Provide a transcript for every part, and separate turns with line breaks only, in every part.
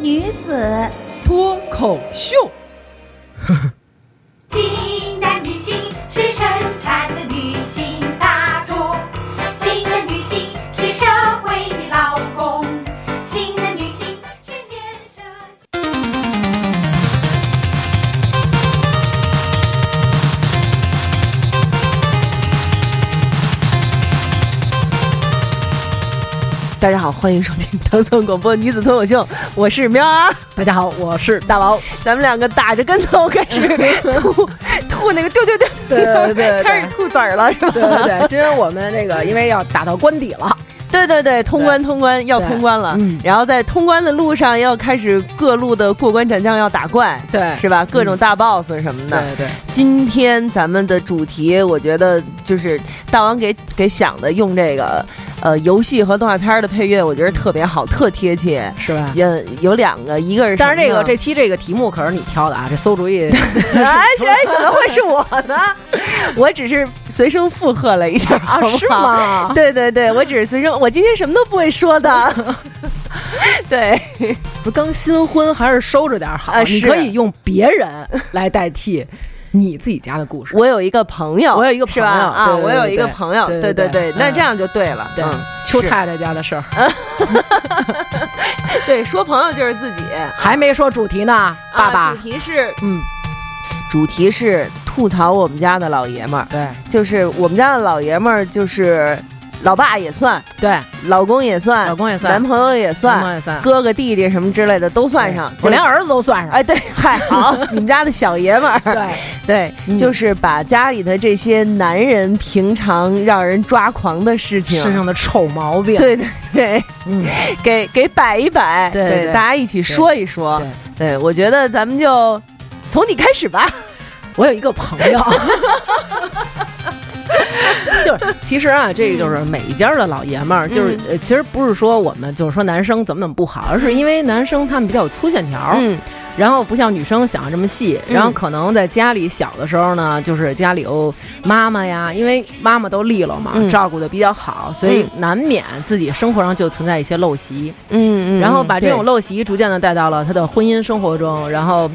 女子
脱口秀，
新的女性是生产的女性大众，新的女性是社会的劳工，新的女性是建设。
大家好，欢迎收听糖蒜广播女子脱口秀，我是喵儿。
大家好，我是大王。
咱们两个打着跟头开始 吐吐那个丢丢丢，
对对 对
开始吐籽儿了是吧？
对对对，今儿我们这个因为要打到官邸了，
对对对，通关通关要通关了，
嗯
然后在通关的路上要开始各路的过关斩将要打怪，
对嗯
是吧？各种大 boss 什么的。
对对，
今天咱们的主题，我觉得就是大王给给想的，用这个呃游戏和动画片的配乐，我觉得特别好，特贴切。
是吧？
也有两个，一个是什
但
么
是
呢，
这个这期这个题目可是你挑的啊，这馊主 意
哎，谁怎么会是我呢？ 我只是随声附和了一下，好不好？
是吗？
对对对，我只是随声，我今天什么都不会说 的。对，
不是刚新婚，还是收着点好。
啊
你
是
可以用别人来代替你自己家的故事。
我有一个朋友，
我有一个
是吧
朋友
啊，
对对对
我有一个
对
朋友，
对
对
对对
对，那
嗯
这样就对了，
对
嗯，
邱
是
太太家的事儿
对，说朋友就是自己。
还没说主题呢，爸
啊主
爸。
题是
嗯，
主题是吐槽我们家的老爷们儿，
对
就是我们家的老爷们儿，就是老爸也算，
对，
老公也算，
老公也算
男朋友也
算
算，
也算，
哥哥弟弟什么之类的都算上
对，我连儿子都算上。
哎，对， 嗨，好，你们家的小爷们儿，
对，
对，
嗯
就是把家里的这些男人平常让人抓狂的事情，
身上的臭毛病。
对对对，
嗯，
给给摆一摆，
对对
大家一起说一说
对。
对，我觉得咱们就从你开始吧。
我有一个朋友， 就是其实啊，这个就是每一家的老爷们儿，就是
嗯
呃，其实不是说我们就是说男生怎么怎么不好，而是因为男生他们比较有粗线条，
嗯
然后不像女生想的这么细，
嗯
然后可能在家里小的时候呢，就是家里有妈妈呀，因为妈妈都利落嘛，
嗯
照顾的比较好，所以难免自己生活上就存在一些陋习，
嗯
然后把这种陋习逐渐的带到了他的婚姻生活中，然后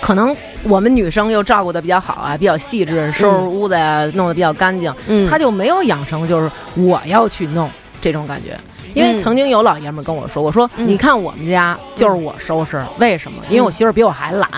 可能我们女生又照顾的比较好啊，比较细致，收拾屋子呀、弄得比较干净，
嗯
他就没有养成就是我要去弄这种感觉。因为
嗯
曾经有老爷们儿跟我说，我说、
嗯
你看我们家就是我收拾，为什么？因为我媳妇儿比我还懒。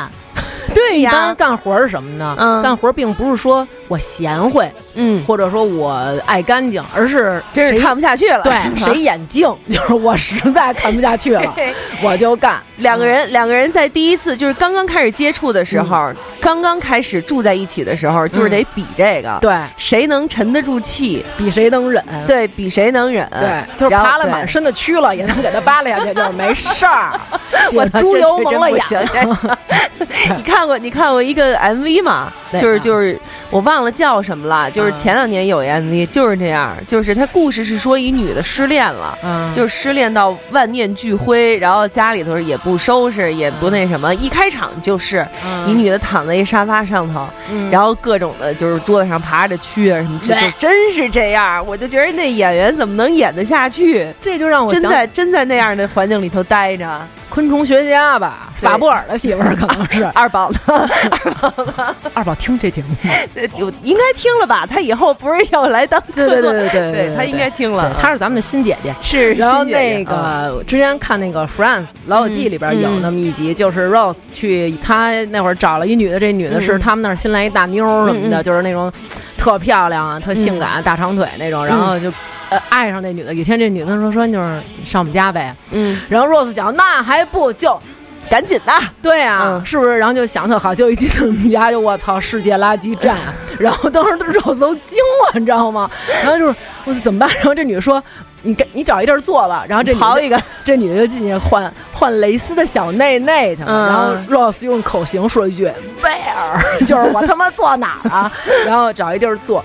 对
一般
呀，
干活儿是什么呢？
嗯
干活儿并不是说我贤惠，
嗯，
或者说我爱干净，而是
真是
谁
看不下去 了。
对谁眼净， 就是我实在看不下去 了， 我就干。
两个
嗯
人，两个人在第一次就是刚刚开始接触的时候，刚刚开始住在一起的时候，就是得比这个，
嗯对
谁能沉得住气，
比谁能忍，
对比谁能忍。
对就是
然后
爬了满 身的蛆了也能给他扒拉下 去，就是没事 儿。姐猪油蒙了眼，
你看过你看过一个 MV 吗？
对
就是
嗯
就是我忘了叫什么了，就是
嗯
前两年有一 MV 就是这样，就是他故事是说一女的失恋了。
嗯
就是失恋到万念俱灰，然后家里头也不收拾，也不那什么。一开场就是一女的躺在一沙发上头，
嗯
然后各种的就是桌子上爬着蛆啊什么，这就
对
真是这样。我就觉得那演员怎么能演得下去？
这就让我
真
想
在真在那样的环境里头待着。
昆虫学家吧，
对
法布尔的媳妇儿可能是
二宝呢？
二宝听这节目吗，
对，有应该听了吧？他以后不是要来当
对对对对对
对他应该听了
对，她是咱们的新姐啊姐。
是
然后
欣姐姐
那个我之前看那个《Friends》老友记
嗯
里边有那么一集，就是 Rose 去她那会儿找了一女的，这女的是他们那儿新来一大妞儿什么
嗯
的，就是那种特漂亮啊、特性感啊、大长腿那种，然
嗯
后就。呃，爱上那女的，有一天这女的说说就是上我们家呗，
嗯
然后 Rose 讲那还不就
赶紧的，
对啊，
嗯
是不是？然后就想特好，就一进他们家就我 操，世界垃圾站。啊 然后当时肉搜惊了，你知道吗？然后就是我说怎么办？然后这女的说你赶你找一地儿坐吧。然后这女
刨
的
一个，
这女的就进去换换蕾丝的小内内去了。
嗯
然后 Rose 用口型说一句 Where，就是 我他妈坐哪儿啊？然后找一地儿坐。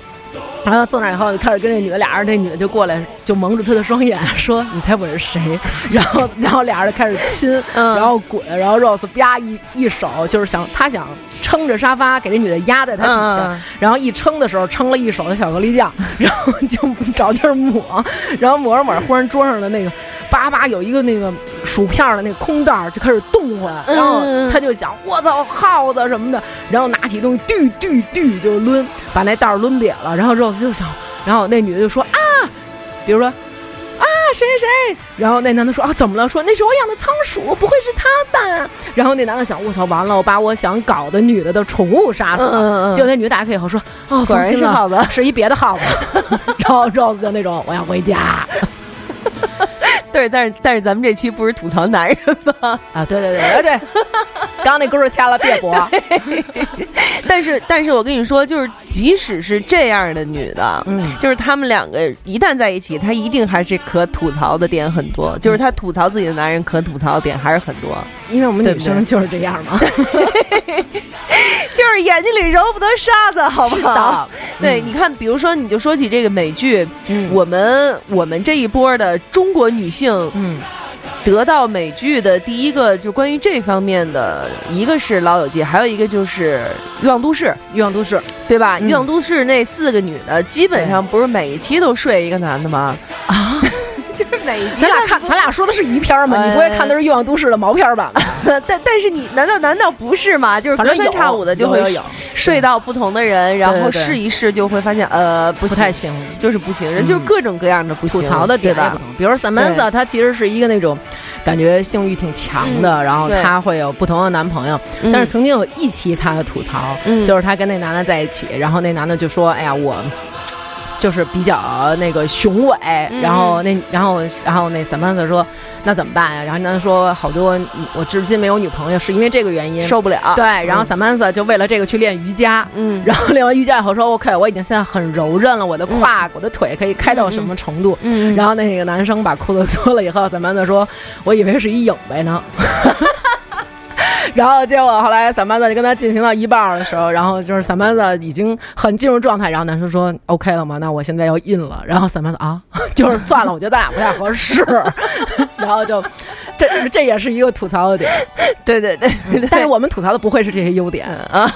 然后坐那儿以后，就开始跟这女的俩人，这女的就过来，就蒙住她的双眼说：“你猜我是谁？” 然后，然后俩人就开始亲，
嗯
然后滚，然后 Rose 啪一一手就是想，她想撑着沙发给这女的压在她底下，
嗯
然后一撑的时候撑了一手的小格力酱，然后就 找地儿抹，然后抹着抹着，忽然桌上的那个叭叭有一个那个薯片儿的那个空袋儿就开始动回来，然后她就想我操耗子什么的，然后拿起东西嘟嘟嘟就抡，把那袋儿抡瘪了，然后 Rose 就想，然后那女的就说啊，比如说。啊谁谁谁，然后那男的说啊，怎么了？说那是我养的仓鼠，不会是他吧？然后那男的想，我操，完了，我把我想搞的女的的宠物杀死
嗯嗯
了。
嗯
结果那女的打开以后说，哦，
果然
放心
是
了
耗子
是一别的耗子。然后 Rose 就那种，我要回家
对，但是但是咱们这期不是吐槽男人吗？
啊！对对对对对，刚刚那歌儿掐了，别 播。
但是但是我跟你说，就是即使是这样的女的，
嗯
就是他们两个一旦在一起，她一定还是可吐槽的点很多，就是她吐槽自己的男人可吐槽的点还是很多，
因为我们
对
女
不
生
对
就是这样 嘛。
就是眼睛里揉不得沙子，好不好？ 对，你看，比如说，你就说起这个美剧，
嗯
我们我们这一波的中国女性
嗯
得到美剧的第一个，就关于这方面的，一个是《老友记》，还有一个就是《欲望都市》。
欲望都市，
对吧？
嗯
欲望都市那四个女的，基本上不是每一期都睡一个男的吗？啊，就是每一期
咱俩哎看，咱俩说的是一篇儿嘛？你不会看的是欲望都市的毛片 儿吧？
看， 但但是你难道难道不是吗？就是
反
隔
正
三
有
差五的就
有
会
有
睡
有
睡到不同的人，然后
对对
试一试就会发现，呃，不
不
行
太行。
就是不行，人
嗯
就是各种各样的不行，
吐槽的
对
点也不
吧？
同。比如 Samantha，她其实是一个那种感觉性欲挺强的，然后
对
她会有不同的男朋友。
嗯
但是曾经有一期她的吐槽，
嗯
就是她跟那男的在一起，然后那男的就说：“哎呀，我。”就是比较那个雄伟，
嗯
然后那然后然后那 Samantha 说，那怎么办呀、啊然后那男的说，好多我至今没有女朋友，是因为这个原因。
受不了。
对，然后 Samantha 就为了这个去练瑜伽，
嗯
然后练完瑜伽以后说，OK，我已经现在很柔韧了，我的胯、我的腿可以开到什么程度？
嗯
然后那个男生把裤子 脱了以后，Samantha 说，我以为是一影呗呢。 然后结果后来 Samantha 就跟他进行到一半儿的时候，然后就是 Samantha 已经很进入状态，然后男生说 OK 了吗？那我现在要 in 了。然后 Samantha 啊， 就是算了，我觉得咱俩不太合适。 然后就这这也是一个吐槽的点。
对对对对对
但是我们吐槽的不会是这些优点，
啊，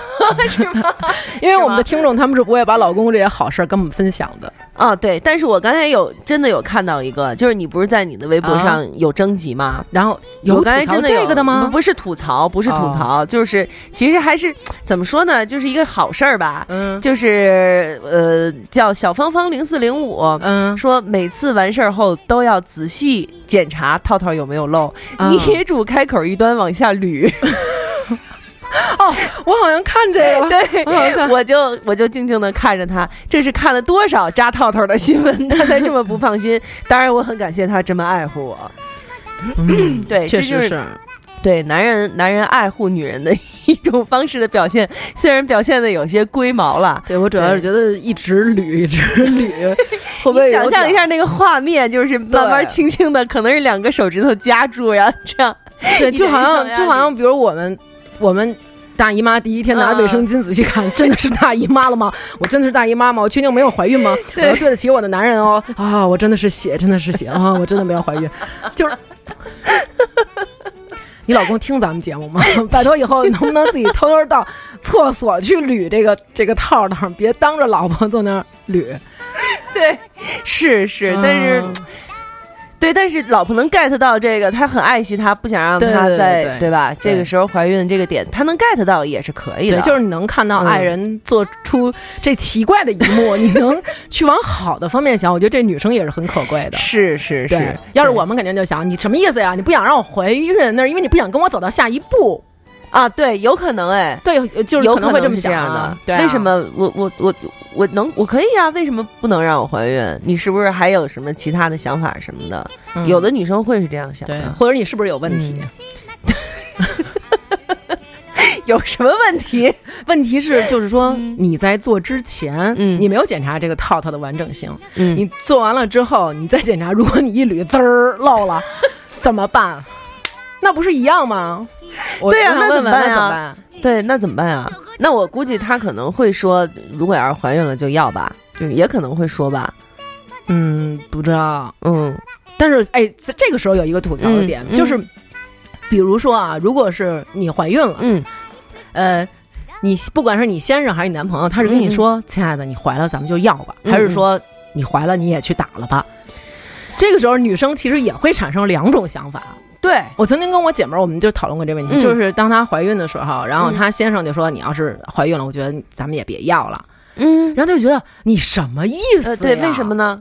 是吗？
因为
是吗
我们的听众他们是不会把老公这些好事儿跟我们分享的。
啊，对，但是我刚才有真的有看到一个，就是你不是在你的微博
啊
上有征集吗？
然后
我
有
刚才
吐
真
槽
的有
这个的吗啊
不？不是吐槽，不是吐槽，就是其实还是怎么说呢，就是一个好事儿吧。
嗯
就是呃，叫小芳芳零四零五。
嗯，
说每次完事儿后都要仔细检查套套有没有漏，
啊
捏住开口一端往下捋。
哦，我好像看这个了。 我好像 看
对，我就我就静静的看着他，这是看了多少扎套套的新闻，他才这么不放心。当然，我很感谢他这么爱护我。
嗯
对，
确
这就
实
是对男人男人爱护女人的 一种方式的表现，虽然表现的有些龟毛了。
对我主要是觉得一直捋，一直捋，会不会
你
有点
想象一？下那个画面，就是慢慢
对
轻轻的，可能是两个手指头夹住，然后这样，
对，
一啊
就好
点一
像
点
就好像，比如我们我们。大姨妈第一天拿卫
啊
生巾仔细看，真的是大姨妈了吗？我真的是大姨妈吗？我确定没有怀孕吗？我要对得起我的男人哦！啊，我真的是血，真的是血啊！我真的没有怀孕，就是。 你老公听咱们节目吗？拜托以后能不能自己偷偷到厕所去捋这个这个套套，别当着老婆坐那儿捋。
对，是是，但是。
嗯
对，但是老婆能 get 到这个，她很爱惜他，不想让
对
他
对对
在
对
吧？
对
这个时候怀孕这个点，她能 get 到也是可以的。
对，就是你能看到爱人做出这奇怪的一幕，你能去往好的方面想，我觉得这女生也是很可贵的。
是是
对
是，，
要是
对
我们肯定就想你什么意思呀？你不想让我怀孕，那是因为你不想跟我走到下一步。
啊，对，有可能哎，
对，就是
有
可能会
这
么
是这
想
样
啊
的。
对啊，
为什么我我我我能我可以啊？为什么不能让我怀孕？你是不是还有什么其他的想法什么的？嗯
嗯
有的女生会是这样想
对，
的。
或者你是不是有问题？
有什么问题？
问题是，就是说你在做之前，
嗯
你没有检查这个套套的完整性，
嗯
你做完了之后，你再检查，如果你一捋滋儿漏 了，怎么办？那不是一样吗？我
对呀
我想
那
问
怎么
问
办
那怎么
呀
办？
对，那怎么办啊？那我估计他可能会说，如果要是怀孕了就要吧，嗯，也可能会说吧，
嗯，不知道。
嗯
但是，哎，在这个时候有一个吐槽的点，
嗯嗯
就是，比如说啊，如果是你怀孕了，
嗯
呃，你不管是你先生还是你男朋友，他是跟你说：“亲爱的，你怀了咱们就要吧。”
嗯
还是说你怀了你也去打了吧？这个时候，女生其实也会产生两种想法。
对，
我曾经跟我姐们儿，我们就讨论过这问题，
嗯
就是当她怀孕的时候，然后
嗯
她先生就说：“你要是怀孕了，我觉得咱们也别要了。”
嗯，
然后她就觉得你什么意思、
呃，对，为什么？呢？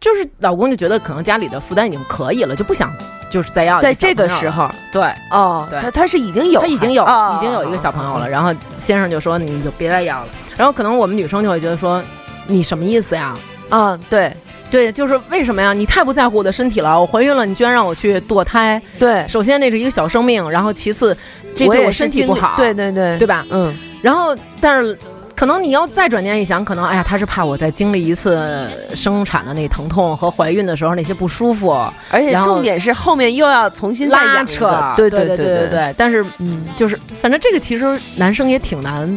就是老公就觉得可能家里的负担已经可以了，就不想就是再要一
在
小
这个
朋友
时
了
候，
对。
哦，
对
他他是已经有
他
孩，
已经有、
哦
已经有一个小朋友了，，然后先生就说你就别再要了，然后可能我们女生就会觉得说你什么意思呀？
嗯，对
对，就是为什么呀？你太不在乎我的身体了，我怀孕了，你居然让我去堕胎。
对，
首先，那是一个小生命，然后其次，这对
也
我
是
身体
经
不
历
好，
对对对
对，吧？
嗯，
然后，但是可能你要再转念一想，可能哎呀，他是怕我在经历一次生产的那疼痛和怀孕的时候那些不舒服，
而且
然后
重点是后面又要重新再
拉
养一
扯
个，，
对
对
对
对
对，对。但是
嗯，
就是，反正这个其实男生也挺难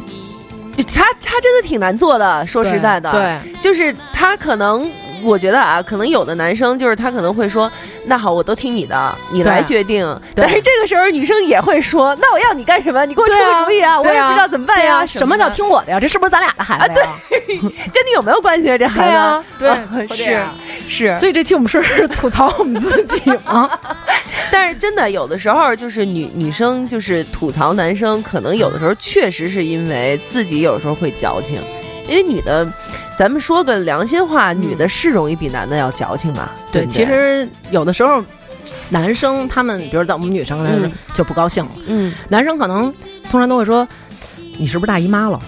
他他真的挺难做的，说实在的，
对。对
就是他可能，我觉得啊，可能有的男生就是他可能会说，那好，我都听你的，你
对
来决定。
对
但是这个时候女生也会说，那我要你干什么？你给我出个主意啊，我
对
也
啊
不知道怎么办
对
呀。
呀，什么
的啊
叫听我的呀？这是不是咱俩的孩子呀？
跟你有没有关系啊？这孩子
呀，
啊是是，
所以这期我们是吐槽我们自己 吗？
但是真的有的时候就是女女生就是吐槽男生，可能有的时候确实是因为自己有时候会矫情，因为女的，咱们说个良心话，女的是容易比男的要矫情吧？对嗯
对，
不对，
其实有的时候，男生他们，比如在我们女生那
嗯
就不高兴了，
嗯，
男生可能通常都会说：“你是不是大姨妈了？”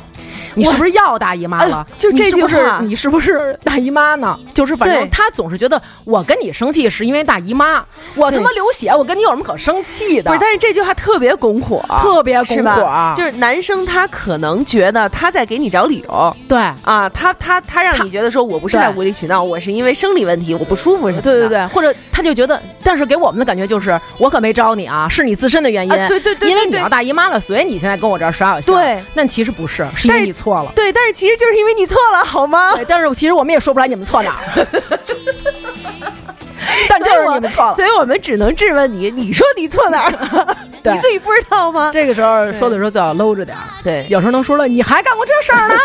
你是不是要大姨妈了
哎？就这
你是不
句话
是你是不是大姨妈呢？ 就是反
对
正他总是觉得我跟你生气是因为大姨妈，我他
对
妈流血，我跟你有什么可生气的？
不是，但是这句话特别拱火，
特别拱
是吧
火，
就是男生他可能觉得他在给你找理由
对，
啊，他他他让
他
你觉得说我不是在
对
无理取闹，我是因为生理问题我不舒服什么的。
对对对，或者他就觉得，但是给我们的感觉就是，我可没招你啊，是你自身的原因，
啊对对对
因为
对
你
对
要大姨妈了，所以你现在跟我这儿耍小性，
对，
但其实不是，是因
但
为
是
你错了，
对，但是其实就是因为你错了，好吗？
对，但是其实我们也说不来你们错 哪儿，但就
所以
是
我
你们错了。
所以我们只能质问你，你说你错哪儿了？
对
你自己不知道吗？
这个时候说的时候就要搂着点 儿，
对
有时候能说了，你还干过这事儿呢？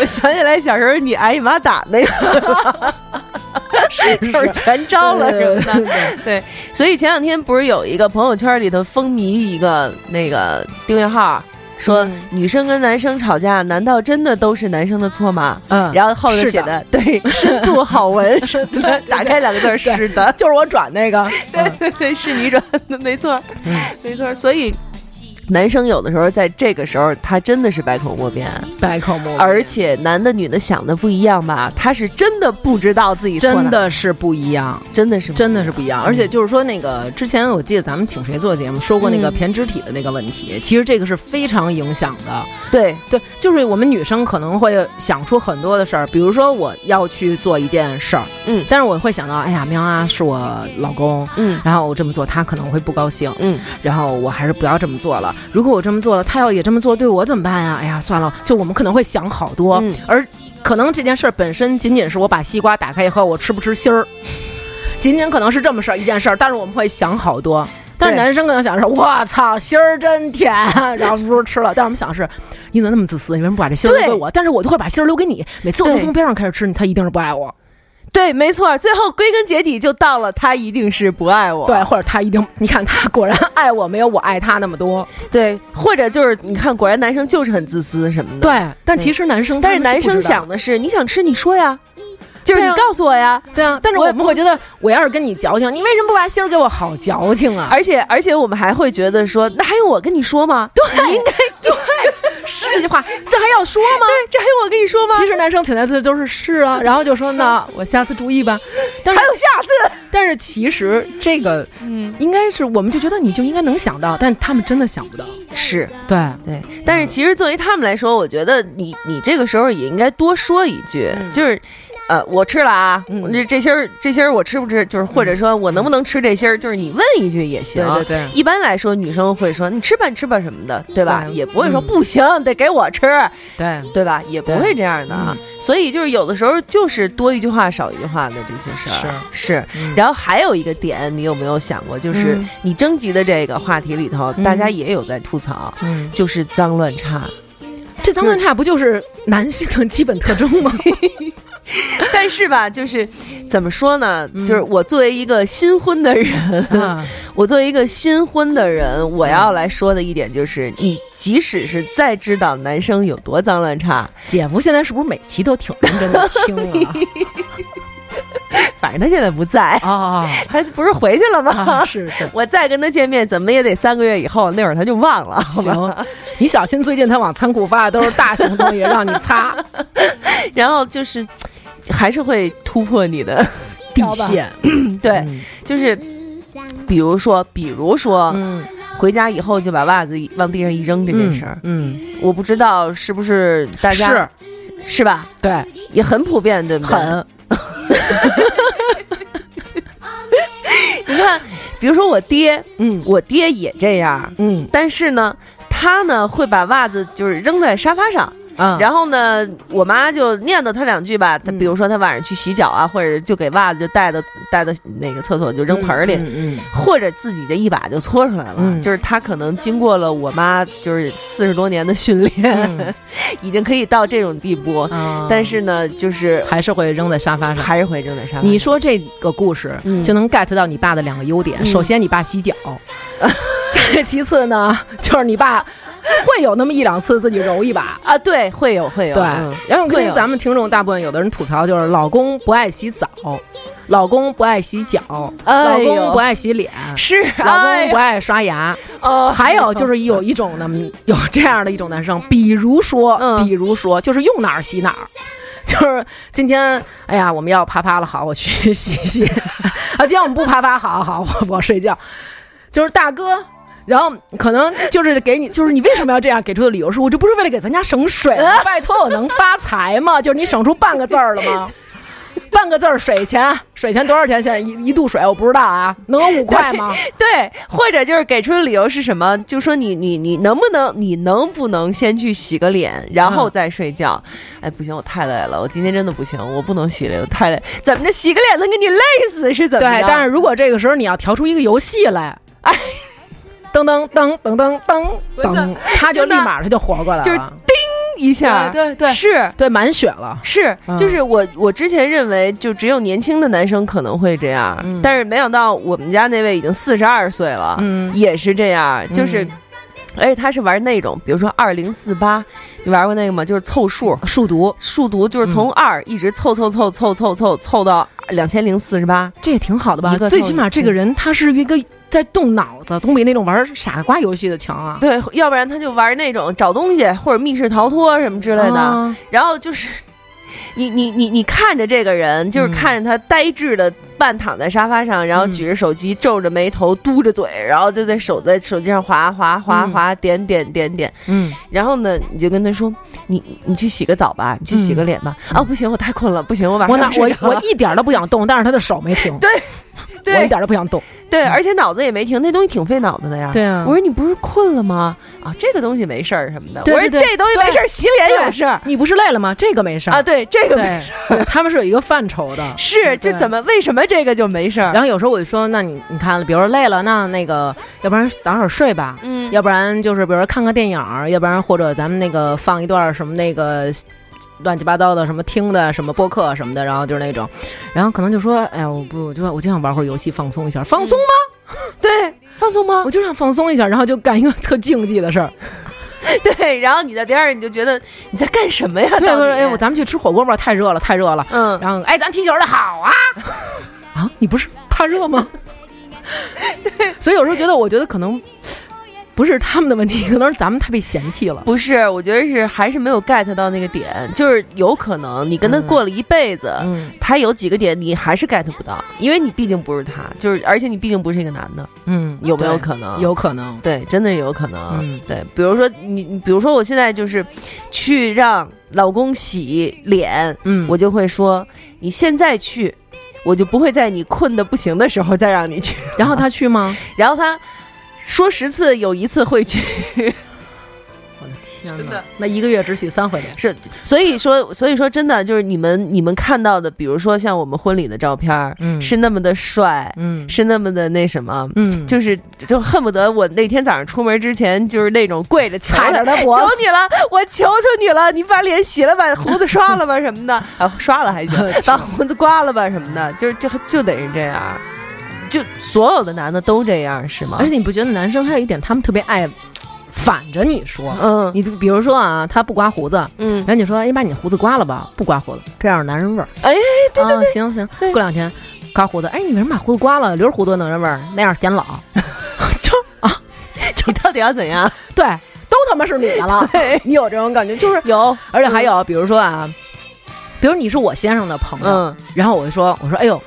我想起来小时候你挨你妈打那 次了。就是全招了什么的，对，所以前两天不是有一个朋友圈里头风靡一个那个订阅号，说
嗯
女生跟男生吵架，难道真的都是男生的错吗？
嗯
然后后头
是的
写的对，深度好 文，什么的， 打开两个字儿，
对
是的，
就是我转那个，
对对对，是你转 的，没错，
嗯
没错。所以男生有的时候在这个时候，他真的是百口莫辩，
百口莫辩
而且男的女的想的不一样吧？他是真的不知道自己错哪
真的是不一样。
真的是
真的是不一样。而且就是说，那个之前我记得咱们请谁做节目说过那个偏肢体的那个问题，其实这个是非常影响的。
对，
对，就是我们女生可能会想出很多的事儿，比如说我要去做一件事儿，
嗯
但是我会想到，哎呀，喵啊是我老公，
嗯
然后我这么做他可能会不高兴，
嗯，
然后我还是不要这么做了。如果我这么做了，他要也这么做，对我怎么办呀？哎呀，算了，就我们可能会想好多，
嗯
而可能这件事儿本身仅仅是我把西瓜打开以后我吃不吃 芯儿，仅仅可能是这么事儿一件事儿，但是我们会想好多。但是
对
男生可能想的是，我操，芯儿真甜，然后不是吃了。但是我们想的是，你怎么那么自私？你为什么不把这芯儿留给
对
我？但是我就会把芯儿留给你。每次我都
对
从边上开始吃你，他一定是不爱我，
对，没错。最后归根结底就到了，他一定是不爱我。
对，或者他一定，你看他果然爱我没有我爱他那么多。
对，或者就是你看，果然男生就是很自私什么的。，
对，但其实男生，
但是男生
想。
想的是，你想吃你说呀，就是
对
你
啊
告诉我呀。
对啊，但是
我也
我们会觉得，我要是跟你矫情，你为什么不把芯儿给我？好矫情啊！
而且而且我们还会觉得说，那还用我跟你说吗？对，你应该对，
是这句话，这还要说吗？
这还用我跟你说吗？
其实男生潜台词就是是啊，然后就说那我下次注意吧。但是
还有下次，
但是其实这个
嗯，
应该是我们就觉得你就应该能想到，但他们真的想不到。
是
对，
对。但是其实作为他们来说，我觉得你你这个时候也应该多说一句，就是。呃，我吃了啊，
嗯
我这这些儿这些儿我吃不吃？就是或者说我能不能吃这些儿？就是你问一句也行。啊
对对对
一般来说，女生会说你吃吧，你吃吧什么的，对吧？
对
也不会说
嗯
不行，得给我吃。
对，
对吧？也不
对嗯
会这样的啊。所以就是有的时候就是多一句话少一句话的这些事儿是
嗯
然后还有一个点，你有没有想过，就是
嗯
你征集的这个话题里头，
嗯
大家也有在吐槽，
嗯，
就是脏乱差。
这脏乱差不就是男性的基本特征 吗？
但是吧，就是怎么说呢？
嗯
就是我作为一个新婚的人，
啊，
我作为一个新婚的人，我要来说的一点就是，你即使是再知道男生有多脏乱差，
姐夫现在是不是每期都挺认真的听啊 了
反正他现在不在，
啊？
他不是回去 了吗？
啊，是是。
我再跟他见面，怎么也得三个月以后，那会儿他就忘了，好吧？
啊行，你小心，最近他往仓库发的都是大型东西，让你 擦
然后就是还是会突破你的
底线。
对，就是比如说，比如说、
嗯，
回家以后就把袜子一往地上一扔这件事儿，
嗯，
我不知道是不是大
嗯，
家
是，
是吧？
对，
也很普遍，对不对？
很。
你看，比如说我爹，
嗯
我爹也这样，
嗯
但是呢，他呢会把袜子就是扔在沙发上。
啊，
然后呢，我妈就念叨他两句吧。他
嗯
比如说他晚上去洗脚啊，或者就给袜子就带到带到那个厕所就扔盆儿里，
嗯嗯
或者自己这一把就搓出来了。
嗯
就是他可能经过了我妈就是四十多年的训练，
嗯
已经可以到这种地步。
啊
但是呢，就是
还是会扔在沙发上。
还是会扔在沙发。
你说这个故事
嗯
就能 get 到你爸的两个优点：
嗯
首先，你 爸洗脚；再其次呢，就是你爸会有那么一两次自己揉一把。
啊，对，会有会有。
对
嗯，
然后
会
跟
有
咱们听众大部分有的人吐槽就是老公不爱洗澡，老公不爱洗脚，老
哎呦
公不爱洗脸，
是
老
哎
公
呀
不爱刷牙。
哦，
还有就是有一种呢，有这样的一种男生，比如说，
嗯
比如说，就是用哪儿洗哪儿。 就是今天，哎呀，我们要啪啪了，好，我去洗洗。啊，今天我们不啪啪，好好，我 我睡觉。就是大哥，然后可能就是给你，就是你为什么要这样给出的理由是，我这不是为了给咱家省水吗？ 拜托，我能发财吗？就是你省出半个字儿了吗？半个字儿水钱，水钱多少钱？现在一一度水我不知道啊，能有五块吗？
对，或者就是给出的理由是什么？就说你你你能不能你能不能先去洗个脸，然后再睡觉？
嗯
哎，不行，我太累了，我今天真的不行，我不能洗了，我太累。怎么着，洗个脸能给你累死是怎么着？
对，但是如果这个时候你要调出一个游戏来，哎，噔噔噔噔噔噔
我
噔
操，
他就
真
立
的
马他就活过来了，
就是一下，
对对对
是。
对满血了，
是
嗯，
就是我，我之前认为就只有年轻的男生可能会这样，
嗯
但是没想到我们家那位已经四十二岁了，
嗯
也是这样，就是，
嗯
而且他是玩那种，比如说二零四八，你玩过那个吗？就是凑数，
嗯数独，嗯
数独就是从二一直凑凑凑凑凑凑凑到两千零四十八，
这也挺好的吧
一？个
最
道理
起码这个嗯人他是一个在动脑子，总比那种玩傻瓜游戏的强啊。
对，要不然他就玩那种找东西或者密室逃脱什 么之
之
类的，
啊
然后就是。 你你你你看着这个人，就是
嗯
看着他呆滞的半躺在沙发上，然后
嗯
举着手机，皱着眉头，嘟着嘴，然后就在手在手机上划划划
嗯
划，点点点点，
嗯，
然后呢，你就跟他说，你你去洗个澡吧，你去洗个脸吧。啊，不行，我太困了，不行，我晚
嗯我
上
哪
要睡
我
着
我
了
一点都不想动，但是他的手没停，
对
我一点都不想 动。
对，
嗯
而且脑子也没停，那东西挺费脑子的呀。
对啊
我说你不是困了吗？啊，这个东西没事儿什么的。
对对
我说
对
这东西没事儿，洗脸有事儿
你不是累了吗？这个没事儿
啊。，对，这个没
对对，他们是有一个范畴的。
是
对
这怎么为什么这个就没事儿？
然后有时候我就说，那你你看，比如说累了，那那个，要不然早点睡吧，
嗯
要不然就是比如说看个电影儿，要不然或者咱们那个放一段儿什么那个乱七八糟的什么听的什么播客什么的，然后就是那种，然后可能就说，哎呀，我不，我就我就想玩会儿游戏放松一下，放松吗？
对放松吗
我？就想放松一下，然后就干一个特竞技的事 儿，
哎对，然后你在边上你就觉得你在干什么呀？
对，
到
他
底
说，哎，我咱们去吃火锅吧，太热了，太热了，
嗯，
然后哎，咱踢球的好 啊 啊，你不是怕热吗？所以有时候觉得，我觉得可能不是他们的问题，可能是咱们太被嫌弃了。
不是，我觉得是还是没有 get 到那个点，就是有可能你跟他过了一辈子，
嗯
他有几个点你还是 get 不到，因为你毕竟不是他，就是而且你毕竟不是一个男的，
嗯
有没有可能？
能？，有可能。
对，真的是有可能。
嗯
对，比如说你，你比如说我现在就是去让老公洗脸，
嗯
我就会说你现在去，我就不会在你困的不行的时候再让你去。
然后他去 吗？
然后他说十次有一次会去，
我的天哪！那一个月只洗三回脸，
是，所以说，所以说真的就是你们你们看到的，比如说像我们婚礼的照片儿，
嗯
是那么的帅，
嗯
是那么的那什么。
嗯，就
就是就恨不得我那天早上出门之前，就是那种跪着求
踩着他脖
求
子
你了，我求求你了，你把脸洗了吧，胡子刷了吧什么的， 啊，刷了还 行，把胡子刮了吧什么的，就是就就得是这样，就所有的男的都这样是吗？
而且你不觉得男生还有一点，他们特别爱反着你说？
嗯
你比如说啊，他不刮胡子，
嗯
然，后你说：“哎，把你胡子刮了吧，不刮胡子，这样有男人味儿。”
哎，
对对对，行行
对，
过两天刮胡子，哎，你为什么把胡子刮了？留着胡子有男人味儿，那样显老。
你到底要怎样？
对，都他妈是你的 了，你有这种感觉就是？
有，
而且还有，比如说啊，比如你是我先生的朋友，
嗯
然后我就说：“我说，哎呦，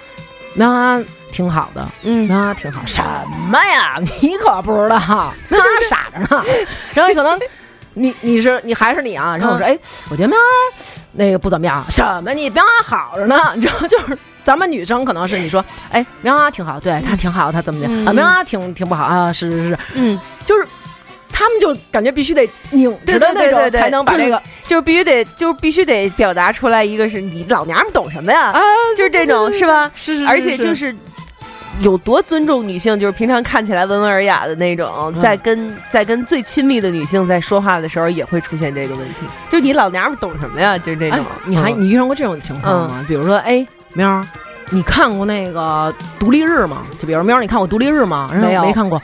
苗安挺好的，
嗯
苗安挺好，什么呀？ 你可不知道， 苗安傻着 呢。”然后你可能。你你是你还是你
嗯
啊？然后我说，哎，我觉得喵那个不怎么样，什么你喵好着呢？ 你知道，就是咱们女生可能是你说，哎，喵啊挺好，对他挺好，他怎么的、
嗯
啊？喵啊挺挺不好啊，是是是，
嗯，
就是他们就感觉必须得拧
对
着的
对对
那
对
种
对
才能把这个
就是必须得，就是必须得表达出来，一个是你老娘们懂什么呀，
啊，
就是这种是吧？
是是是，
而且就是是有多尊重女性，就是平常看起来温文尔雅的那种，
嗯
在跟在跟最亲密的女性在说话的时候，也会出现这个问题。就你老娘们懂什么呀？就是这
嗯哎
种，，
你还
嗯
你遇上过这种情况吗？比如说，哎，喵儿，你看过那个独立日吗？就比如喵儿，你看过独立日吗？然后
没有
没看过。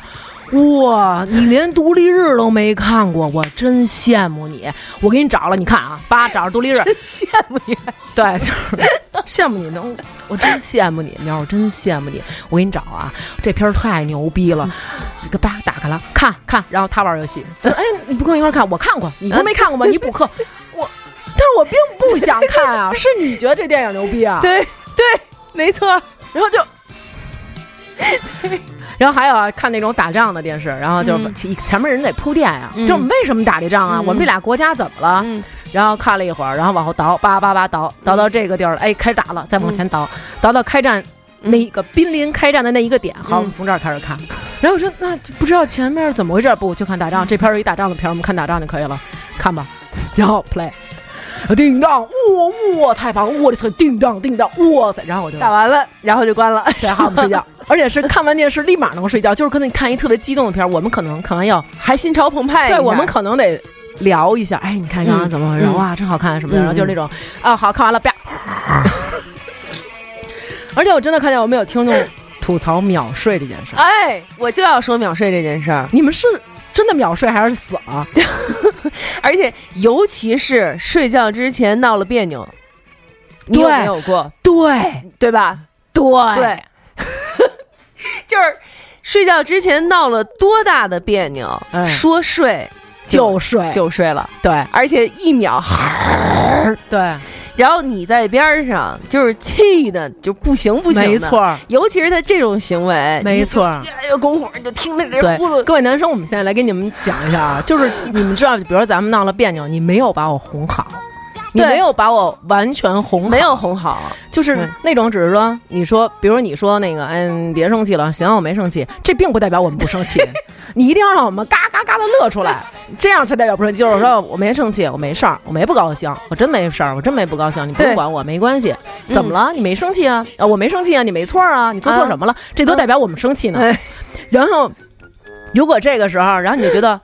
哇，你连独立日都没看过，我真羡慕你。我给你找了，你看啊，爸找着独立日，
羡慕你，
对，就是羡慕你能，我真羡慕你，苗儿，我真羡慕你。我给你找啊，这片儿太牛逼了，给叭打开了，看看。然后他玩游戏，哎，你不跟我一块儿看？我看过，你不是没看过吗？你补课，我，但是我并不想看啊，是你觉得这电影牛逼啊？
对对，没错，
然后就。 然后还有啊，看那种打仗的电视，然后就、
嗯
前面人得铺垫呀、
嗯
就我们为什么打这仗啊？
嗯
我们这俩国家怎么了？
嗯
然后看了一会儿，然后往后倒，叭叭叭倒，倒到这个地儿了，哎，开打了，再往前倒，倒到开战那一个濒临开战的那一个点，好，我们从这儿开始看。嗯然后我说，那就不知道前面怎么回事，不就看打仗，这片儿有一打仗的片儿，我们看打仗就可以了，看吧。 然后 play，叮啊当，哇哇，太棒了，我的天，叮当叮当，哇塞，然后我就
打完了，然后就关了。
对，好，我们睡觉，而且是看完电视立马能睡觉，就是跟你看一特别激动的片儿，我们可能看完要
还心潮澎湃一下，
对，我们可能得聊一下。哎，你看刚刚怎么回事？
嗯
哇，真好看什么的。
嗯
然后就是那种啊，好看完了，啪。 而且我真的看见我们有听众吐槽秒睡这件事儿，
哎，我就要说秒睡这件事儿，
你们是真的秒睡还是死啊了？
而且尤其是睡觉之前闹了别扭，你有
对
没有过？
对
对吧？
对
对， 就是睡觉之前闹了多大的别扭，
哎
说睡
就睡，
就睡了，
对
而且一 秒，
对，
然后你在边儿上就是气的就不行不行，
没错。儿，
尤其是他这种行为，
没错儿
你就越来越拱火，你就听着这
对
呼噜，，
各位男生，我们现在来给你们讲一下啊， 就是你们知道，比如说咱们闹了别扭，你没有把我哄好，你
对
没有把我完全哄好，
没有哄好，
就是
嗯
那种，只是说你说，比如你说那个，嗯，别生气了，行，我没生气，这并不代表我们不生 气，你一定要让我们嘎嘎嘎的乐出来，这样才代表不生气。就是说我没生气，我没事儿，我没不高兴，我真没事儿，我真没不高兴，你不
对嗯
用管我，没关系。怎么了？你没生气啊？啊，我没生气啊，你没错儿啊，你做错什么了？这
嗯
都代表我们生气呢。
哎
然后，如果这个时候，然后你就觉得，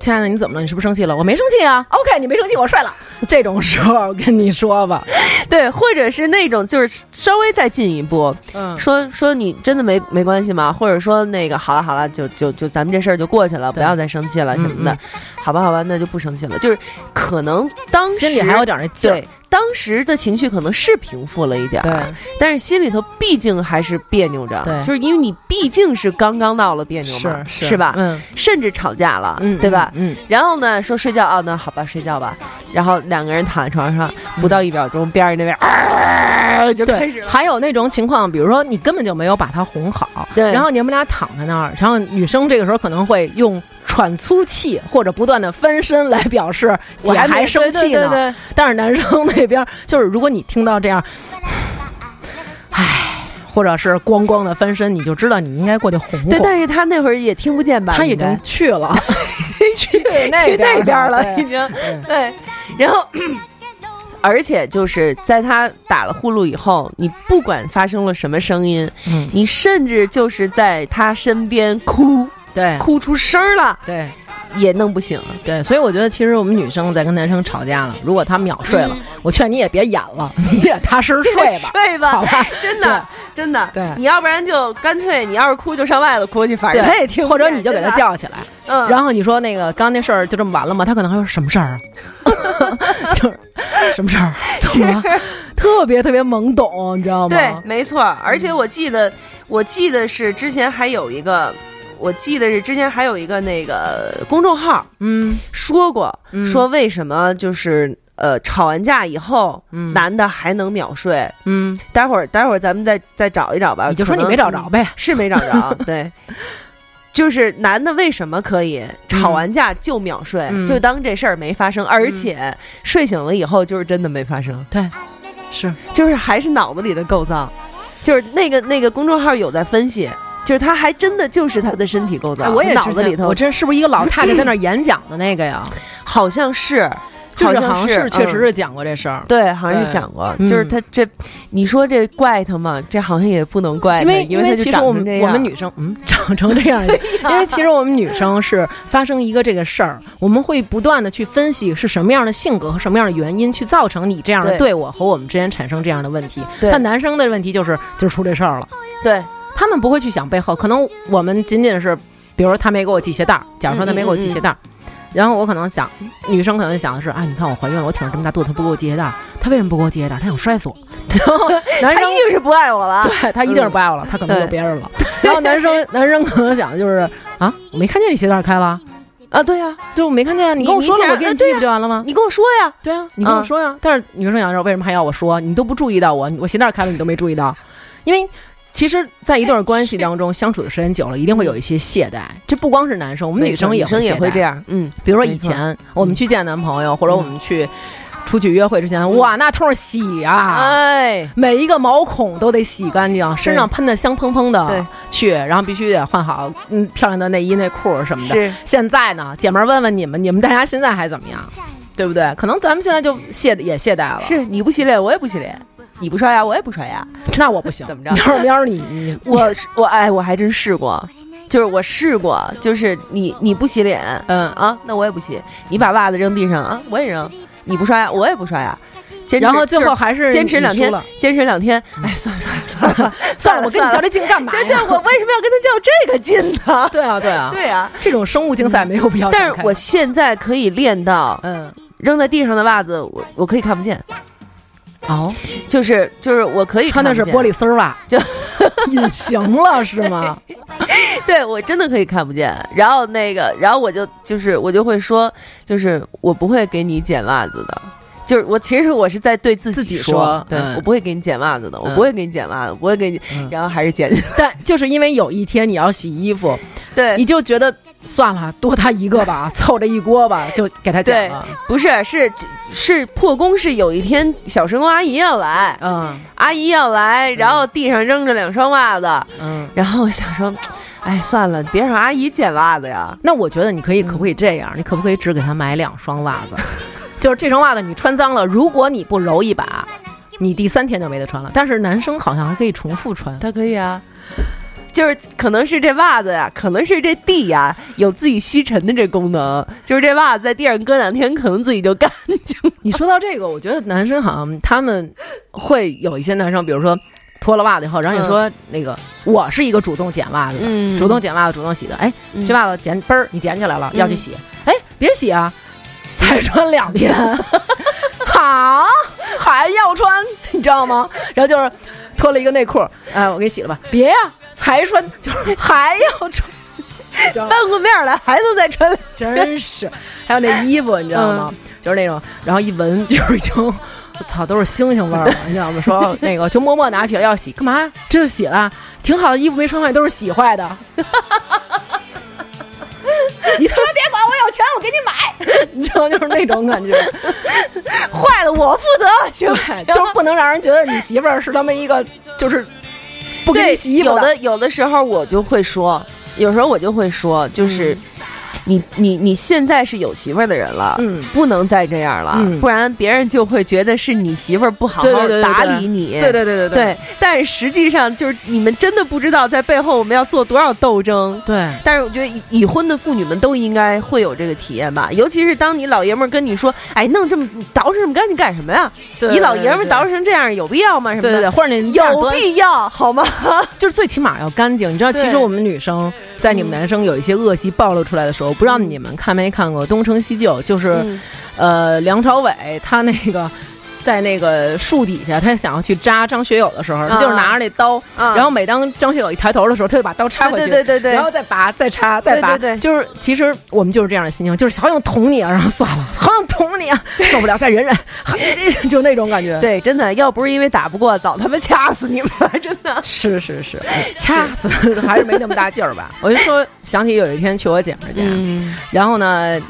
亲爱的，你怎么了？你是不是生气了？我没生气啊。OK，你没生气，我睡了。这种时候跟你说吧，
对，或者是那种就是稍微再进一步，
嗯，
说说你真的没没关系吗？或者说那个好了好了，就就就咱们这事儿就过去了，不
对
要再生气了什么的，
嗯
好吧好吧，那就不生气了。就是可能当时
心里还有点那劲儿，
对当时的情绪可能是平复了一点儿，但是心里头毕竟还是别扭着，
对
就是因为你毕竟是刚刚闹了别扭嘛，
是
吧？
嗯
甚至吵架了，
嗯，
对吧？
嗯，
然后呢，说睡觉啊，那好吧，睡觉吧。然后两个人躺在床上，
嗯
不到一秒钟，边上那边啊，
嗯就开始。还有那种情况，比如说你根本就没有把他哄好，
对
然后你们俩躺在那儿，然后女生这个时候可能会用喘粗气或者不断的翻身来表示我
还
还
没
生气
对对
呢，
对对
但是男生那边儿就是，如果你听到这样，唉，或者是咣咣的翻身，你就知道你应该过去哄哄。
对，但是他那会儿也听不见吧？
他已
应该
经去 了，去 那
去那
边
边
儿
了，
对嗯
已经对。然后，而且就是在他打了呼噜以后，你不管发生了什么声音，
嗯，
你甚至就是在他身边哭，
对
哭出声儿了
对
也弄不醒。
对，所以我觉得其实我们女生在跟男生吵架了，如果他秒睡了，我劝你也别演了，你也踏实睡吧，
睡吧
好，吧？
真的真的。
对
你要不然就干脆，你要是哭就上外头哭去，反
对
正他也听不
或
见。
者你就给他
真的，
叫起来，
嗯，
然后你说那个刚刚那事儿就这么完了吗？他可能还说什么事儿啊？ 就是什么 事儿？啊怎么了？特别特别懵懂，你知道吗？嗯
对，没错。而且我记得，我记得是之前还有一个，我记得是之前还有一个那个公众号
嗯，
说过，
嗯
说为什么就是呃吵完架以后，
嗯
男的还能秒睡。
嗯，
待会儿待会儿咱们再再找一找吧。
你就说
呃可
你
能
没找着，呗。
是没找 着，对。就是男的为什么可以吵完架就秒睡，
嗯
就当这事儿没发生，而且睡醒了以后就是真的没发生，
是，
就是还是脑子里的构造，就是那个那个公众号有在分析，就是他还真的就是他的身体构造，
哎，我也
脑
之
子
前
里头
我这是不是一个老太太在那儿演讲的那个呀？
好像是，
就是
好
好
像
像是确实
嗯
是讲过这事儿。
对，好像是
对
讲过，
嗯
就是他这，你说这怪他吗？这好像也不能怪
因
他，
为
哎因
为
他就
其实
长
我
成
们
这
我
样
们女生嗯 长成这样， 因为其实我们女生是发生一个这个事儿，我们会不断的去分析是什么样的性格和什么样的原因去造成你这样的
对
对我和我们之间产生这样的问题。
对
但男生的问题就是就是出这事儿了，
对，
他们不会去想背后，可能我们仅仅是，比如说他没给我系鞋带儿，假如说他
嗯
没给我
嗯
系
嗯
鞋带儿。然后我可能想，女生可能想的是啊，你看我怀孕了，我挺着这么大肚子，他不给我系鞋带儿，他为什么不给我系鞋带儿？他想摔死我。 然后男
他
生
一定是不爱我了，
对他一
嗯
定是不爱我了，他可能有别人了。然后 男生男生可能想的就是啊，我没看见你鞋带开了，
啊，对呀，
对我没看见啊，你跟我
你
说
你竟然
了，我给
呃
你
对
系
呀
不就完了吗？
你跟我说呀，
对啊，你跟我
嗯
说呀。但是女生想说，为什么还要我说？你都不注意到我，我鞋带开了，你都没注意到，因为。其实，在一段关系当中，相处的时间久了，一定会有一些懈怠。这不光是男生，我们女生也
女生也
会
会
懈
这
怠。
样，嗯，
比如说
没
以
错
前我们去见男朋友，或者我们去出去约会之前，
嗯
哇，那通是洗啊，
哎，
每一个毛孔都得洗干净，身上喷的香喷喷
对
的，去，然后必须得换好嗯漂亮的内衣内裤什么的。
是
现在呢，姐们儿问问你们，你们大家现在还怎么样？对不对？可能咱们现在就懈也懈怠了。，
是，你不洗脸我也不洗脸，你不刷牙我也不刷牙，
那我不行。
怎么着
喵儿喵儿，你你
我我哎，我还真试过，就是我试过，就是你你不洗脸
嗯，
啊，那我也不洗，你把袜子扔地上啊，我也扔，你不刷牙我也不刷牙，坚持
然后最
就是
后还是
坚持两
你输
天
了，嗯
坚持两天，哎，算了算了算 了
算了，我跟你较
这，
这劲干 嘛
这这
呀？
我为什么要跟他较这个劲呢？
对啊对啊，
对呀、
这种生物竞赛没有必要展
但
开。
是我现在可以练到
嗯
扔在地上的袜子，我我可以看不见，
哦，
就是就是我可以
穿的
看
是
不见
玻，璃丝 儿袜，
就
隐形了是 吗？
对我真的可以看不见。然后那个，然后我就就是我就会说，就是我不会给你剪袜子的。就是我，其实我是在对自
自己
说，
说
对、
嗯
我不会给你剪袜子的，我
嗯
不会给你剪袜子，我不会给你，
嗯
然后还是剪，
但就是因为有一天你要洗衣服，
对，
你就觉得算了，多他一个吧，凑这一锅吧，就给他讲了。
不是，是是破功，是有一天小神工阿姨要来，
嗯
阿姨要来，然后地上扔着两双袜子，
嗯，
然后我想说，哎，算了，别让阿姨捡袜子呀。
那我觉得你可以可不可以这样？你可不可以只给他买两双袜子？就是这双袜子你穿脏了，如果你不揉一把，你第三天就没得穿了。但是男生好像还可以重复穿，
她可以啊，就是可能是这袜子呀，可能是这地呀，有自己吸尘的这功能，就是这袜子在地上搁两天，可能自己就干净了。
你说到这个，我觉得男生好像他们会有一些男生，比如说脱了袜子以后，然后你说、那个我是一个主动捡袜子的，
嗯
主动捡袜子，主动洗的。哎，
嗯
这袜子捡嘣儿，你捡起来了，
嗯
要去洗。哎，别洗啊，才穿两天， 好还要穿，你知道吗？然后就是脱了一个内裤，哎，我给你洗了吧，别呀、才穿就是还要穿， 你知道吗？
翻过面来还能再 穿。
真是，还有那衣服，你知道吗？就是那种，然后一闻 就是已经，我操，都是星星味 儿了，你知道吗？说那个就默默拿起来要洗，干嘛？这就洗了，挺好的衣服没穿坏，都是洗坏 的。你他妈别管我有钱，我给你买， 你知道就是那种 感觉，
坏了我负责，行不行
对，就是不能让人觉得你媳妇儿是他妈一个就是不给
对
你洗衣服
有的有的时候我就会说，有时候我就会说，就是。
嗯
你你你现在是有媳妇儿的人了，
嗯
不能再这样了，
嗯
不然别人就会觉得是你媳妇儿不好
对对
好
对对
打理你，
对对对对
对，但实际上就是你们真的不知道在背后我们要做多少斗争。
对，
但是我觉得已已婚的妇女们都应该会有这个体验吧，尤其是当你老爷们儿跟你说：“哎，弄这么捯饬这么干净干什么呀？
对
你老爷们儿
对
捯饬成这样有必要吗？”什么
对对
的，
对，或者你
有必要好吗？
就是最起码要干净。你知道，
对
其实我们女生在你们男生有一些恶习暴露出来的时候，不知道你们看没看过《东成西就》，就是、
嗯
呃梁朝伟他那个。在那个树底下，他想要去扎张学友的时候，他就是拿着那刀，
啊
然后每当张学友一抬头的时候，他就把刀插回去，
对对对对对
然后再拔，再插，再拔，
对对对
就是其实我们就是这样的心情，就是好想捅你啊，然后算了，好想捅你啊，受不了再 忍忍， 就那种感觉，，
对，真的，要不是因为打不过，早他妈掐死你们了，真的。
是是是， 掐死还是没那么大劲 儿吧。我就说，想起有一天去我姐们儿家，
嗯
然后呢，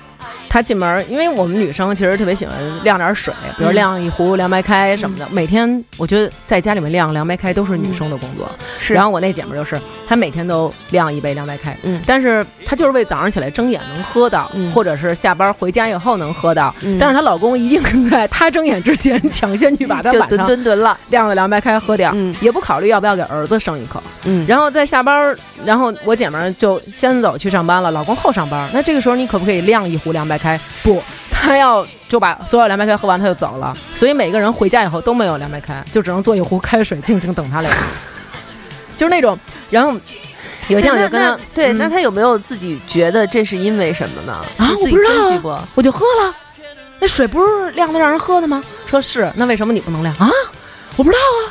她进门儿，因为我们女生其实特别喜欢晾点儿水，比如
嗯
晾一壶凉白开什么的。每天我觉得在家里面晾凉白开都是女生的工作。
是
然后我那姐们儿就是，她每天都晾一杯凉白开，
嗯
但是她就是为早上起来睁眼能喝到，
嗯
或者是下班回家以后能喝到。
嗯
但是她老公一定在她睁眼之前抢先去把她
就
晚
蹲
上
蹲蹲了，
晾的凉白开喝掉，
嗯
也不考虑要不要给儿子生一口。
嗯
然后在下班儿，然后我姐们儿就先走去上班了，老公后上班儿。那这个时候你可不可以晾一壶凉白开？不，她要就把所有凉白开喝完，她就走了。所以每个人回家以后都没有凉白开，就只能做一壶开水，静静等他俩。 就是那种，然后有一天我就跟
那
他
那，对，
嗯
那他有没有自己觉得这是因为什么呢？
啊
你自己
我不知道啊
分析过，
我就喝了。那水不是晾的让人喝的吗？说是，那为什么你不能晾啊？我不知道啊，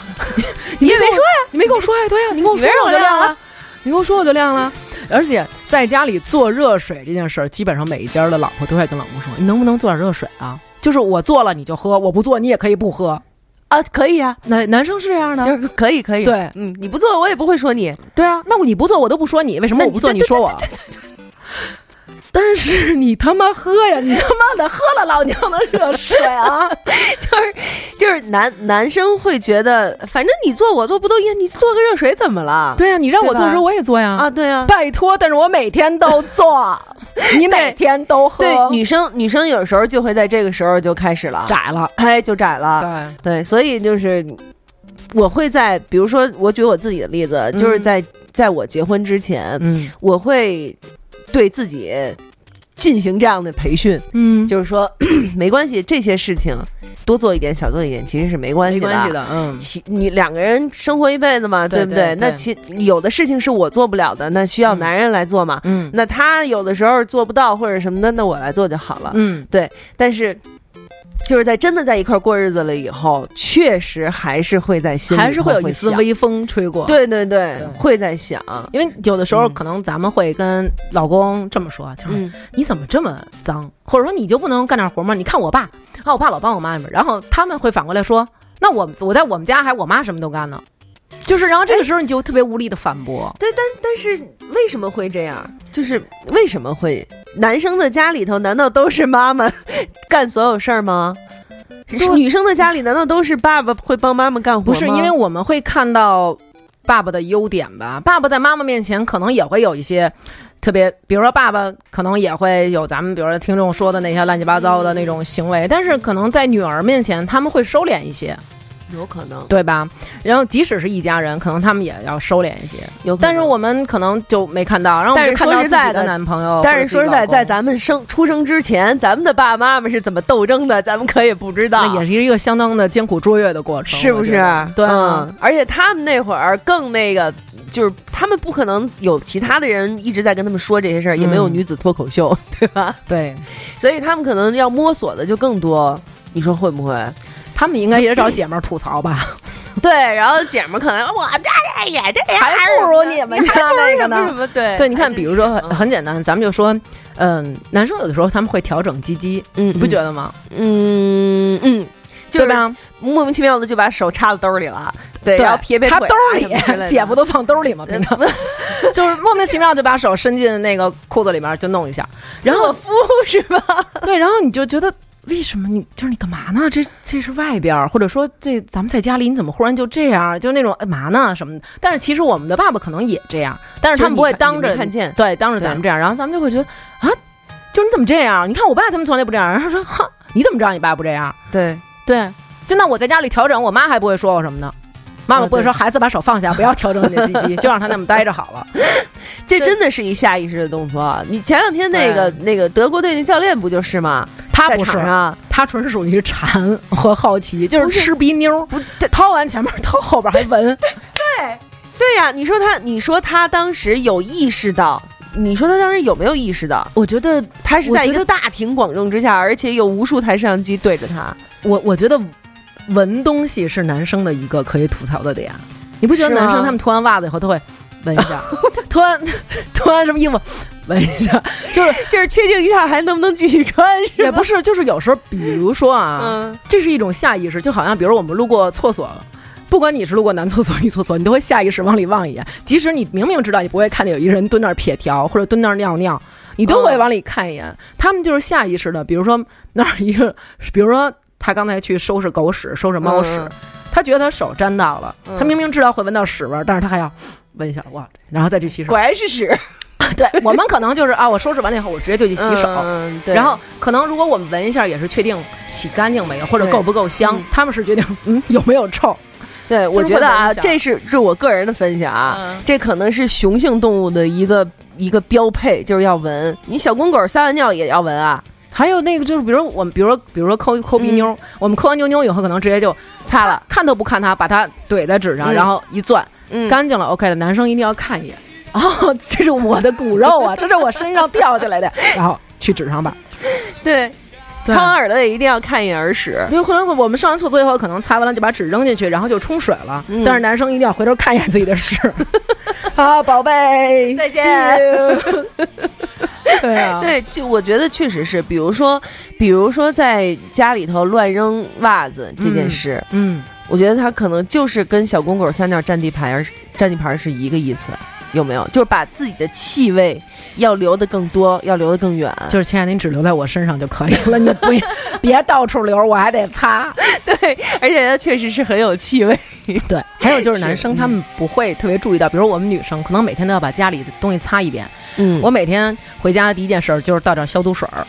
你也没说呀，你没跟我说呀， 对呀、你跟我
你
说
没让
我
我
就晾
晾啊
了，你跟我说我就晾了。而且在家里做热水这件事儿，基本上每一家的老婆都会跟老公说：“你能不能做点热水啊？就是我做了你就喝，我不做你也可以不喝。
啊，可以啊，”
男男生是这样的，
就是可以可以，
啊对
嗯，你不做我也不会说你，
对啊，那我你不做我都不说你，为什么
那
我不做你说我？ 但是你他妈喝呀！你 他妈的喝了老娘的热水啊！
就是就是男男生会觉得，反正你做我做不都一样，你做个热水怎么了？
对啊，你让我做的时候我也做呀。
啊，对啊，
拜托，但是我每天都 做，你每天都喝，
对，女生女生有时候就会在这个时候就开始了，
窄了。
哎，就窄了，
对，
对，所以就是我会在，比如说，我举我自己的例子，就是在在我结婚之前，
嗯
我会对自己进行这样的培训，
嗯，
就是说 没关系，这些事情多做一点，少做一点，其实是没关
没
系的。
关系的，嗯，
其你两个人生活一辈子嘛，
对
不
对对
那其有的事情是我做不了的，那需要
嗯
男人来做嘛。
嗯
那他有的时候做不到或者什么的，那我来做就好了。
嗯，
但是就是在真的在一块儿过日子了以后，确实还是会在心里
还是
会
会有一丝
想。
微风吹过。。
对对对
对，
会在想，
因为有的时候
嗯
可能咱们会跟老公这么说，就是
嗯，
你怎么这么脏，或者说你就不能干点活吗？你看我爸啊，我爸老帮我妈什么，然后他们会反过来说，那我我在我们家还我妈什么都干呢，就是然后这个时候你就特别无力的反驳，
对，但但是为什么会这样？就是为什么会男生的家里头难道都是妈妈 干所有事儿吗？是女生的家里难道都是爸爸会帮妈妈干活吗？
不是因为我们会看到爸爸的优点吧？爸爸在妈妈面前可能也会有一些特别，比如说爸爸可能也会有咱们比如说听众说的那些乱七八糟的那种行为，但是可能在女儿面前他们会收敛一些。
有可能，
对吧？然后即使是一家人，可能他们也要收敛一些。
有可能。
但是我们可能就没看到，然后我们
但是
就看
说
到
实
自
在
己的
的
男朋友，
但是说实在，在
咱
咱们生出生之前，咱们的爸爸妈妈是怎么斗争的，咱们可也不知道，
那也是一个相当的艰苦卓越的过程，
是不是
我觉得？对啊
嗯，而且他们那会儿更那个，就是他们不可能有其他的人一直在跟他们说这些事儿，也没有
嗯
女子脱口秀，对吧？
对，
所以他们可能要摸索的就更多。你说会不会？
他们应该也找姐们儿吐槽吧，
对，然后姐们儿可能我们家这也这
还不如你们家那个
什么
呢
什。么对
对，你看，比如说很
嗯
很简单，咱们就说，嗯，男生有的时候他们会调整鸡鸡，
嗯，
你不觉得吗？
嗯嗯，就
对
是
吧？
莫名其妙的就把手插到兜里了，对，
对
然后撇撇
插
腿
兜
啊什么之类
里，
的嗯
姐夫都放兜里嘛，平常 就是莫名其妙就把手伸进那个裤子里面就弄 一下，然后
夫是吧？
对，然后你就觉得为什么你就是你干嘛呢？这这是外边儿，或者说这咱们在家里你怎么忽然就这样？就那种哎嘛呢什么的。但是其实我们的爸爸可能也这样，但是他们不会当
就是
着
你看你没看见
对当着咱们这样，然后咱们就会觉得啊，就是你怎么这样？你看我爸他们从来不这样，然后说哼，你怎么知道你爸不这样？
对，
对，就那我在家里调整，我妈还不会说我什么呢？妈妈
啊
不会
对
说孩子把手放下，不要调整你的鸡 鸡，就让他那么待着好了。
这
对
真的是一下意识的动作啊。你前两天那个那个德国队那教练不就是吗？
他
在
不是
场，上
他纯是属于馋和好奇，就是
不是
吃逼妞儿，
不是
掏完前面掏后边还闻。
对呀、你说他，你说他当时有意识到，你说他当时有没有意识到？
我觉得
他是在一
我觉
个
得
大庭广众之下，而且有无数台摄像机对着 他，
我我觉得闻东西是男生的一个可以吐槽的点，你不觉得
是吗
男生他们脱完袜子以后都会闻一 下，脱完脱完什么衣服闻一下，就是
就是确定一下还能不能继续穿，是
也
吧？
不是就是有时候，比如说啊，
嗯，
这是一种下意识，就好像比如我们路过厕所。不管你是路过男厕所、女厕所，你都会下意识往里望一眼。即使你明明知道你不会看见有一人蹲那儿撇条或者蹲那儿尿尿，你都会往里看一眼。他们就是下意识的，比如说那儿一个， 比如说他刚才去收拾狗屎、收拾猫屎，
嗯
他觉得他手沾到了，
嗯
他明明知道会闻到屎味儿，但是他还要闻一下，哇，然后再去洗手
果。然是屎，
对我们可能就是啊，我收拾完了以后，我直接就去洗手。
嗯、对
然后可能如果我们闻一下，也是确定洗干净没有，或者
对
够不够香。
嗯
他们是决定嗯有没有臭。
对，我
就是
觉
会
得啊，
影响
这是是我个人的分享啊，
嗯
这可能是雄性动物的一个一个标配，就是要闻。你小公狗撒完尿也要闻啊，
还有那个就是，比如我们，比如说，比如说抠抠鼻妞，我们抠完妞妞以后，可能直接就
擦了，
看都不看它，把它怼在纸上，
嗯
然后一攥，
嗯
干净了，OK 的。男生一定要看一眼，哦， 这是我的骨肉啊，这是我身上掉下来的， 然后去纸上吧。
对，
对
掏完耳朵也一定要看一眼耳屎。
对，可能我们上完厕所以后，可能擦完了就把纸扔进去，然后就冲水了。
嗯
但是男生一定要回头看一眼自己的 屎。好，宝贝，
再见
see you。对啊，
对，就我觉得确实是，比如说，比如说在家里头乱扔袜子这件事，
嗯，
我觉得它可能就是跟小公狗撒尿占地盘儿、占地盘儿是一个意思，有没有？就是把自己的气味要留的更多，要留的更远。
就是亲爱的，你只留在我身上就可以了，你不要 别到处留，我还得擦。
对，而且它确实是很有气味。
对，还有就是男
是
生他们不会特别注意到，比如我们女生可能每天都要把家里的东西擦一遍。
嗯
我每天回家的第一件事儿就是倒点消毒水儿，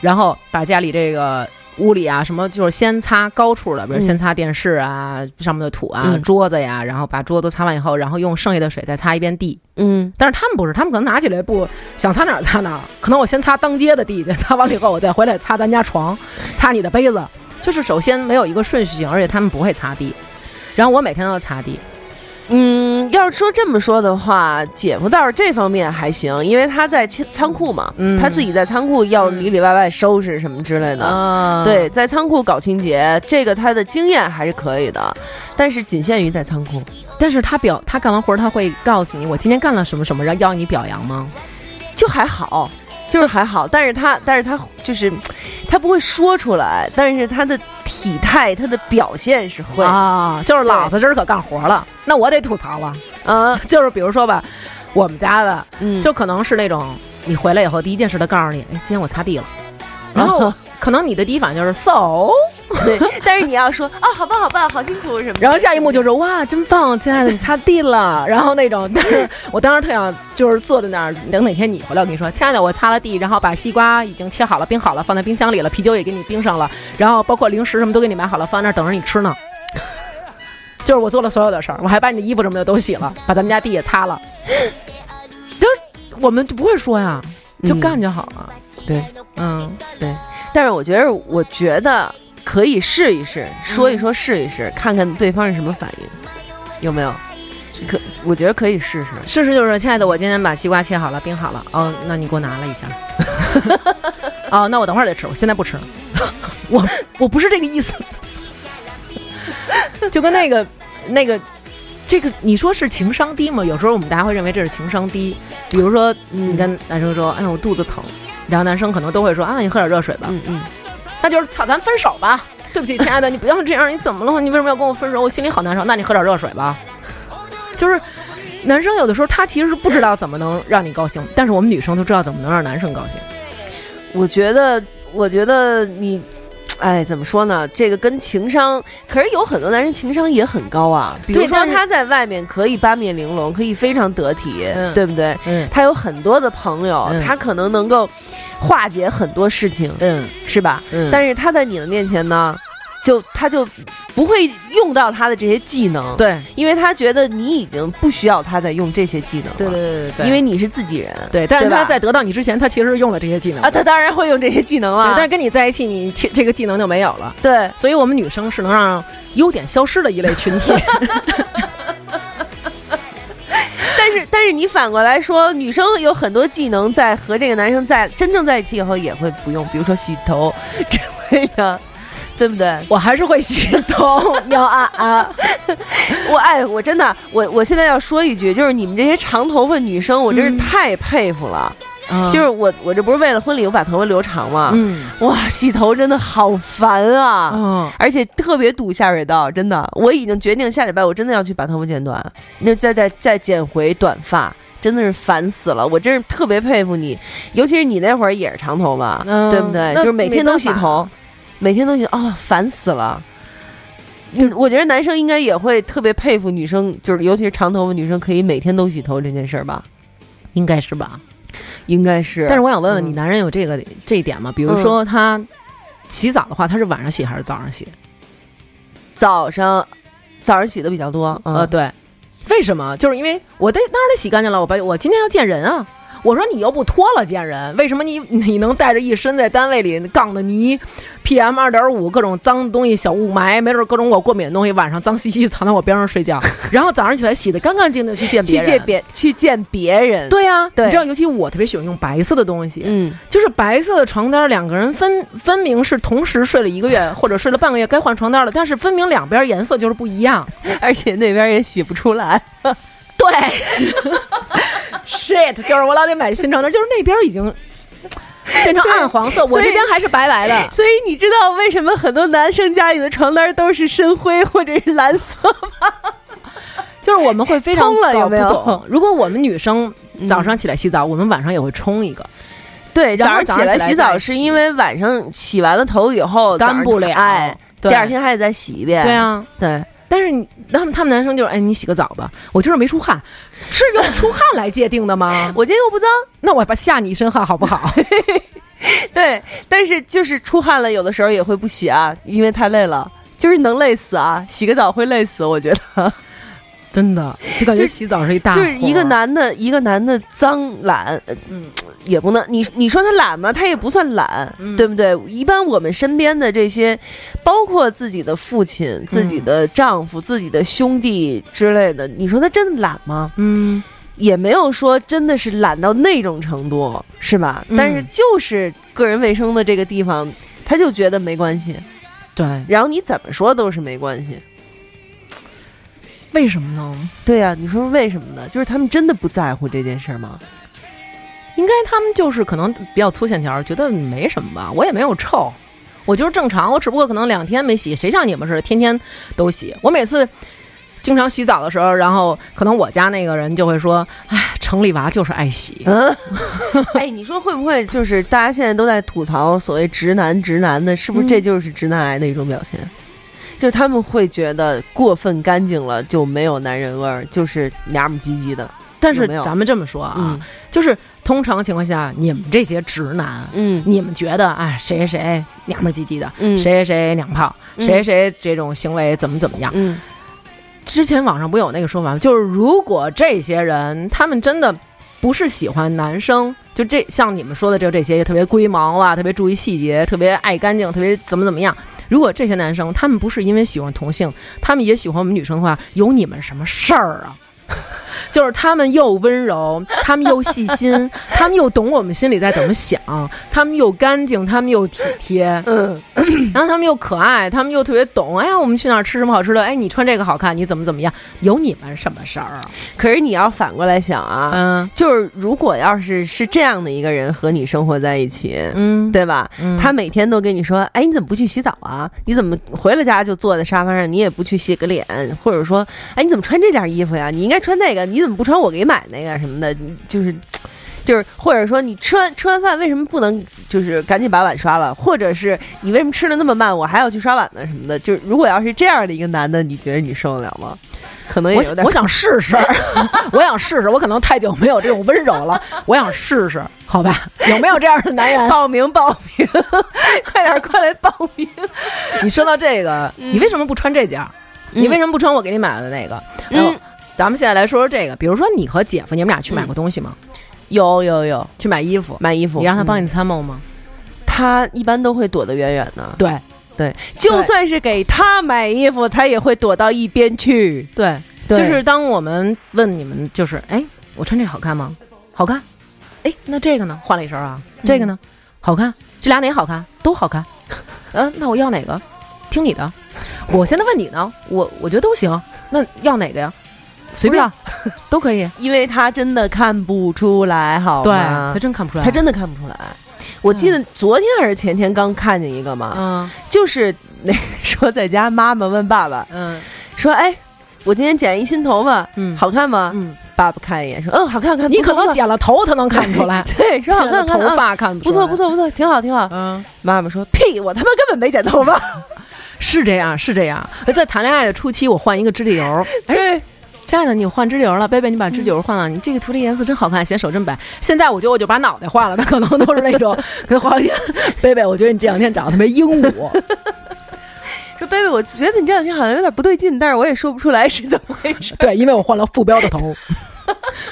然后把家里这个屋里啊什么，就是先擦高处的，比如
嗯
先擦电视啊、上面的土啊、
嗯
桌子呀，然后把桌子都擦完以后，然后用剩下的水再擦一遍地。
嗯，
但是他们不是，他们可能拿起来布想擦哪儿擦哪儿，可能我先擦当街的地，再擦完了以后我再回来擦咱家床，擦你的杯子，就是首先没有一个顺序性，而且他们不会擦地。然后我每天都要擦地，
嗯，要是说这么说的话，姐夫倒是这方面还行，因为他在仓仓库嘛，
嗯
他自己在仓库要里里外外收拾什么之类的。
啊
对，在仓库搞清洁，这个他的经验还是可以的，但是仅限于在仓库。
但是他表他干完活儿他会告诉你我今天干了什么什么，然后要你表扬吗？
就还好，就是还好，但是他，但是他就是，他不会说出来，但是他的体态，他的表现是会，啊、
啊，就是老子今儿可干活了，那我得吐槽了。
嗯
就是比如说吧，我们家的
嗯，
就可能是那种你回来以后第一件事，他告诉你，哎，今天我擦地了，然后可能你的第一反应就是 so，
对，但是你要说啊，好棒好棒，好辛苦什么的，
然后下一幕就是哇，真棒，亲爱的，你擦地了，然后那种，但是我当时特想就是坐在那儿，等哪天你回来，我跟你说，亲爱的，我擦了地，然后把西瓜已经切好了，冰好了，放在冰箱里了，啤酒也给你冰上了，然后包括零食什么都给你买好了，放在那儿等着你吃呢。 就是我做了所有的事儿，我还把你的衣服什么的都洗了，把咱们家地也擦了， 就是我们就不会说呀，就
嗯
干就好了。
对，
嗯，
但是我觉得，我觉得可以试一试，说一
嗯
说试一试，看看对方是什么反应，有没有？可我觉得可以试试。
试试就是，亲爱的，我今天把西瓜切好了，冰好了。哦，那你给我拿了一下。哦，那我等会儿再吃，我现在不吃。 我我不是这个意思， 就跟那个那个。这个你说是情商低吗？有时候我们大家会认为这是情商低。比如说，你跟男生说：“哎呀，我肚子疼。”然后男生可能都会说：“啊，那你喝点热水吧。”
嗯嗯，
那就是操，咱分手吧。对不起，亲爱的，你不要这样，你怎么了？你为什么要跟我分手？我心里好难受。那你喝点热水吧。就是男生有的时候他其实是不知道怎么能让你高兴，但是我们女生都知道怎么能让男生高兴。
我觉得，我觉得你，哎，怎么说呢？这个跟情商，可是有很多男人情商也很高啊。比如
对
说
但是
他在外面可以八面玲珑，可以非常得体，
嗯
对不对？
嗯
他有很多的朋友，
嗯
他可能能够化解很多事情，
嗯
是吧？
嗯但
但是他在你的面前呢，就他就不会用到他的这些技能，，
对
因为他觉得你已经不需要他再用这些技能了，
对对对对，
因为你是自己人
对，但是
对吧
他在得到你之前，他其实用了这些技能
啊，他当然会用这些技能
对
了，
但是跟你在一起，你这这个技能就没有了。
对。
所以我们女生是能让优点消失的一类群 体。
但是但是你反过来说，女生有很多技能在和这个男生在真正在一起以后也会不用，比如说洗头之类的，对不对？
我还是会洗 头、喵啊啊，
我哎，我真的，我我现在要说一句，就是你们这些长头发女生，我真是太佩服了。
就
就是我我这不是为了婚礼我把头发留长嘛，
嗯
哇，洗头真的好烦啊。
嗯，
而且特别堵下水道，真的，我已经决定下礼拜我真的要去把头发剪短，那再再再剪回短发，真的是烦死了。我真是特别佩服你，尤其是你那会儿也是长头发，
嗯
对不对？
那
就是每天都洗
没办
头，每天都洗，哦，烦死了。嗯，我觉得男生应该也会特别佩服女生，就是尤其是长头发女生可以每天都洗头这件事儿吧，
应该是吧？
应该是。
但是我想问问
嗯
你，男人有这个这一点吗？比如说他洗澡的话，他是晚上洗还是早上洗？
早上早上洗的比较多，嗯、
呃，对，为什么？就是因为我得当然得洗干净了，我把我今天要见人啊。我说你又不脱了见人，为什么你你能带着一身在单位里杠的泥、PM 二点五各种脏东西、小雾霾，没准各种我过敏的东西，晚上脏兮兮地躺在我边 上睡觉，然后早上起来洗的干干净净去见别
去
人。
见别去见别人，，
对呀、
对
你知道，尤其我特别喜欢用白色的东西，
嗯。
就是白色的床单，两个人分分明是同时睡了一个月或者睡了半个月，该换床单了，但是分明两边颜色就是不一样。
而且那边也洗不出来。
对，shit，就是我老得买新床单，就是那边已经变成暗黄色，
所
我
以
这边还是白白的。
所以你知道为什么很多男生家里的床单都是深灰或者是蓝色？
就是我们会非 常
通了有
搞不
没有嗯
懂。如果我们女生早上起来洗澡，我们晚上也会冲一个。
对，
然
早
后
上起来洗澡
早上起来再洗
是因为晚上洗完了头以后
干不了
早上哎，
对
第二天还得再洗一遍。
对，啊，
对，？
但是你他们他们男生就是哎，你洗个澡吧，我就是没出汗，是用出汗来界定的吗
我今天又不脏。
那我把吓你一身汗好不好？
对，但是就是出汗了，有的时候也会不洗啊，因为太累了。就是能累死啊！洗个澡会累死，我觉得。
真的，就感觉
就
洗澡是一大
就是一
活
个
儿，
男的，一个男的脏懒，呃
嗯
也不能，你你说他懒吗？他也不算懒，
嗯
对不对？一般我们身边的这些，包括自己的父亲、自
嗯
己的丈夫、自己的兄弟之类的，你说他真的懒吗？
嗯，
也没有说真的是懒到那种程度，是吧？
嗯
但是就是个人卫生的这个地方，他就觉得没关系，
对，
然后你怎么说都是没关系。
为什么呢？
对呀、你说为什么呢？就是他们真的不在乎这件事儿吗？
应该他们就是可能比较粗线条，觉得没什么吧，我也没有臭，我就是正常，我只不过可能两天没洗，谁像你们似的天天都洗？我每次经常洗澡的时候，然后可能我家那个人就会说，哎，城里娃就是爱洗，
嗯， 哎，你说会不会就是大家现在都在吐槽所谓直男直男的，是不是
嗯
这就是直男癌的一种表现？就是他们会觉得过分干净了就没有男人味儿，就是娘们唧唧的。
但是
有没有
咱们这么说啊，
嗯
就是通常情况下，你们这些直男，
嗯
你们觉得哎谁谁谁娘们儿唧唧的，
嗯
谁谁谁娘炮，
嗯
谁谁谁这种行为怎么怎么样？
嗯
之前网上不有那个说法吗？就是如果这些人他们真的不是喜欢男生，就这像你们说的就这些也特别龟毛啊，特别注意细节，特别爱干净，特别怎么怎么样。如果这些男生他们不是因为喜欢同性，他们也喜欢我们女生的话，有你们什么事儿啊？ 就是他们又温柔，他们又细心，他们又懂我们心里在怎么想，他们又干净，他们又体贴，
嗯，
然后他们又可爱，他们又特别懂。哎呀，我们去哪儿吃什么好吃的？哎，你穿这个好看，你怎么怎么样？有你们什么事儿啊？
可是你要反过来想啊，
嗯
就是如果要是是这样的一个人和你生活在一起，
嗯，
对吧？
嗯
他每天都跟你说，哎，你怎么不去洗澡啊？你怎么回了家就坐在沙发上，你也不去洗个脸，或者说，哎，你怎么穿这件衣服呀？你应该穿那个，你怎么不穿我给买那个什么的？就是，就是，或者说你吃完吃完饭为什么不能就是赶紧把碗刷了？或者是你为什么吃的那么慢，我还要去刷碗呢什么的？就是如果要是这样的一个男的，你觉得你受得了吗？可能也
我
有点
我想 试试，我想试试，我可能太久没有这种温柔了，我想试试，好吧？有没有这样的男 人？
报名报名，快点儿快来报名！
你说到这个，你为什么不穿这件儿？
嗯
你为什么不穿我给你买的那个？然后
嗯
咱们现在来说说这个，比如说你和姐夫，你们俩去买过东西吗？
有有有，
去买衣服，
买衣服，
你让他帮
嗯
你参谋吗？
他一般都会躲得远远的。
对
对，就算是给他买衣服，他也会躲到一边去。
对，
对
就是当我们问你们，就是哎，我穿这好看吗？好看。哎，那这个呢？换了一身啊，
嗯
这个呢？好看。这俩哪好看？都好看。 嗯、那我要哪个？听你的。我现在问你呢，我我觉得都行。那要哪个呀？随便，都可以。
因为他真的看不出来，好
对，
吗
他？真看不出来。
他真的看不出来。我记得昨天还是前天刚看见一个嘛，
嗯
就是那说在家，妈妈问爸爸
嗯
说：“哎，我今天剪一新头发，
嗯，
好看吗？”
嗯，
爸爸看一眼说：“嗯，好看，好看。”
你可
不错。
能剪了头，他能看出来
对，说好看，好
头
看，嗯
发看不
不
出
错，
来
不。错，不错，挺好，挺好。
嗯。
妈妈说：“屁，我他妈根本没剪头发。
是这样，是这样。而在谈恋爱的初期，我换一个指甲油，”哎，
对，
亲爱的，你换指甲油了，贝贝，你把指甲油换了，你这个涂的颜色真好看，显手真白。现在我觉得我就把脑袋换了，他可能都是那种，可能好几天。贝贝，我觉得你这两天长得特别鹦鹉，。
说贝贝，我觉得你这两天好像有点不对劲，但是我也说不出来是怎么回事
对，因为我换了副标的头，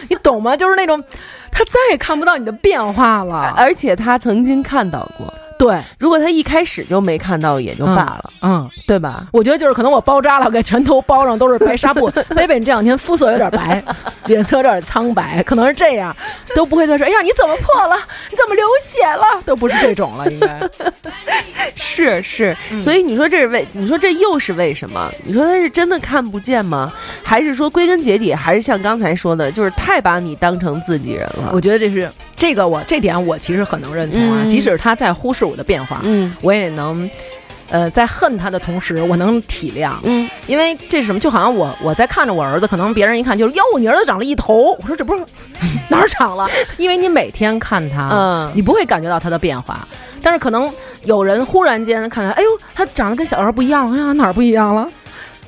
你懂吗？就是那种，他再也看不到你的变 化了。
而且他曾经看到过，
对，
如果他一开始就没看到也就罢了，
嗯，
对 吧？
我觉得就是可能我包扎了，我给全头包上都是白纱布。贝贝，你这两天肤色有点白，脸色有点苍白，可能是这样，都不会再说，哎呀，你怎么破了？你怎么流血了？都不是这种了，应该。
是是，所以你说这是为，你说这又是为什么？你说他是真的看不见吗？还是说归根结底还是像刚才说的，就是太把你当成自己人了？
我觉得这是这个我这点我其实很能认同
啊
啊，
嗯
即使他在忽视我的变化，
嗯
我也能。呃，在恨他的同时，我能体谅，
嗯，
因为这是什么？就好像我我在看着我儿子，可能别人一看就是哟，你儿子长了一头。我说这不是 哪儿长了？因为你每天看他，
嗯
你不会感觉到他的变化。但是可能有人忽然间看他，哎呦，他长得跟小时候不一样了，我哎想哪儿不一样了？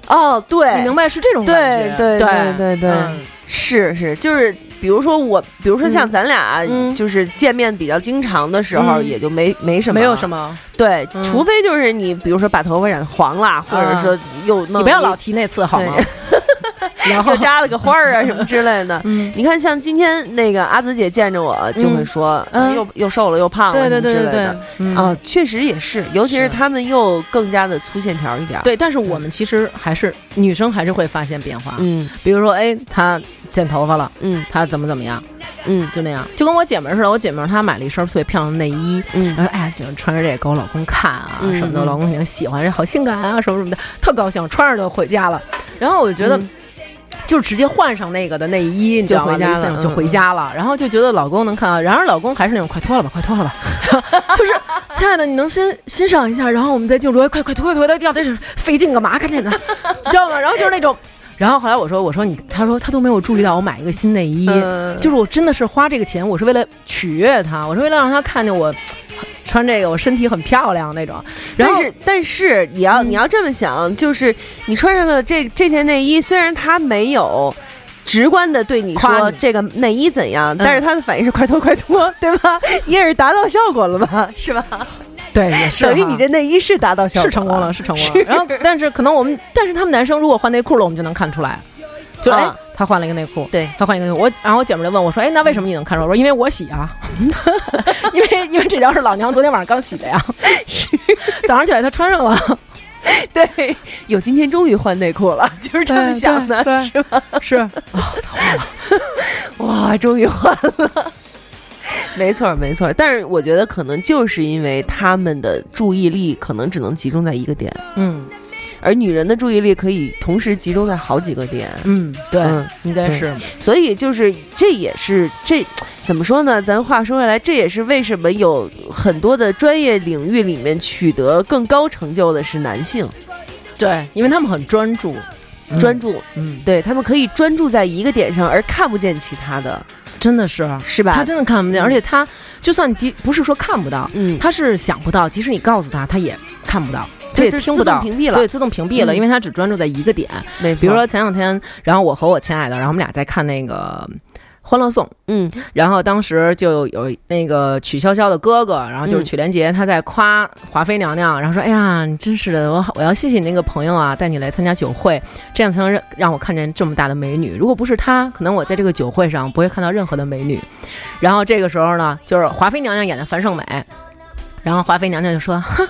哦，对，
你明白是这种
对
感觉？啊
对对对对
嗯
是是，就是比如说我，比如说像咱俩啊，
嗯
就是见面比较经常的时候，
嗯
也就没没什么，
没有什。么，
对，
嗯
除非就是你，比如说把头发染黄啦，或者说又弄
你不要老提那次好吗？ 然后
又扎了个花儿啊什么之类的。
嗯，
你看，像今天那个阿紫姐见着我就会说，
嗯
哎又又瘦了又胖了
对
什
对
么之
对
类
对对
的。，
嗯
啊，确实也是，尤其是
是
他们又更加的粗线条一点。，
对，但是我们其实还是女生还是会发现变化，
嗯
比如说，哎，她剪头发了，
嗯
她怎么怎么样，
嗯
就那样，就跟我姐们儿似的，我姐们儿她买了一身特别漂亮的内衣，
嗯
她说，哎呀，就穿着这个给我老公看啊
嗯
什么的，我
嗯
老公挺喜欢，这好性感啊什么什么的，特高兴，穿着就回家了。然后我就觉得
嗯。
就直接换上那个的内衣，你知道
就
吗？
回家了
那一下就
嗯
回家了。然后就觉得老公能看到，然而老公还是那种快脱了吧，快脱了吧， 就是亲爱的，你能先欣赏一下，然后我们再进入，哎快快脱快脱，快掉这是费劲干嘛？赶紧的， 你知道吗？然后就是那种，然后后来我说我说你，他说他都没有注意到我买一个新内衣，
嗯
就是我真的是花这个钱，我是为了取悦他，我是为了让他看见我穿这个，我身体很漂亮那种。然后嗯
但是但是你要、你要这么想，就是你穿上了这这件内衣，虽然它没有。直观的对你
夸
说
你
这个内衣
嗯
怎样，但是他的反应是快脱快脱，对吧？你也是达到效果了吧，是吧？
对，也是
等于
哈
你这内衣是达到效果
是成功了，是成功
是
了。然后，但是可能我们，但是他们男生如果换内裤了，我们就能看出来，就
啊
哎，他换了一个内裤，
对
他换一个内裤。我然后我姐们儿就问我说，哎，那为什么你能看出来？我说因为我洗啊， 因为因为这条是老娘昨天晚上刚洗的呀，早上起来她穿上了，
对，有今天终于换内裤了， 就是这么
对
想的，
对
是吧？
是哦
哇，终于换了。没错儿，没错儿，但是我觉得可能就是因为他们的注意力可能只能集中在一个点，
嗯
而女人的注意力可以同时集中在好几个点，
嗯，对
嗯，
应该
对
是
所以就是这也是这怎么说呢？咱话说回来，这也是为什么有很多的专业领域里面取得更高成就的是男性，
对，因为他们很专注，
专注，
嗯，
对他们可以专注在一个点上，而看不见其他的，
真的是，嗯
是
他
吧？
真的看不见，而且他就算即不是说看不到，
嗯，
他是想不到，即使你告诉他，他也看不到，他也
就
听
自
不
动
到。
屏蔽了，
对，自动屏蔽了，
嗯
因为他只专注在一个点。
没错。
比如说前两天，然后我和我亲爱的，然后我们俩在看那个《欢乐颂》，
嗯，
然后当时就有有那个曲筱绡的哥哥，然后就是
嗯
曲连杰，他在夸华妃娘娘，然后说：“哎呀，你真是的，我好我要谢谢你那个朋友啊，带你来参加酒会，这样才能让让我看见这么大的美女。如果不是他，可能我在这个酒会上不会看到任何的美女。”然后这个时候呢，就是华妃娘娘演的樊胜美。然后华妃娘娘就说：“哼，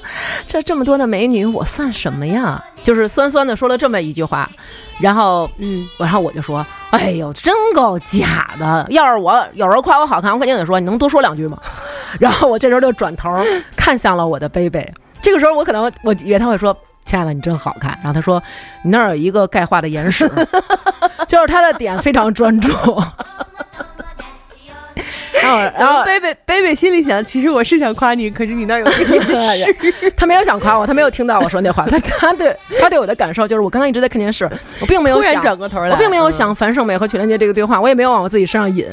这这么多的美女，我算什么呀？”就是酸酸的说了这么一句话，然后
嗯，
然后我就说：“哎呦，真够假的！要是我有人夸我好看，我肯定得说你能多说两句 吗？”然后我这时候就转头看向了我的贝贝。这个时候我可能我以为他会说：“亲爱的，你真好看。”然后他说：“你那儿有一个钙化的眼屎。” 就是他的点非 常专注。然后，
嗯
然后
贝贝贝贝心里想，其实我是想夸你，可是你那儿有 一个
他没有想夸我，他没有听到我说那话，他他对他对我的感受就是，我刚才一直在看电视，我并没有
突然
想
转过头来，嗯
我并没有
嗯
想樊胜美和曲连杰这个对话，我也没有往我自己身上引，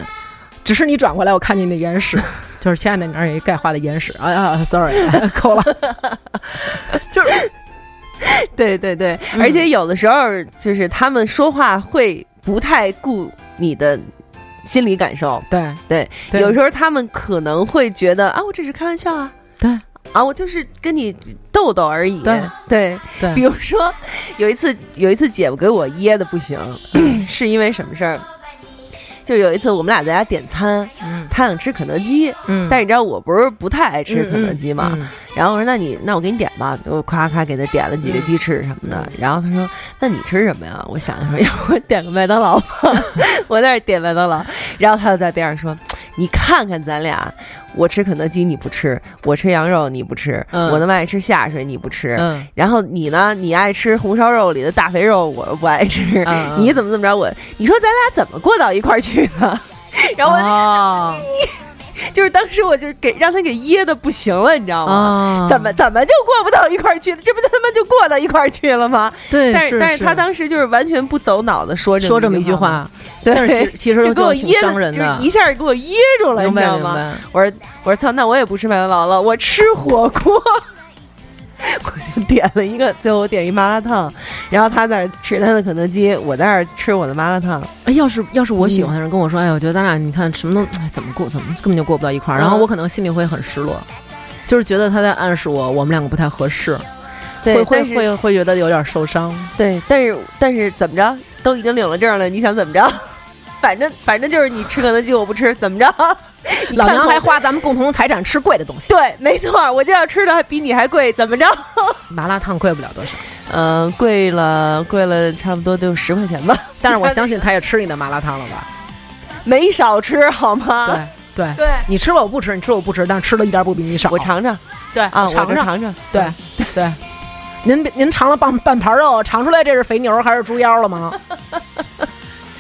只是你转过来，我看见你的眼屎， 就是亲爱的，你那儿有一钙化的眼屎啊啊，sorry，够 了，就是
对对对，嗯而且有的时候就是他们说话会不太顾你的心理感受，
对
对
对，
有时候他们可能会觉得啊，我只是开玩笑啊，
对
啊，我就是跟你逗逗而已，
对
对
对
比如说有一次，有一次姐夫给我噎的不 行，是因为什么事儿？就有一次我们俩在家点餐，
嗯
他想吃肯德基，
嗯，
但是你知道我不是不太爱吃肯德基嘛，
嗯，嗯
然后我说那你那我给你点吧，我夸夸给他点了几个鸡翅什么的。
嗯
然后他说那你吃什么呀？我想想说， 要不我点个麦当劳吧。 我在那儿点麦当劳，然后他就在边上说，你看看咱俩，我吃肯德基你不吃，我吃羊肉你不吃，
嗯
我那么爱吃下水你不吃。
嗯
然后你呢？你爱吃红烧肉里的大肥肉，我不爱吃。
嗯嗯
你怎么怎么着我？你说咱俩怎么过到一块儿去的？ 然后我、
哦
就是当时我就是给让他给噎的不行了，你知道吗？
哦，
怎么怎么就过不到一块儿去了？这不就他妈就过到一块儿去了吗？
对？
但
是
但是他当时就是完全不走脑子说
说这么一句
句，
话，
对，
但是其其实
就给我
挺
噎
伤人
就是
的，
一下给我噎住了，你
明
知
白
道
明
吗？
白，
我说我说操，那我也不吃麦当劳了，我吃火锅。 我就点了一个，最后我点一麻辣烫，然后他在那儿吃他的肯德基，我在那儿吃我的麻辣烫。
哎，要是要是我
嗯
喜欢的人跟我说，哎，我觉得咱俩你看什么都，哎，怎么过，怎么根本就过不到一块儿，然后
嗯
我可能心里会很失落，就是觉得他在暗示我，我们两个不太合适，
对，
会会
但是
会会觉得有点受伤。
对，但是但是怎么着，都已经领了证了，你想怎么着？反正反正就是你吃肯德基我不吃，怎么着？你
老
看
娘
口
还花咱们共同财产吃贵的东西，
对，没错，我就要吃的还比你还贵，怎么着？
麻辣烫贵不了多少，
嗯、贵了，贵了，差不多就十块钱吧，
但是我相信他也吃你的麻辣烫了吧？
没少吃，好吗？
对对，
对，
你吃我不吃，你吃我不吃，但是吃的一点儿不比你少。
我尝尝
对
啊，
我
我
尝
这
尝，
尝尝，
对对。您您尝了半半盘肉，尝出来这是肥牛还是猪腰了吗？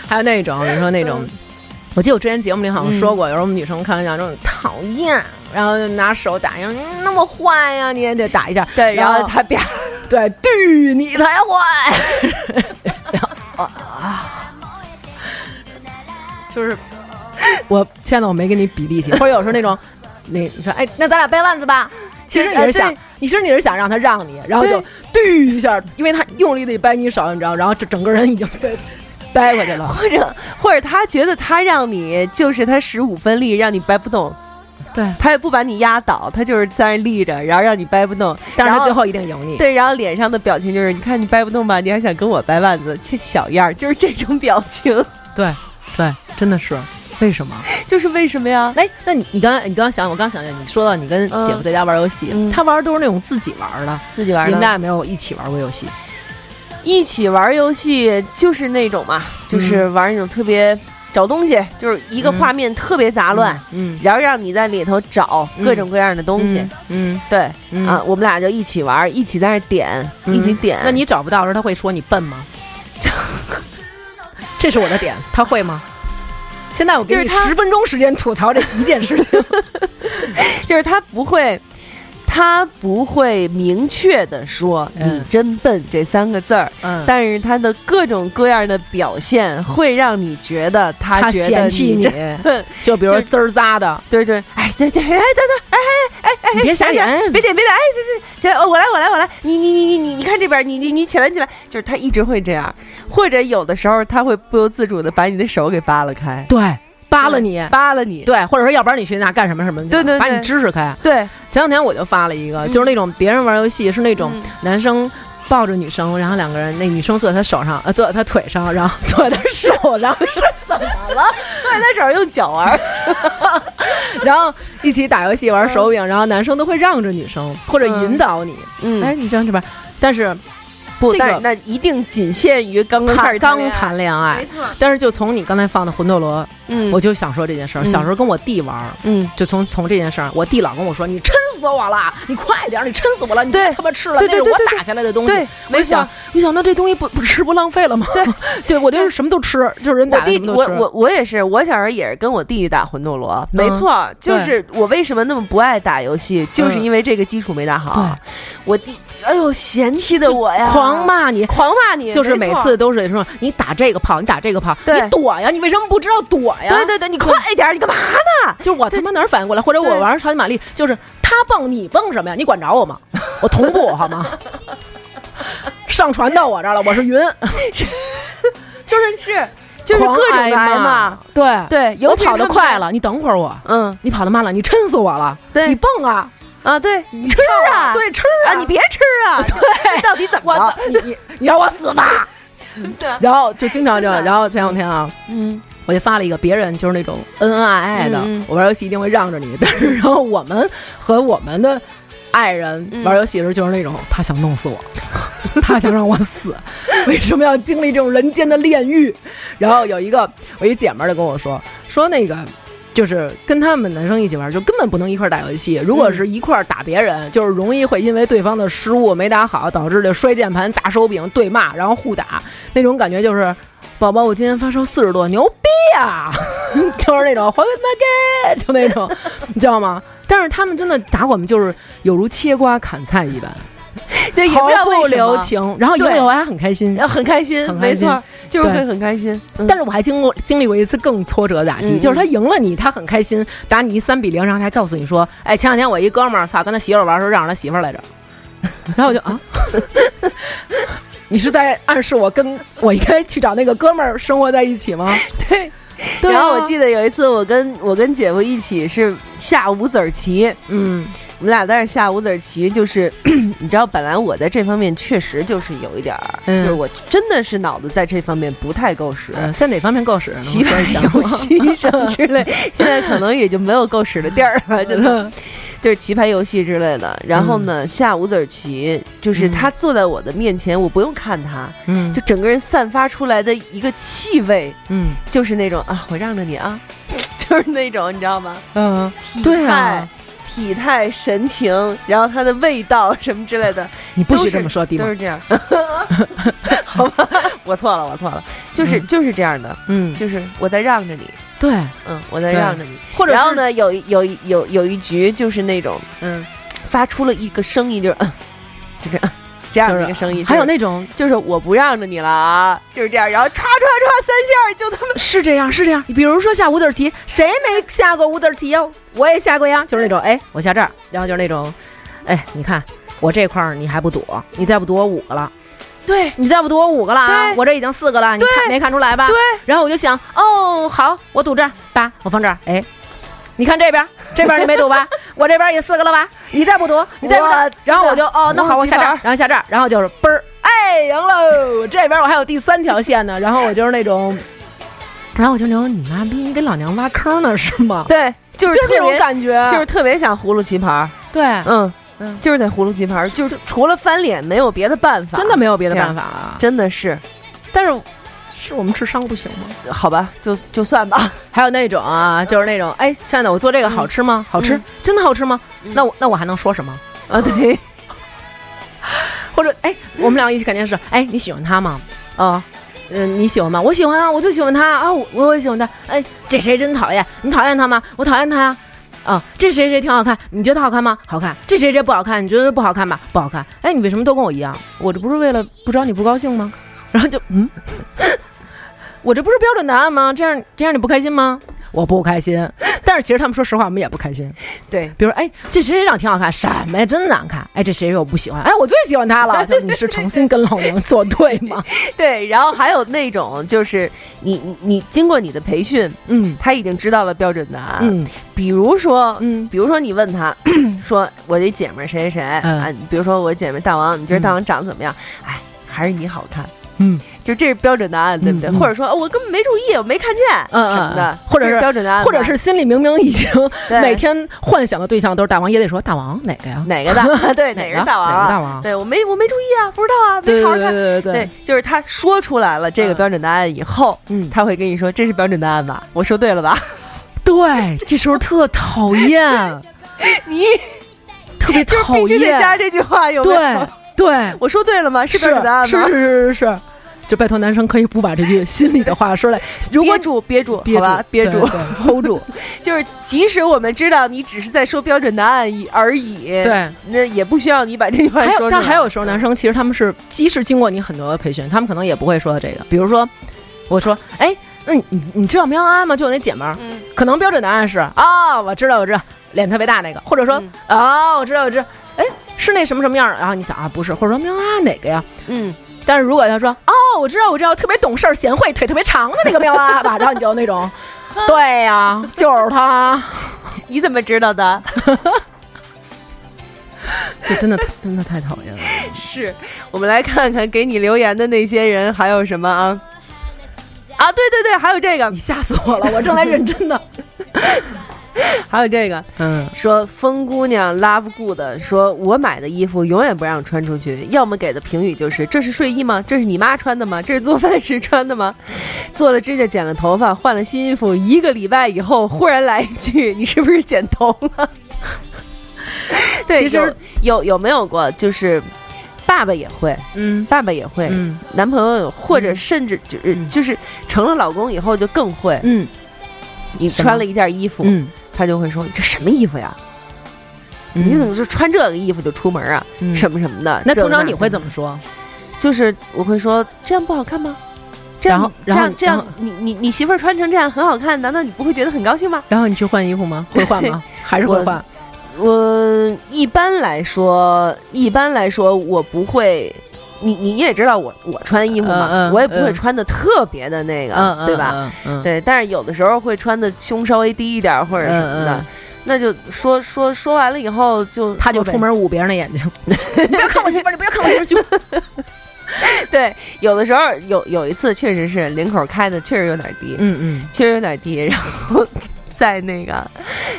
还有那种，你说那种，我记得我之前节目里好像说过，有时候我们女生开玩笑说讨厌，然后就拿手打一下，嗯那么坏呀、你也得打一下。
对，然后
后
他啪，
对，对你才 坏。就是我亲爱的，我没跟你比力气，或者有时候那种，那你说，哎，那咱俩掰腕子吧。其实你
呃
是想
啊对，
你其实你是想让他让你，然后就对一下，因为他用力的掰你手，你知道，然后这整个人已经被掰过去 了。
或者或者他觉得他让你就是他十五分力，让你掰不动，
对，
他也不把你压倒，他就是在那儿立着，然后让你掰不动。
但是
然
他
后
最后一定赢你。
对，然后脸上的表情就是，你看你掰不动吧，你还想跟我掰腕子，这小样儿，就是这种表情，
对对，真的是为什么？
就是为什么呀？
哎，那你你刚才你刚刚想，我刚想起来，你说到你跟姐夫在家玩游戏，
嗯
他玩儿都是那种自己玩儿的，
自己玩
你们
的，
俩有没有一起玩过游戏？
一起玩游戏就是那种嘛，就是玩那种特别找东西，就是一个
嗯
画面特别杂乱，
嗯，
然后让你在里头找各种各样的东西。
嗯，
对
嗯
啊，，我们俩就一起玩，一起在那儿点，
嗯
一起点。
那你找不到的时候，他会说你笨吗？ 这是我的点，他会吗？现在我给
就是
你
他
十分钟时间吐槽这一件事 情。
就是他不会，他不会明确的说“
嗯
你真笨”这三个字儿，
嗯，
但是他的各种各样的表现会让你觉得
他
他觉得
嫌弃
你
你
这。，
就比如说
就
滋儿扎的，
对对，哎，对对，哎，等等，哎哎哎哎，
你别瞎点
哎哎别点，别点，哎，这这这，哦，我来，我来，我来，你你你你你，你看这边，你你你起来，起来，就是他一直会这样，或者有的时候他会不由自主的把你的手给扒拉开，
对，扒了你，
扒拉你，
对，或者说要不然你去那干什么什么去，
对对
把你
对
支持开。
对，
前两天我就发了一个，
嗯
就是那种别人玩游戏是那种
嗯
男生抱着女生，然后两个人那女生坐在他手上，呃，坐在他腿上，然后坐在他手上，是
对，他手上用脚玩 儿，
然后一起打游戏玩手柄，然后男生都会让着女生或者引导你，哎，
嗯，
你站这边，但是
不，
这
但
个
是那一定仅限于刚刚开
他
始
刚
谈
谈恋
恋爱，啊
爱
没。错，
但是就从你刚才放的魂斗罗，
嗯，
我就想说这件事儿。
嗯
小时候跟我弟玩儿，
嗯，
就从从这件事儿，我弟老跟我说：“你抻死我了，你快点儿，你抻死我了，你
对
别他妈吃了，
对
那是
对对
我
对对
打下来的东西。”
对，
我
没错
想。，我想那这东西不不吃不浪费了吗？对， 对我就是什么都吃，就是人
我
打的
弟
什，么都
我
吃。
我我也是，我小时候也是跟我弟弟打魂斗罗，没
嗯
错，就
对
是我为什么那么不爱打游戏，就是
嗯
因为这个基础没打好
对。
我弟，哎呦，嫌弃的我呀，
狂，骂你，
狂骂你，
就是
没
每
错
次。都是说你打这个炮，你打这个炮，
对
你躲呀，你为什么不知道躲呀？
对对对，你快点儿，你干嘛呢？
就是我他妈哪儿反应过来，或者我
对
玩超级玛丽，就是他蹦你蹦什么呀？你管着我吗？我同步好吗？ 上传到我这儿了，我是云，
就是是， 就是
狂
各种
挨
的挨
骂
骂。。
对，
对，尤
我
其是
跑得
他们
快
在，
了，你等会儿我。
嗯
你跑得慢了，你抻死我了！
对
你蹦啊，
啊，对，你吃啊，
对，吃
啊，你别吃 啊，对， 到底怎么
我
了？嗯
你你你让我死 吧！
对，
然后就经常这样，然后前两天啊，
嗯，
我就发了一个别人就是那种恩恩爱爱的，
嗯嗯
我玩游戏一定会让着你， 但是然后我们和我们的爱人
嗯
玩游戏的时候就是那种、他想弄死我， 他想让我死，为什么要经历这种人间的炼狱？然后有一个我一姐们儿就跟我说说那个。就是跟他们男生一起玩，就根本不能一块儿打游戏。如果是
嗯
一块儿打别人，就是容易会因为对方的失误没打好，导致这摔键盘、砸手柄、对骂，然后互打，那种感觉就是，宝宝，我今天发烧四十多，牛逼啊！ 就是那种还给他给，就那种，你知道吗？但是他们真的打我们就是有如切瓜砍菜一般，
对，也
毫
不知道为
不
什
留
么，
情。然后赢
对
了以后还很开心
然。后很开心，
很开
没
心
错，就是
对
会很开心。嗯
但是我还经过经历过一次更挫折的打击，
嗯
就是他赢了你，他很开心，打你一三比零，然后他还告诉你说：“哎，前两天我一哥们儿，操，跟他媳妇儿玩的时候让着他媳妇儿来 着。”然后我就啊， 你是在暗示我跟我应该去找那个哥们儿生活在一起吗？
对。
对啊
然后我记得有一次，我跟我跟姐夫一起是下五子儿棋，
嗯
我们俩在那儿下五子儿棋，就是 你知道，本来我在这方面确实就是有一点儿，
嗯
就是我真的是脑子在这方面不太够使。
呃在哪方面够使？
棋
能
牌
说一下吗
游戏什么之 类，现在可能也就没有够使的地儿了，真的。
嗯
就是棋牌游戏之类的。然后呢，下五子儿棋，就是
嗯
他坐在我的面前，我不用看他，
嗯
就整个人散发出来的一个气味，
嗯
就是那种啊，我让着你啊， 就是那种，你知道吗？
嗯，对啊，
体态、神情，然后它的味道什么之类的，
你不
都
许
是
这么说，迪
都
梦。
是这样。 好吧，我错了，我错了，就是、
嗯
就是这样的，
嗯，
就是我在让着你，
对，
嗯，我在
对
让着你。
或者
然后
是？
呢，有一有一有有一局就是那种
嗯，
发出了一个声音，就是 嗯，就是嗯这样的一个声音，
啊还有
就是
那种
就是我不让着你了啊，就是这样，然后歘歘歘三下就他妈
是这样是这样，比如说下五子棋，谁没下过五子棋呀？我也下过呀，就是那种哎，我下这儿，然后就是那种，哎，你看我这块儿你还不躲，你再不躲我五个了。
对
你再不躲我五个了啊！
对
我这已经四个了，你看没看出来吧？
对。
然后我就想，哦，好，我赌这儿八，我放这儿，哎，你看这边，这边你没读吧？ 我这边也四个了吧？你再不读，你再不读
哇真的，
然后我就哦，那好，
忘
我
记
下这
玩
儿
儿，
然后下这儿，然后就是嘣儿，哎，赢喽！这边我还有第三条线呢，然后我就是那种，然后我就那种你妈逼给老娘挖坑呢是吗？
对， 就是
就
特
是这种
别，
感嗯觉，
就是特别想葫芦棋盘儿，
对，
嗯
嗯，
就是得葫芦棋盘儿，就是除了翻脸没有别的办法，
真的没有别的
这样
办法啊。
真的是，
但是是我们智商不行吗？
好吧，就就算吧，
还有那种啊，就是那种，哎，亲爱的，我做这个好吃吗？好吃，真的好吃吗？那我那我还能说什么？
啊，对，
嗯或者，哎，我们俩一起肯定是，哎，你喜欢他吗？
啊，
嗯、你喜欢吗？我喜欢啊，我就喜欢他啊，我我也喜欢他。哎，这谁真讨厌？你讨厌他吗？我讨厌他呀、啊。这谁谁挺好看？你觉得好看吗？好看。这谁谁不好看？你觉得不好看吧？不好看。哎，你为什么都跟我一样？我这不是为了不招你不高兴吗？ 然后就嗯，我这不是标准答案吗？这样这样你不开心吗？我不开心， 但是其实他们说实话，我们也不开心。
对，
比如哎，这谁谁长挺好看，什么呀，真难看。哎，这谁谁我不喜欢，哎，我最喜欢他 了。就是你是诚心跟老娘作对 吗？
对，然后还有那种就是你你你经过你的培训，
嗯
他已经知道了标准答案，
嗯
比如说，
嗯
比如说你问他 说我这姐们儿谁谁谁、
嗯
啊，比如说我姐们儿大王，你觉得大王长得怎么样？哎、还是你好看，
嗯，
就这是标准答案，对不对？
嗯嗯
或者说、哦我根本没注意，我没看见，
嗯
什么
嗯
的，
或者
这
是
标准答案吧，
或者是心里明明已经
对
每天幻想的对象都是大王，也得说大王哪个呀？
哪个 的？对，哪
个
是大王
哪
啊？
个大王
对我没我没注意啊，不知道啊，没
对
好好
对
看。
对对对
对，就是他说出来了这个
嗯
标准答案以后，
嗯
他会跟你说这是标准答案吧？我说对了吧？
对，这时候特讨 厌，
你
特别
就是
讨
必须得加
厌，
这句话，有没
对
有？
对，
我说对了吗？是标准答案吗？
是是是是是，就拜托男生可以不把这句心里的话说来，如果
憋住，憋住，
憋
好吧
住，
憋
对
住，
对 hold 住，
就是即使我们知道你只是在说标准答案以而已，，
对。
那也不需要你把这句话
还
说出
有，
来。
但还有时候男生其实他们是，即使经过你很多的培训，他们可能也不会说这个。比如说，我说，哎，那你你你知道喵啊安吗？就我那姐们儿，
嗯
可能标准答案是啊、我知道，我知道，脸特别大那个，或者说啊、我知道，我知道，哎，是那什么什么样儿？然后你想啊，不是，或者说喵啊哪个呀？
嗯，
但是如果他说哦，我知道，我知道，特别懂事儿、贤惠、腿特别长的那个喵啊吧，然后你就那 种，对呀、就是他，
你怎么知道的？
这真的真的太讨厌了。
是我们来看看给你留言的那些人还有什么啊？啊，对对对，还有这个
你，吓死我了！我正在认真的，
还有这个，
嗯，
说风姑娘 love good，说我买的衣服永远不让穿出去，要么给的评语就是这是睡衣吗？这是你妈穿的吗？这是做饭时穿的吗？ 做了指甲，剪了头发，换了新衣服，一个礼拜以后忽然来一句，你是不是剪头了？ 对，
其实
有有有没有过，就是爸爸也会，
嗯
爸爸也会，
嗯
男朋友也或者甚至就是、呃
嗯
就是成了老公以后就更会，
嗯
你
什么
穿了一件衣服，
嗯，
他就会说你这什么衣服呀？你
你
怎么就穿这个衣服就出门啊？什么什么的。
那
这
通
个
常你
嗯那
会
个
怎么说？
就是我会说这样不好看吗？这
然
样
后
这
然
样
后
这
然
样
后，
你你你媳妇儿穿成这样很好看，难道你不会觉得很高兴吗？
然后你去换衣服吗？会换吗？还是会
我
换？
我一般来说，一般来说我不会。你你也知道我我穿衣服嘛，
嗯嗯
我也不会
嗯
穿的特别的那个，
嗯，
对吧？？
嗯，
对，但是有的时候会穿的胸稍微低一点儿或者什么的，
嗯嗯
那就说说说完了以后就
他就
说呗
出门捂别人的眼睛，
你不要看我媳妇儿，你不要看我媳妇儿胸。 对，有的时候有有一次确实是领口开的确实有点低，
嗯
确实有点低，然 后在那个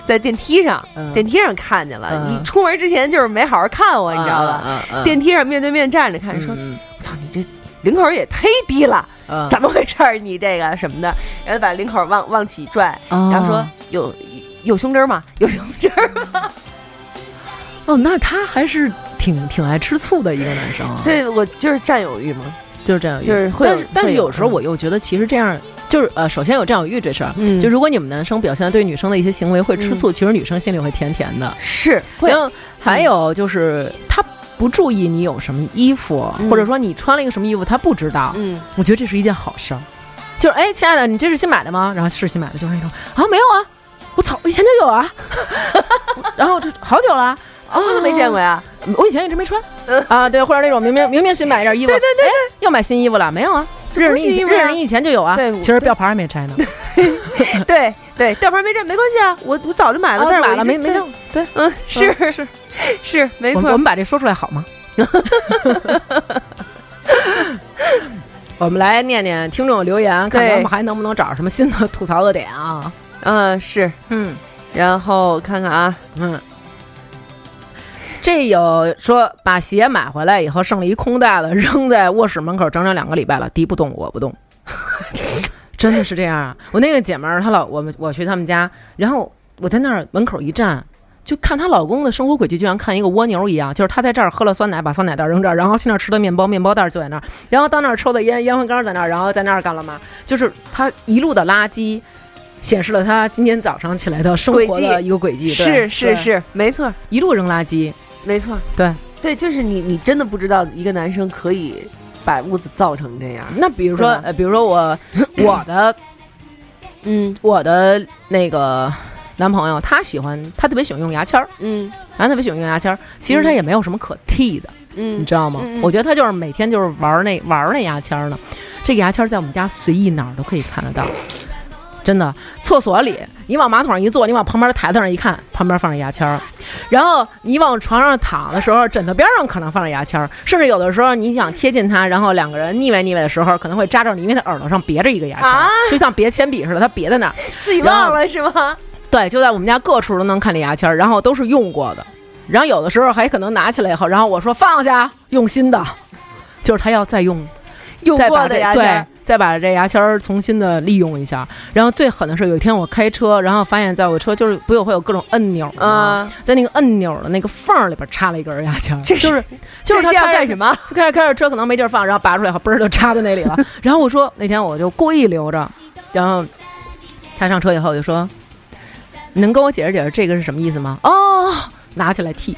在电梯上，
嗯
电梯上看见了。
嗯
你出门之前就是没好好看我，
嗯，
你知道吧？
嗯？嗯
电梯上面对面站着看，说
嗯
操你这。领口也忒低了，
嗯
怎么回事儿？你这个什么的，然后把领口往往起拽，
嗯
然后说
哦
有有胸针吗？有胸针儿吗？
哦，那他还是挺挺爱吃醋的一个男生啊，，
对我就是占有欲嘛，
就是这样，
就是会有
但是但
会
是
有
有时候我又觉得，其实这样就是呃，首先有占有欲这事儿，
嗯
就如果你们男生表现对女生的一些行为会吃醋，其实女生心里会甜甜的。
是会
然后还有就是他不注意你有什么衣服，
嗯
或者说你穿了一个什么衣服，他不知道，
嗯，
我觉得这是一件好事儿。就是哎，亲爱的，你这是新买的吗？然后是新买的，就是那种啊，没有啊，我早我以前就有啊， 然后就好久了啊，
啊，我都没见过呀。
我以前一直没穿啊，对，或者那种明明明明新买一件衣服，哎对对对又买新衣服了，没有啊，认识你以
不是新衣
前
服呀
认识你以前就有啊，
对我
其实标牌还没拆呢，
对对，吊牌没震没关系啊，我我早就买了，但是我
哦买了
一
没
直
没
对
用，对，
嗯，是 是是，没
我们我
错
们，把这说出来好吗？ 我们来念念听众留言，看
对
咱们还能不能找着什么新的吐槽的点啊？
嗯是，
嗯
然后看看啊，
嗯，这有说把鞋买回来以后剩了一空袋子，扔在卧室门口整整两个礼拜了，敌不动我不动， 真的是这样啊！我那个姐们儿，她老我们我去他们家，然后我在那儿门口一站。就看她老公的生活轨迹，就像看一个蜗牛一样，就是她在这儿喝了酸奶，把酸奶袋扔这儿，然后去那儿吃的面包，面包袋就在那儿，然后到那儿抽的烟，烟灰缸在那儿，然后在那儿干了嘛？就是她一路的垃圾，显示了她今天早上起来的生活
轨
的
迹
一个轨迹。对
是是
对
是，没错
一路扔垃圾，
没错，
对
对，就是你你真的不知道一个男生可以把屋子造成这样，
那比如说
对吧，
呃，比如说 我我的
嗯
我的那个男朋友，他喜欢他特别喜欢用牙签儿，
嗯
然后特别喜欢用牙签儿，其实他也没有什么可替的，你
嗯，
知道吗？
嗯嗯
我觉得他就是每天就是玩儿那玩儿那牙签儿呢，这个牙签儿在我们家随意哪儿都可以看得到。真的，厕所里你往马桶上一坐，你往旁边的台子上一看，旁边放着牙签儿；然后你往床上躺的时候，枕头边上可能放着牙签儿，甚至有的时候你想贴近它，然后两个人腻歪腻歪的时候，可能会扎着你，因为他耳朵上别着一个牙签儿，
啊
就像别铅笔似的，他别在那儿。
自己
然后
忘了是吗？
对，就在我们家各处都能看见牙签儿，然后都是用过的，然后有的时候还可能拿起来以后，然后我说放下，用新的， 就是他要再用，
用
再
过
把
的
这
牙签
对
儿，，
再把这牙签儿重新的利用一下。然后最狠的是有一天我开车，然后发现在我车就是不有会有各种按钮吗？
啊
在那个按钮的那个缝儿里边插了一根牙签儿，
这是
就是就是他
这要
开着
干什么？
就开始开着车可能没地儿放，然后拔出来，嘣儿就插在 那里了。然后我说那天我就故意留着，然后他上车以后我就说：“你能跟我解释解释这个是什么意思吗？” 哦，拿起来剃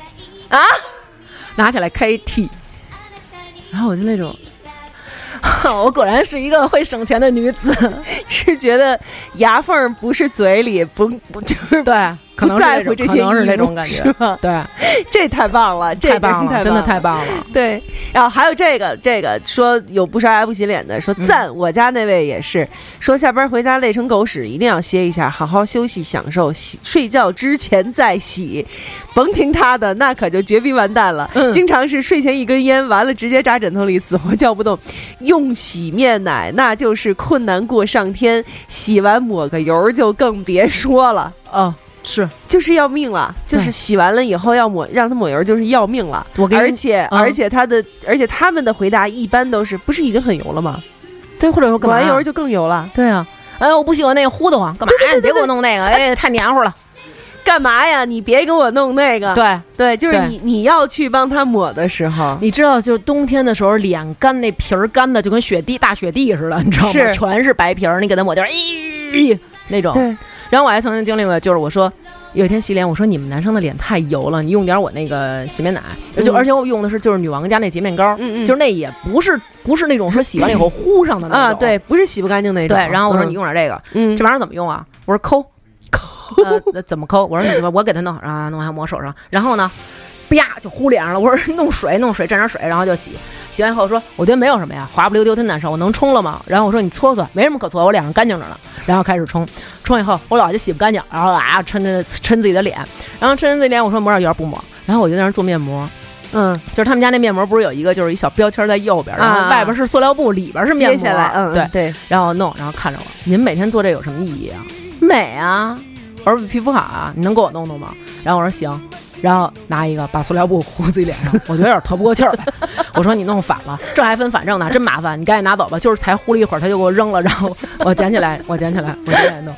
啊，
拿起来开剃。然后我就那种， 我果然是一个会省钱的女 子。
是觉得牙缝儿不是嘴里，不不就是
对，可
不
能是
在
那
乎
种
这
可
些
能是
义
那
务
种感觉
是。吧？
对，
这太棒了，这
太棒了，真的太
棒了。
棒了。
对，然后还有这个这个说有不刷牙不洗脸的，说赞、
嗯
我家那位也是，说下班回家累成狗屎，一定要歇一下，好好休息，享受洗睡觉之前再洗，甭听他的，那可就绝逼完蛋了。
嗯
经常是睡前一根烟，完了直接扎枕头里，死活叫不动。用洗面奶那就是困难过上天，洗完抹个油就更别说了。
哦，是
就是要命了，就是
对
洗完了以后要抹，让它抹油就是要命了。
我跟
而
你
且、
嗯
而且他的而且他们的回答一般都是不是已经很油了吗？
对，或者说干嘛
完
呀
油就更油了，
对啊，哎呀，我不喜欢那个糊的慌，干嘛呀？你别给我弄那个，哎，太黏糊了。
干嘛呀？你别给我弄那个。
对，
对就是
对
你你要去帮他抹的时候，
你知道，就是冬天的时候，脸干那皮儿干的就跟雪地大雪地似的，你知道吗？
是
全是白皮儿，你给它抹掉，咦、那种。
对。
然后我还曾经经历过，就是我说有一天洗脸，我说你们男生的脸太油了，你用点我那个洗面奶，就
嗯
而且我用的是就是女王家那洁面膏，
嗯嗯
就是那也不是不是那种说洗完了以后糊上的那种。
啊，对，不是洗不干净那
对
种。。
然后我说你用点这个，
嗯，
这玩意儿怎么用啊？我说抠，抠、呃，怎么抠？我说你我给他弄啊，弄完抹手上，然后呢，啪就糊脸上了。我说弄水，弄水，蘸点水，然后就洗。洗完以后说，我觉得没有什么呀，滑不溜丢，真难受。我能冲了吗？然后我说你搓搓，没什么可搓，我脸上干净着呢。然后开始冲，冲以后我老就洗不干净，然后啊抻着抻自己的脸，然后抻自己脸，我说抹点油不抹，然后我就在那儿做面膜。
嗯，
就是他们家那面膜不是有一个就是一小标签在右边，然
啊
后外边是塑料布，里边是面
接下
膜。啊
来，嗯，
对
嗯，对，
然后弄，然后看着我，您每天做这有什么意义啊？美啊！我说皮肤好啊，你能给我弄弄吗？然后我说行，然后拿一个把塑料布糊自己脸上， 我觉得有点透不过气 儿来。我说你弄反了，这还分反正呢，真麻烦，你赶紧拿走吧。就是才糊了一会儿，他就给我扔了，然后我捡起来，我捡起来，我捡起来弄。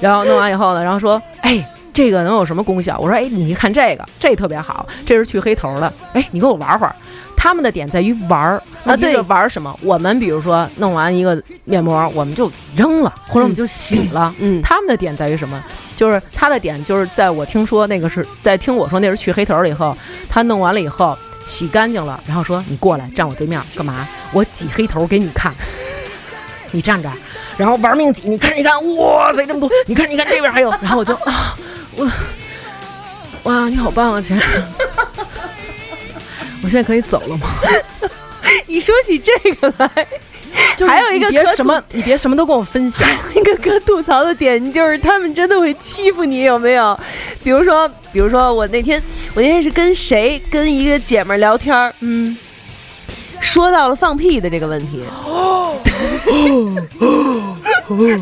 然后弄完以后呢，然后说，哎，这个能有什么功效？我说，哎，你看这个，这特别好，这是去黑头的。哎，你跟我玩会儿。他们的点在于玩儿，问题
对
是玩儿什么？我们比如说弄完一个面膜，我们就扔了，或者我们就洗了。
嗯
他们的点在于什么？就是他的点就是在我听说那个是在听我说那是去黑头了以后，他弄完了以后洗干净了，然后说你过来站我对面干嘛？我挤黑头给你看， 你站这儿，然后玩命挤，你看你看，哇塞这么多，你看你看这边还有，然后我就啊我哇你好棒啊亲爱的， 我现在可以走了吗？
你说起这个来，
就是
还有一个
你别
可
什么你别什么都跟我分享，
一哥哥吐槽的点就是他们真的会欺负你，有没有？比如说，比如说我那天我那天是跟谁跟一个姐们儿聊天儿，嗯，说到了放屁的这个问 题，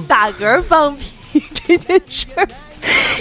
打嗝放屁 这件事儿。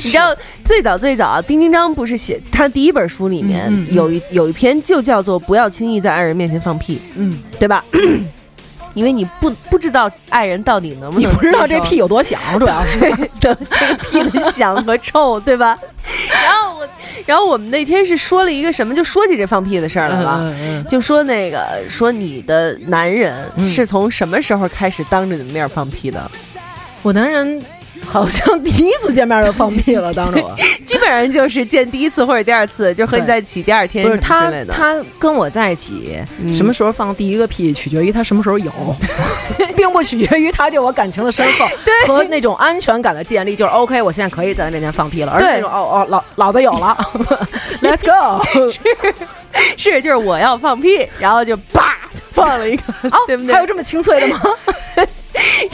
你知道最早最早啊，丁丁章不是写他第一本书里面
嗯嗯嗯
有一有一篇就叫做“不要轻易在爱人面前放屁”，
嗯，
对吧？ 因为你不不知道爱人到底能 不
你
能
不知 道这
接受
屁有多响，主要是
的这个屁的响和臭，对吧？ 然后我，然后我们那天是说了一个什么，就说起这放屁的事儿来了。就说那个，说你的男人是从什么时候开始当着你的面放屁的？
我男人好像第一次见面就放屁了，当着 我
基本上就是见第一次或者第二次，就和你在一起第二天
不是
什么
他
之类，的
他跟我在一起，
嗯
什么时候放第一个屁，取决于他什么时候有。
并不取决于他对我感情的深 厚。
和那种安全感的建立，就是 OK，我现在可以在他面前放屁了，而是
对
那种哦哦，老老子有了 ，Let's go，
是就是我要放屁，然后就叭放了一个，对哎不对
哦还？有这么清脆的吗？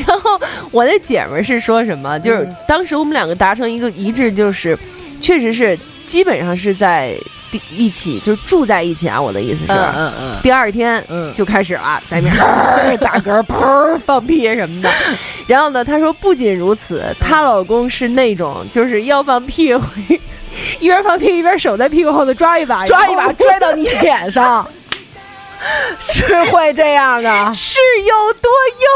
然后我那姐们儿是说什
嗯
么？就是当时我们两个达成一个一致，就是确实是基本上是在第一起，就是住在一起啊。我的意思是，
嗯嗯
第二天
嗯
就开始了，在那边 儿打嗝、砰放屁什么的。然后呢，她说不仅如此，
嗯
她老公是那种就是要放屁会。一边放屁一边手在屁股后头抓一把，
抓
然
一
后
把拽到你脸上，是会这样的。
是有多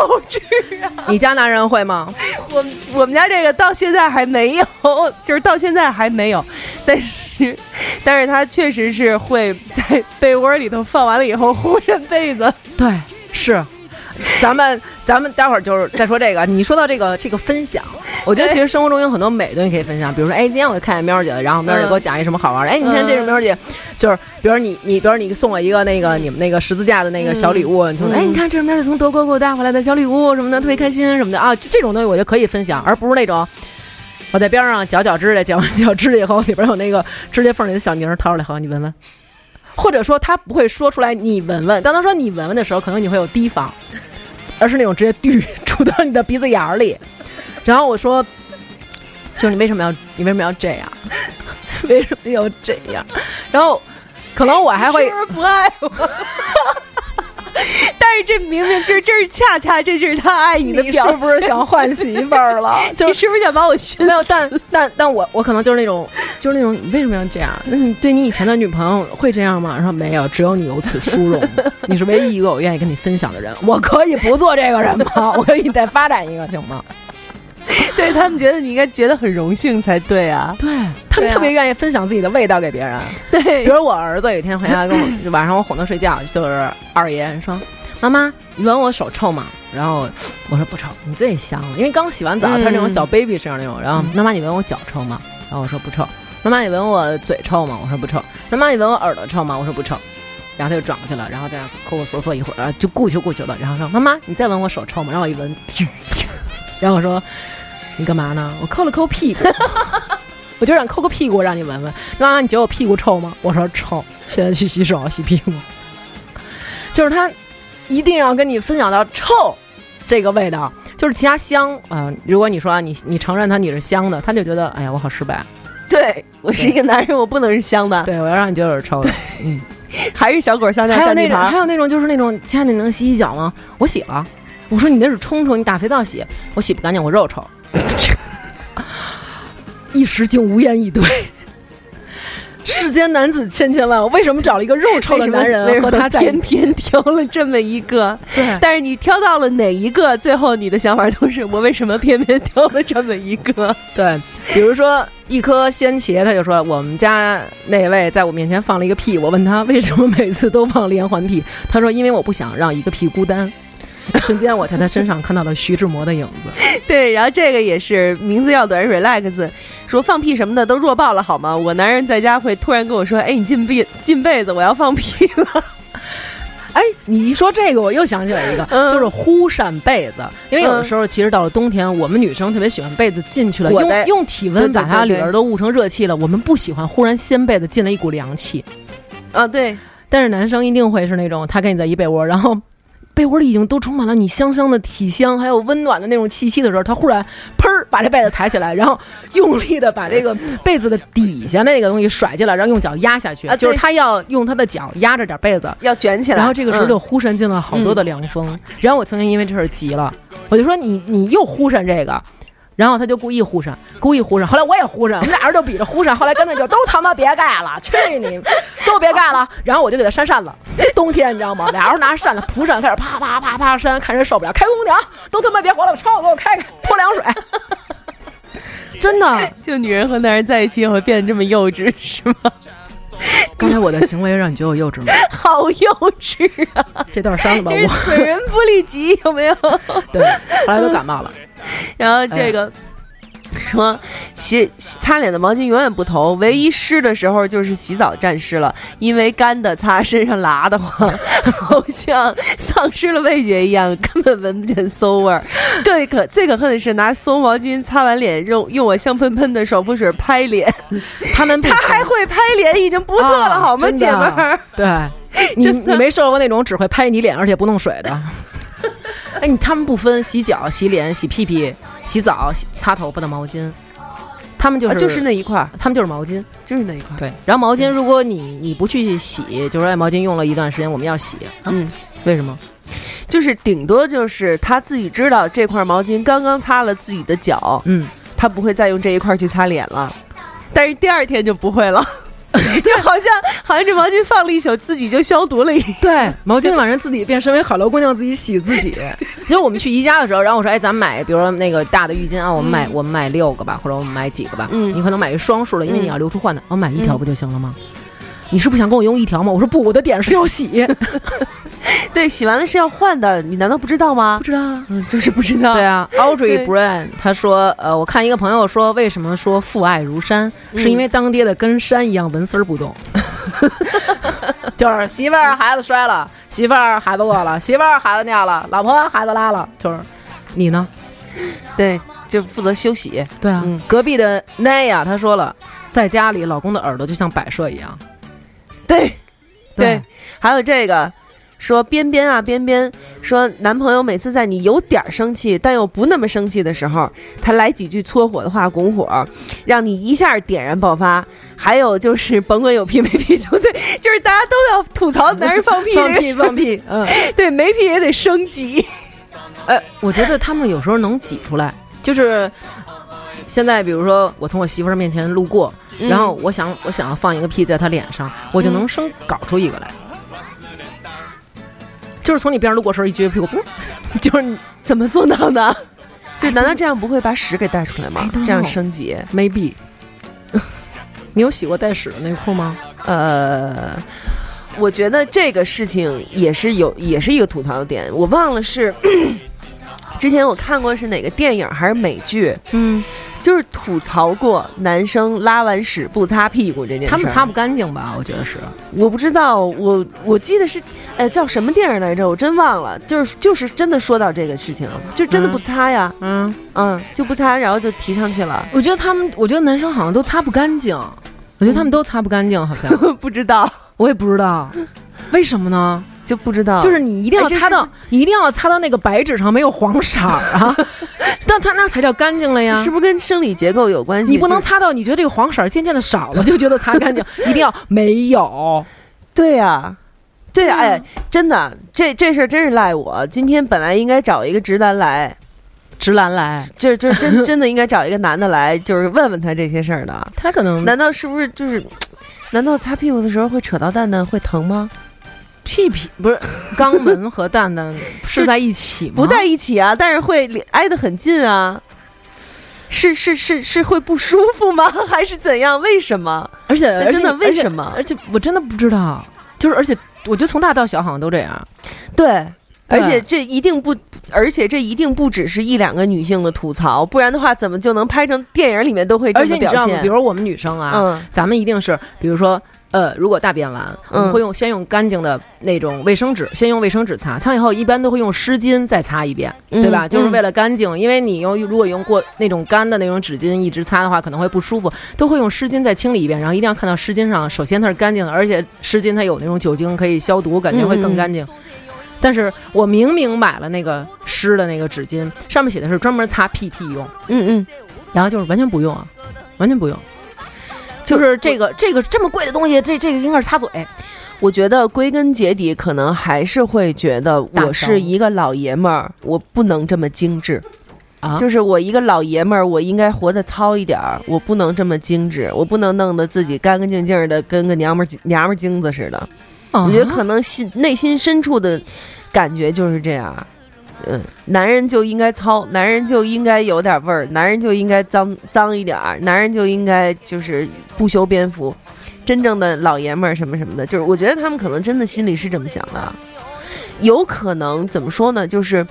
幼稚啊！
你家男人会吗？
我们我们家这个到现在还没有，就是到现在还没有，但是，但是他确实是会在被窝里头放完了以后呼扇被子，
对，是。咱们咱们待会儿就是再说这个。你说到这个这个分享，我觉得其实生活中有很多美东西可以分享，比如说，哎，今天我看见喵儿姐了，然后喵儿姐给我讲一什么好玩的。哎，你看这是喵儿姐，就是比如你你比如你送我一个那个你们那个十字架的那个小礼物，
嗯
你就说哎，你看这是喵儿姐从德国给我带回来的小礼物什么的，特别开心什么的啊，就这种东西我就可以分享，而不是那种。我在边上嚼脚指甲，嚼完 脚指甲以后，里边有那个指甲缝里的小泥儿掏出来，好，你闻闻。或者说他不会说出来，你闻闻。当他说你闻闻的时候，可能你会有提防，而是那种直接 嘟杵到你的鼻子眼儿里。然后我说，就是你为什么要你为什么要这样？ 为什么要这样？然后可能我还
是
会
不是不爱我？但是这明明这这是恰恰这就是他爱你的
你
表
是
现，
不是想换媳妇儿 了？就
你是不是想把我熏？
没有，但但但我我可能就是那种，就是那种，你为什么要这样？那你对你以前的女朋友会这样吗？然后没有，只有你有此殊荣， 你是唯一一个我愿意跟你分享的人。我可以不做这个人吗？ 我可以再发展一个行吗？
对他们觉得你应该觉得很荣幸才对啊，
对他
对
们
啊
特别愿意分享自己的味道给别人。比
对，
如我儿子有一天回家跟我，就晚上我哄他睡觉，就是二爷说：“妈妈，你闻我手臭吗？”然后我说：“不臭，你最香了，因为刚洗完澡，他是那种小 baby 身上那种。”然后妈妈，你闻我脚臭吗？然后我说不臭。妈妈，你闻我嘴臭吗？我说不臭。妈妈，你闻我耳朵臭吗？我说不臭。然后他就转过去了，然后在那抠抠索索一会儿，就顾求顾求的，然后说：“妈妈，你再闻我手臭吗？”然后我一闻， 然后我说：“你干嘛呢？”我抠了抠屁股， 我就想抠个屁股让你闻闻。妈妈，你觉得我屁股臭吗？我说臭，现在去洗手洗屁股。就是他一定要跟你分享到臭这个味道，就是其他香啊、如果你说啊你你承认它你是香的，他就觉得哎呀我好失
啊
败，
对我是一个男人，我不能是香的，
对我要让你觉得我是臭的。
还是小狗香蕉
还有
占
那
地
种，还
盘。
有那种就是那种，亲爱的，你能洗洗脚吗？我洗了。我说你那是冲冲，你打肥皂洗，我洗不干净，我肉臭。 一时竟无言以对。世间男子千千万，我为什么找了一个肉臭的
为什么
男
为
人啊
什
和
么
他在一
偏
起？
偏挑了这么一个？
对
但是你挑到了哪一个？最后你的想法都是我为什么偏偏挑了这么一个？
对，比如说一颗鲜茄，他就说我们家那位在我面前放了一个屁，我问他为什么每次都放连环屁，他说因为我不想让一个屁 孤单。瞬间，我在他身上看到了徐志摩的影子。
对，然后这个也是名字要短，relax，说放屁什么的都弱爆了好吗？我男人在家会突然跟我说，哎，你进被进被子，我要放屁了。
哎，你一说这个，我又想起来一个，
嗯
就是忽扇被子。因为有的
嗯
时候，其实到了冬天，我们女生特别喜欢被子进去了，
裹在
用用体
对
温
对
把它
对
里
对
边都捂成热气了。我们不喜欢忽然掀被子进来一股凉气，
啊，对，
但是男生一定会是那种，他跟你在一被窝，然后 被窝里已经都充满了你香香的体香，还有温暖的那种气息的时候，他忽然砰儿把这被子抬起来，然后用力的把这个被子的底下那个东西甩进来，然后用脚压下去，
啊对
就是他要用他的脚压着点被子。
要卷起来。
然后这个时
嗯
候就忽闪进了好多的凉风，然后我曾经因为这事儿急了，我就说你你又忽闪这个，然后他就故意忽闪，故意忽闪，后来我也忽闪，我们俩人就比着忽闪，后来干脆就都他妈别盖了，去你， 都别盖了，然后我就给他扇扇子，冬天你知道吗？俩人拿着扇子蒲扇开始啪啪啪啪扇，看人受不了，开空调，都他妈别活了，窗户给我开开，泼凉水。真的，
就女人和男人在一起也会变得这么幼稚，是吗？
刚才我的行为让你觉得我 幼稚吗？
好幼稚啊！
这段删了吧，
真
我
是损人不利己，有没有？
对，后来都感冒了。
然后
哎
这个、说洗擦脸的毛巾永远不投，唯一湿的时候就是洗澡沾湿了，因为干的擦身上辣得慌， 好像丧失了味觉一样，根本闻不见馊味儿。更可最可恨的是拿馊毛巾擦完脸，用用我香喷喷的爽肤水拍脸，
他们
他还会拍脸已经不错了，
啊
好吗，
真的
姐们儿？啊
对，你你没受过那种只会拍你脸而且不弄水的？哎，你他们不分洗脚、洗脸、洗屁屁、洗澡、洗擦头发的毛巾，他们就是、
啊就是那一块儿，
他们就是毛巾。
就是那一块儿。
对，然后毛巾，如果你你不去洗，就是哎，毛巾用了一段时间，我们要洗。啊
嗯，
为什么？
就是顶多就是他自己知道这块毛巾刚刚擦了自己的脚，
嗯，
他不会再用这一块去擦脸了，但是第二天就不会了。 就好像好像这毛巾放了一宿，自己就消毒了一
对，毛巾晚上自己变身为好楼姑娘，自己洗自己。因为我们去宜家的时候，然后我说，哎，咱们买，比如说那个大的浴巾啊，我们买、我们买六个吧，或者我们买几个吧。
嗯
你可能买一双数的，因为
嗯
你要留出换的。哦我、买一条不就行了吗？你是不想跟我用一条吗？我说不，我的点是要洗。
对，洗完了是要换的，你难道不知道吗？
知道啊。
嗯，就是不知道。
对啊，Audrey
对
Brand 他说，呃，我看一个朋友说，为什么说父爱如山，是因为当爹的跟山一样纹丝儿不动， 就是媳妇儿孩子摔了，媳妇儿孩子饿了，媳妇儿孩子尿了，老婆孩子拉了，就是你呢？
对，就负责休息。
对啊，
嗯
隔壁的奈亚她说了，在家里老公的耳朵就像摆设一样，
对，对，还有这个。说边边啊边边，说男朋友每次在你有点儿生气但又不那么生气的时候，他来几句搓火的话拱火，让你一下点燃爆发。还有就是甭管有屁没屁都对，就是大家都要吐槽男人 放屁，
放屁放屁， 嗯，
对没屁也得升级。
哎，我觉得他们有时候能挤出来，就是现在，比如说我从我媳妇儿面前路过，
嗯
然后我想我想要放一个屁在她脸上，我就能生搞出一个来。就是从你边上路过的时候，一撅屁股，嗯噗就是你
怎么做到的？就难道这样不会把屎给带出来吗？这样升级？
maybe。你有洗过带屎的内裤吗？
呃，我觉得这个事情也是有，也是一个吐槽的点。我忘了是 之前我看过是哪个电影还是美剧，
嗯，
就是吐槽过男生拉完屎不擦屁股这件事儿。
他们擦不干净吧？我觉得是。
我不知道，我我记得是，呃，叫什么电影来着？我真忘了。就是就是真的说到这个事情，就真的不擦呀，
嗯，
嗯，就不擦，然后就提上去了。
我觉得他们，我觉得男生好像都擦不干净，我觉得他们都擦不干净，好像
不知道，
我也不知道为什么呢？
就不知道，
就是你一定要
哎这
擦到
是，
你一定要擦到那个白纸上没有黄色儿 啊，但它那才叫干净了呀
是。不是跟生理结构有关系？
你不能
就是
擦到，你觉得这个黄色儿渐渐的少了，就觉得擦 干净，一定要没有。
对呀、对呀、哎，真的，这这事儿真是赖我。今天本来应该找一个直男来，
直男来，
这这 真真的应该找一个男的来，就是问问他这些事儿的。
他可能
难道是不是就是？难道擦屁股的时候会扯到蛋蛋会疼吗？
屁屁不是肛门和 蛋蛋是在一起吗？
不在一起啊，但是会离挨得很近啊。是是是是会不舒服吗？ 还是怎样？为什么？
而且，
那
而且
真的
你
为
而且
什么
而且我真的不知道，就是而且我觉得从大到小好像都这样。
对，
对
而且这一定不，而且这一定不只是一两个女性的吐槽，不然的话，怎么就能拍成电影里面都会这
而且
么
你
表
知道吗
现？？
比如我们女生啊，
嗯
咱们一定是，比如说，呃，如果大便完，我们会用先用干净的那种卫生纸，先用卫生纸擦，擦完以后一般都会用湿巾再擦一遍，对吧？
嗯
就是为了干净，因为你用如果用过那种干的那种纸巾一直擦的话，可能会不舒服，都会用湿巾再清理一遍，然后一定要看到嗯湿巾上，首先它是干净的，而且湿巾它有那种酒精可以消毒，感觉会更干净。但是我明明买了那个湿的那个纸巾，上面写的是专门擦屁屁用，
嗯
然后就是完全不用啊，完全不用。就是这个这个这么贵的东西，这这个应该是擦嘴，
嗯，我觉得归根结底，可能还是会觉得
大
我
招
是一个老爷们儿，我不能这么精致。
啊
就是我一个老爷们儿，我应该活得糙一点儿，我不能这么精致，我不能弄得自己干干净净的，跟个娘们儿娘们儿精子似的。
我
我觉得
啊
可能心内心深处的感觉就是这样。嗯，男人就应该糙，男人就应该有点味儿，男人就应该脏脏一点儿，男人就应该就是不修边幅，真正的老爷们儿什么什么的，就是我觉得他们可能真的心里是这么想的，有可能怎么说呢，就是。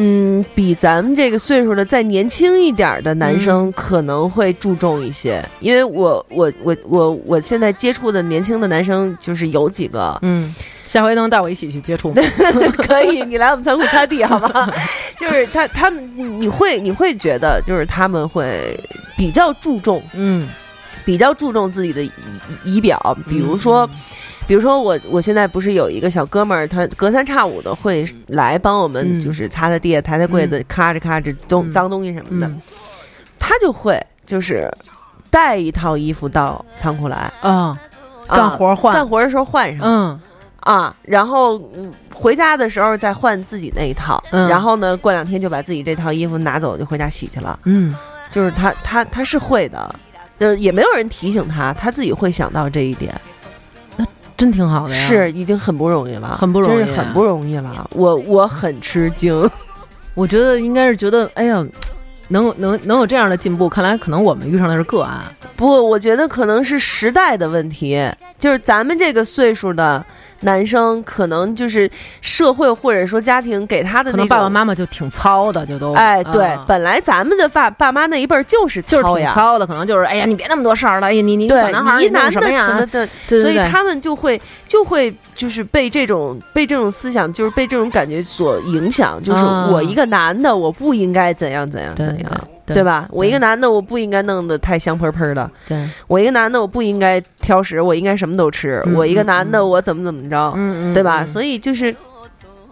嗯，比咱们这个岁数的再年轻一点儿的男生可能会注重一些，因为我我我我我现在接触的年轻的男生就是有几个，
嗯，下回能带我一起去接 触吗？
可以，你来我们仓库擦地好 吗？就是他他们，你你会你会觉得就是他们会比较注重，
嗯，
比较注重自己的仪仪表，比如说。
嗯
比如说我，我现在不是有一个小哥们儿，他隔三差五的会来帮我们，
嗯
就是擦擦地、抬抬柜子、咔哧咔哧东
嗯
脏东西什么的，
嗯
他就会就是带一套衣服到仓库来，
啊，
啊
干活换
干，活的时候换上，
嗯
啊，然后嗯回家的时候再换自己那一套，
嗯
然后呢，过两天就把自己这套衣服拿走就回家洗去了。
嗯
就是他他他是会的，就是也没有人提醒他，他自己会想到这一点，
真挺好的呀。
是已经很不容易了，
很不容易嗯
真是很不容易了。我我很吃惊，
我觉得应该是觉得，哎呀，能有能能有这样的进步，看来可能我们遇上的是个案。
不，我觉得可能是时代的问题，就是咱们这个岁数的男生，可能就是社会或者说家庭给他的
可
那
能
种
爸爸妈妈就挺糙的，就都
哎，对，
啊
本来咱们的爸爸妈那一辈儿就是
就是
糙
挺
呀。
糙的，可能就是哎呀，你别那么多事儿了，哎呀，你你你
对
小男孩儿
你一
弄
男
什
的
么
什么
呀？
的，
对
所
对
以
对，
他们就会就会就是被这种被这种思想，就是被这种感觉所影响，就是
啊
我一个男的，我不应该怎样怎样
对
怎样。
对
对吧？我一个男的，我不应该弄得太香喷喷的。
对，
我一个男的，我不应该挑食，我应该什么都吃。
嗯
我一个男的，我怎么怎么着，
嗯嗯，
对吧？
嗯
所以就是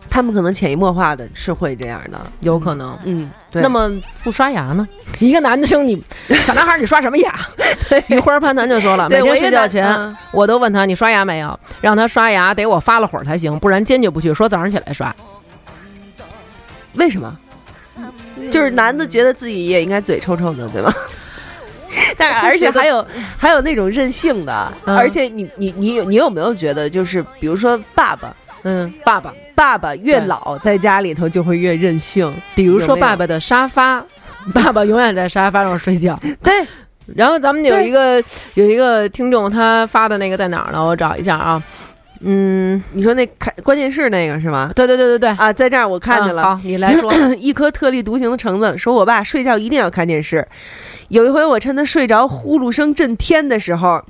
他们可能潜移默化的是会这样的。
有可能。
嗯，对。
那么不刷牙呢？一个男 生你小男孩儿你刷什么牙？ 于花儿潘楠就说了，每
对
天
我一个
睡觉
男
前
嗯
我都问他你刷牙没有，让他刷牙得我发了火才行，不然坚决不去。说早上起来刷，
为什么？就是男的觉得自己也应该嘴臭臭的，对 吧？但是，而且还有还有那种任性的，
嗯
而且你你你有你有没有觉得，就是比如说爸爸
嗯，爸爸，
爸爸越
对
老，在家里头就会越任性，
比
有
如说
没有
爸爸的沙发，爸爸永远在沙发上睡觉。
对，
然后咱们有
对
一个有一个听众他发的那个在哪儿呢？我找一下啊，嗯，
你说那看关键是那个是吗？
对对对对对，
啊，在这儿我看见了，
啊好，你来 说，
一颗特立独行的橙子，说我爸睡觉一定要看电视。有一回我趁他睡着呼噜声震天的时候，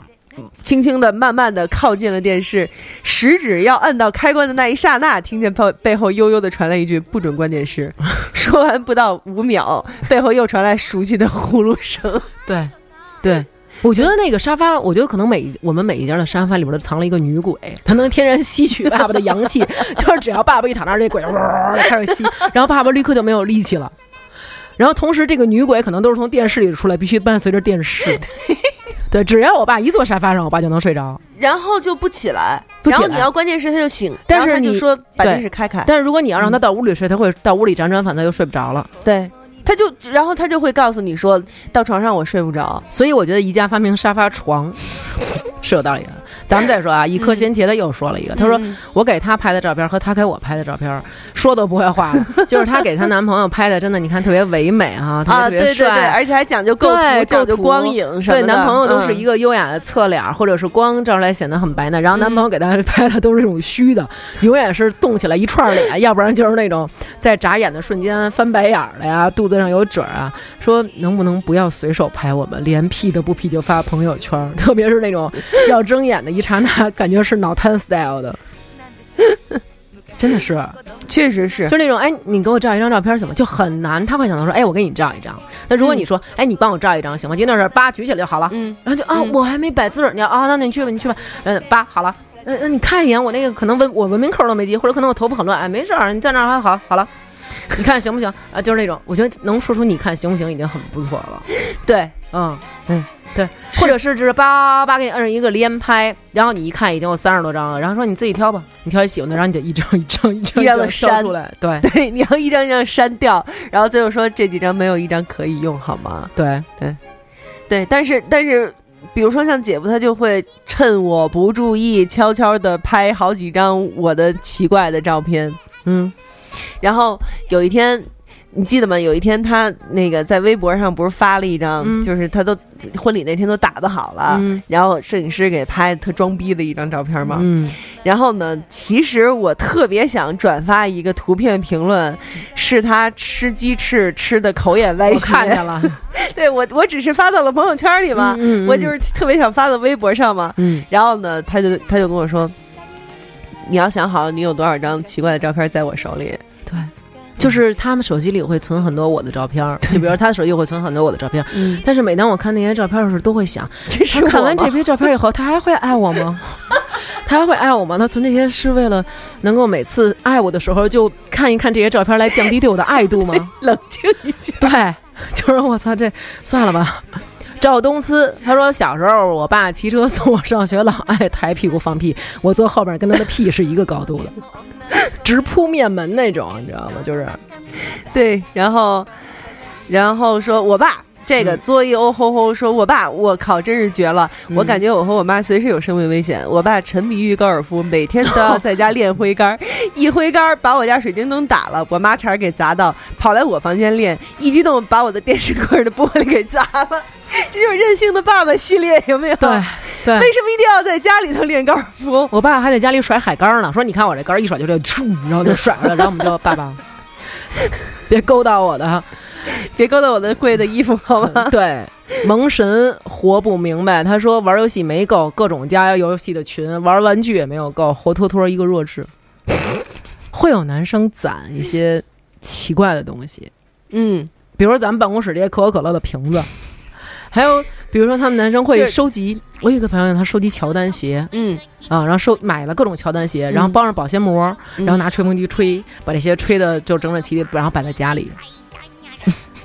轻轻的、慢慢的靠近了电视，食指要按到开关的那一刹那，听见背背后悠悠的传来一句“不准关电视”。 说完不到五秒，背后又传来熟悉的呼噜声。
对，对。我觉得那个沙发，我觉得可能每一我们每一家的沙发里边都藏了一个女鬼，她能天然吸取爸爸的阳气， 就是只要爸爸一躺那儿，这鬼就开始吸，然后爸爸立刻就没有力气了。然后同时，这个女鬼可能都是从电视里出来，必须伴随着电视。对，只要我爸一坐沙发上，我爸就能睡着。
然后就不起来，
不起
然
来
后你要关键是他就醒，
但是
然后他就
你
说把
对
电视开开，
但是如果你要让他到屋里睡，他会到屋里辗转反侧，又睡不着了。
对，他就然后他就会告诉你说到床上我睡不着，
所以我觉得宜家发明沙发床是有道理的。咱们再说啊，一颗贤茄他又说了一个，他说我给他拍的照片和他给我拍的照片，说都不会话了，就是她给她男朋友拍的，真的你看特别唯美哈，特别
啊，
特
对对对，
别帅。
而且还讲究构
对
图、讲究
构图
光影什么
对，
的。
男朋友都是
嗯
一个优雅的侧脸，或者是光照出来显得很白嫩，然后男
嗯
朋友给她 拍的都是这种虚的，永远是动起来一串脸，要不然就是那种在眨眼的瞬间翻白眼儿的呀，肚子上有褶儿啊。说能不能不要随手拍我们，连 P 都不 P 就发朋友圈儿，特别是那种要睁眼的一刹那，感觉是脑瘫 style 的，真的是。
确实是，
就那种哎，你给我照一张照片行吗？就很难，他会想到说，哎，我给你照一张。那如果你说，哎，你帮我照一张行吗？就那是叭举起来就好了，
嗯，
然后就啊，
嗯
我还没摆字儿，你要啊，那你去吧，你去吧，嗯，叭好了，呃，那你看一眼我那个，可能文我文明扣都没系，或者可能我头发很乱，哎，没事儿，你在那儿还好好了， 你看行不行啊？就是那种，我觉得能说出你看行不行已经很不错了。
对，
嗯，对对，或者是就是叭叭给你摁一个连拍，然后你一看已经有三十多张了，然后说你自己挑吧，你挑你喜欢的，然后你得一张一张
一
一张
张地
一张挑
删
出来，对
对，你要一张一张删掉，然后最后说这几张没有一张可以用，好吗？
对，
对，但是但是，比如说像姐夫，他就会趁我不注意，悄悄的拍好几张我的奇怪的照片。嗯，然后有一天，你记得吗？有一天他那个在微博上不是发了一张，
嗯
就是他都婚礼那天都打扮好了，
嗯
然后摄影师给拍特装逼的一张照片嘛。
嗯
然后呢，其实我特别想转发一个图片评论，是他吃鸡翅吃的口眼歪
我
斜。
看见了，
对我，我只是发到了朋友圈里嘛，
嗯嗯嗯
我就是特别想发到微博上嘛。
嗯
然后呢，他就他就跟我说，你要想好你有多少张奇怪的照片在我手里。
就是他们手机里会存很多我的照 片儿，就比如他的手机会存很多我的照片儿，
嗯，
但是每当我看那些照片的时候，都会想，
这
他
是我
看完这
吗
批照片以后，他还会爱我 吗？他还会爱我吗？他存这些是为了能够每次爱我的时候就看一看这些照片来降低对我的 爱度吗？
冷静一下。
对，就是我操，这算 了吧。赵东思他说，小时候我爸骑车送我上学，老爱抬屁股放屁，我坐后边跟他的屁是一个高度的，直扑面门那种，你知道吗？就是
对，然后然后说我爸。这
嗯
个作一哦吼吼说：“我爸，我靠，真是绝了！我感觉我和我妈随时有生命危险。我爸沉迷于高尔夫，每天都要在家练挥杆儿，一挥杆儿把我家水晶灯打了，我妈差点给砸到，跑来我房间练，一激动把我的电视柜的玻璃给砸了。 这就是任性的爸爸系列，有没有？
对对，
为什么一定要在家里头练高尔夫？
我爸还在家里甩海杆儿呢，说你看我这杆儿一甩 就这，咻然后就甩了，然后我们就爸爸，别勾到我的。
别勾到我的贵的衣服好吗？”
对，萌神活不明白，他说玩游戏没够各种加游戏的群，玩玩具也没有够，活脱脱一个弱智。 会有男生攒一些奇怪的东西，
嗯，
比如说咱们办公室这些可口可乐的瓶子，还有比如说他们男生会
这
收集，我有一个朋友他收集乔丹鞋，
嗯
啊，然后收买了各种乔丹鞋，然后包上保鲜膜，然
嗯
后拿吹风机吹，把这些吹的就整整齐齐，然后摆在家里。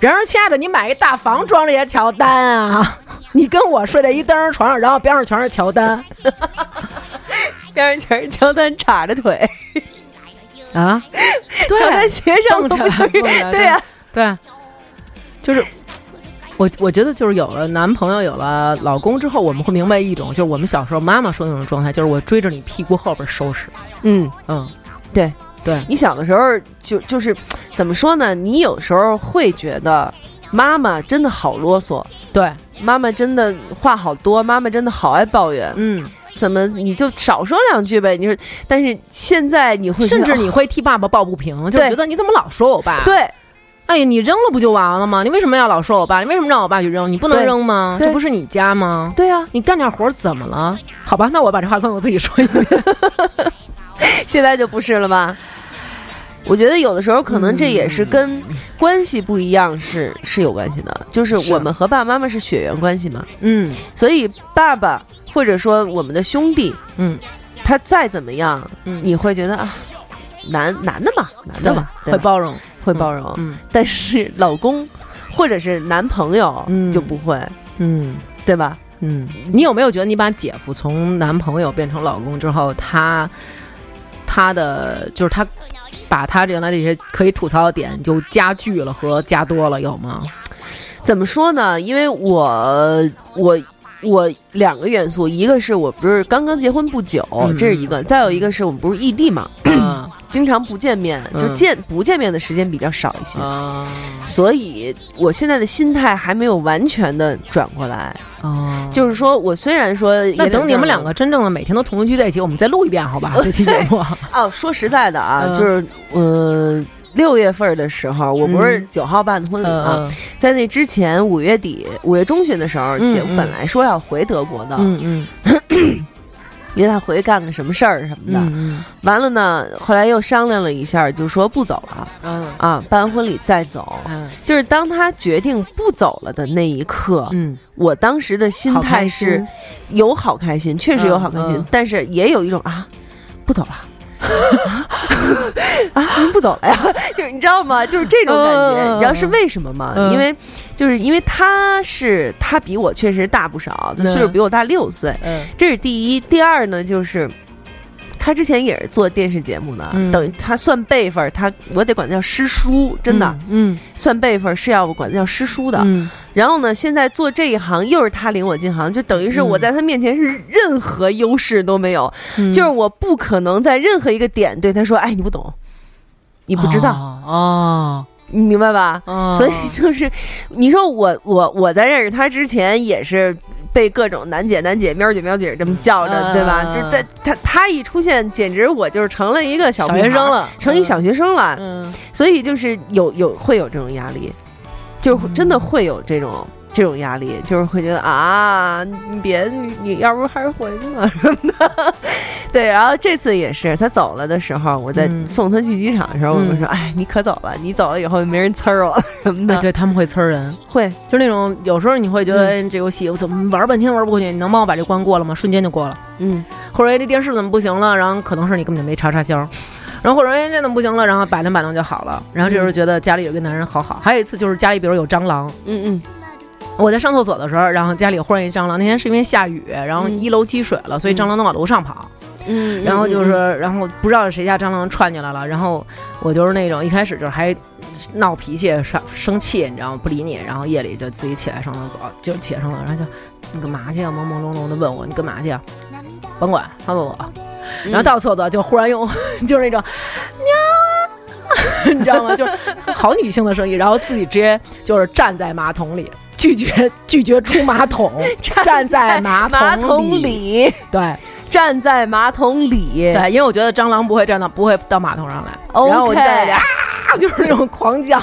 然而，亲爱的，你买一大房装这些乔丹啊？ 你跟我睡在一单人床上，然后边上全是乔丹
边上全是乔丹叉着腿，
啊？对，
乔丹鞋上
蹦
都
起
不
来，
是
蹦 起来，
对啊呀、
对，就是我我觉得就是有了男朋友，有了老公之后，我们会明白一种，就是我们小时候妈妈说的那种状态，就是我追着你屁股后边收拾。
嗯。
嗯，
对
对，
你小的时候就就是怎么说呢？你有时候会觉得妈妈真的好啰嗦，
对，
妈妈真的话好多，妈妈真的好爱抱怨。
嗯，
怎么你就少说两句呗？你说，但是现在你会觉
甚
得
至
哦
你会替爸爸抱不平，就是
对
觉得你怎么老说我爸？，
对
哎呀，你扔了不就完了吗？你为什么要老说我爸？你为什么让我爸去扔？你不能
对
扔吗？
对
这不是你家吗？
对啊，
你干点活儿怎么了？好吧，那我把这话跟我自己说 一遍。
现在就不是了吧？我觉得有的时候可能这也是跟关系不一样是是有关系的，就是
是
我们和爸爸妈妈是血缘关系嘛，
嗯
所以爸爸或者说我们的兄弟，
嗯，
他再怎么样，
嗯，
你会觉得啊，男男的嘛，男的
对
嘛，对
会
吧
包容，
会包容，
嗯
但是老公或者是男朋友
嗯
就不会，
嗯
对吧？
嗯。你有没有觉得你把姐夫从男朋友变成老公之后，他他的就是他把他原来这些可以吐槽的点就加剧了和加多了，有 吗？
怎么说呢？因为我我我两个元素，一个是我不是刚刚结婚不久，
嗯
这是一个；再有一个是我们不是异地嘛，
嗯
经常不见面，
嗯
就见不见面的时间比较少一些，
啊
所以我现在的心态还没有完全的转过来。
哦，
就是说我虽然说也
那等
得这
你们
样
两个真正的每天都同居在一起，我们再录一遍，好吧？这期节目，
哦，说实在的啊，
嗯
就是呃。六月份的时候，我不是
嗯
九号办的婚礼啊，
嗯
在那之前五月底、五月中旬的时候，
嗯
姐
嗯
啊本来说要回德国的，
嗯嗯
因为他回去干个什么事儿什么的。
嗯
完了呢，后来又商量了一下，就说不走了
嗯
啊，办完婚礼再走。
嗯
就是当他决定不走了的那一刻，
嗯，
我当时的心
好
态
开
是
心
有好开心，确实有好开心，
嗯嗯
但是也有一种啊，不走了。 啊，啊您不走了呀？就是你知道吗？就是这种感觉。
嗯
你知道是为什么吗？
嗯
因为就是因为他是他比我确实大不少，他岁数比我大六岁，
嗯
这是第一。第二呢，就是他之前也是做电视节目的，
嗯
等于他算辈分儿，他我得管他叫师叔，真的、
嗯
算辈分儿是要管他叫师叔的。
嗯
然后呢，现在做这一行又是他领我进行，就等于是我在他面前是任何优势都没有，
嗯
就是我不可能在任何一个点对他说：“哎，你不懂，你不知道，嗯
哦
你明白吧？”
哦，
所以就是，你说我我我在认识他之前也是。被各种楠姐、楠姐、喵姐、喵姐这么叫着，
嗯
对吧？
嗯
就是在他他一出现，简直我就是成了一个小
小
屁
学
孩
生，了，
成一小学生了。
嗯
所以就是有有会有这种压力，就是
嗯
真的会有这种。这种压力就是会觉得啊，你别你你要不还是回去吧 什么的，对。然后这次也是，他走了的时候，我在
嗯
送他去机场的时候，我就
嗯
说，哎，你可走了，你走了以后就没人呲儿我了什么的。
哎，对他们 会呲人，
会，
就是那种有时候你会觉得、哎这游戏我怎么玩半天玩不过去，你能帮我把这关过了吗？瞬间就过了。
嗯，
或者哎这电视怎么不行了，然后可能是你根本就没插 插销，然后或者哎这怎么不行了，然后摆弄摆弄就好了，然后这时候觉得家里有一个男人好好。还有一次就是家里比如有蟑螂，
嗯嗯
我在上厕所的时候，然后家里忽然一蟑螂，那天是因为下雨，然后一楼积水了，所以蟑螂都往楼上跑，
嗯
然后就是，然后不知道是谁家蟑螂窜进来了，然后我就是那种一开始就是还闹脾气、耍生气，你知道吗？不理你，然后夜里就自己起来上厕所，就起来上厕所，然后就你干嘛去啊？朦朦胧胧的问我你干嘛去啊？甭管，他问我，
嗯
然后到厕所就忽然用 就是那种喵啊，你知 道吗？就是好女性的声音，然后自己直接就是站在马桶里。拒绝拒绝出马桶， 站在马
马
桶
桶里
对，
站在马桶里，
对，因为我觉得蟑螂不会站到不会到马桶上来
OK
然后我就在那里啊，就是那种狂叫，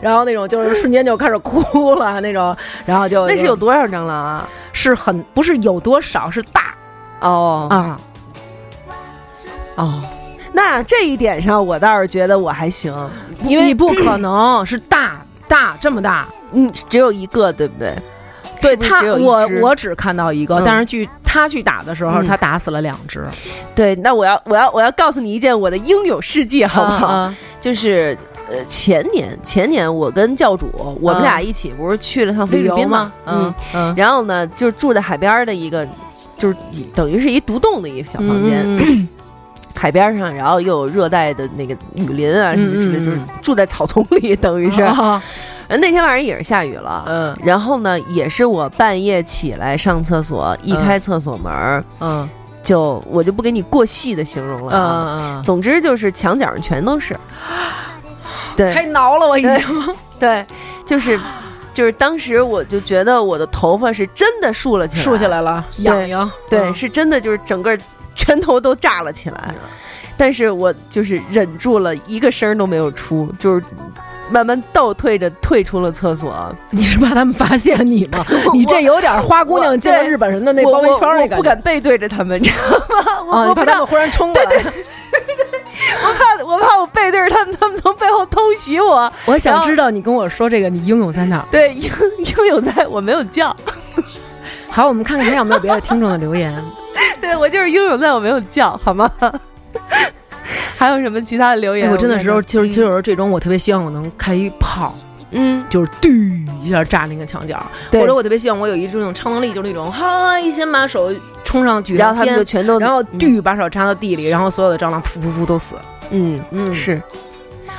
然后那种就是瞬间就开始哭了那种，然后就
那是有多少蟑螂啊？
是很不是有多少是大
哦
啊，
哦，那这一点上我倒是觉得我还行，因为
你不可能是大大这么大，
嗯，只有一个，对不对？
对
是不是
他
只有一
我
只
我只看到一个
嗯，
但是据他去打的时候，
嗯
他打死了两只，
对，那我要我要我要告诉你一件我的英勇事迹，好不好？
啊？
就是呃，前年前年我跟教主，我们
啊
俩一起不是去了趟菲
旅
律
游
宾
吗
嘛？？
嗯嗯
然后呢，就是住在海边儿的一个，就是一等于是一独栋的一个小房间，
嗯嗯嗯
海边上，然后又有热带的那个雨林啊什么之类，
嗯嗯嗯
就是住在草丛里，等于是。呃
啊
那天晚上也是下雨了，
嗯
然后呢，也是我半夜起来上厕所，一
嗯
开厕所门儿、
嗯
就我就不给你过细的形容了、啊。
嗯
总之就是墙角上全都是， 对
嗯，太挠了我已经。
对， 就是就是当时我就觉得我的头发是真的竖了起来，
竖起，来了，痒痒。
对，
嗯
是真的就是整个全头都炸了起来。但是我就是忍住了，一个声儿都没有出，就是慢慢倒退着退出了厕所。
你是怕他们发现你 吗？你这有点花姑娘见了日本人的那
我
包围圈
我
那
我
感
不
觉
敢背对着他们，你知 道吗？我、
啊！
我
你
不
怕
知
他
道，
们忽然冲过来。
我怕我怕我背对着他们，他们从背后偷袭我。
我想知道你跟我说这个，你英勇在哪儿？
对， 因因为有在我没有叫，
好，我们看看还有没有别的听众的留言。
对我就是拥有在我没有叫，好吗？ 还有什么其他的留言？
哎，我真的
看
时候，
看
就是就有时候这种，我特别希望我能开一炮，
嗯，
就是嘟一下炸那个墙角，
对
或者我特别希望我有一种超能力，就是那种哈一先把手冲上举
然
上
后他们就
天，
全都，
然后
嗯
嘟把手插到地里，然后所有的蟑螂噗噗噗都死。
嗯
嗯，
是。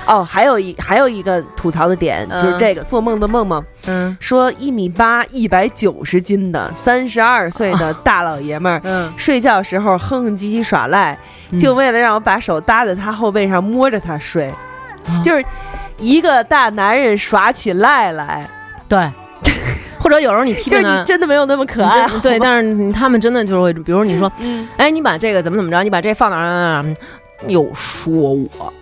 哦，还有一还有一个吐槽的点就是
嗯
这个做梦的梦梦
嗯
说一米八一百九十斤的三十二岁的大老爷们儿
嗯，
睡觉时候哼哼唧唧耍赖，就为了让我把手搭在他后背上摸着他睡，就是一个大男人耍起赖来，
对， 或者有时候你批
就
评
是
他
你，真的没有那么可
你
爱
这，对，但是他们真的就是会，比如你说，哎，你把这个怎么怎么着，你把这放哪儿哪儿哪儿哪儿，又说我。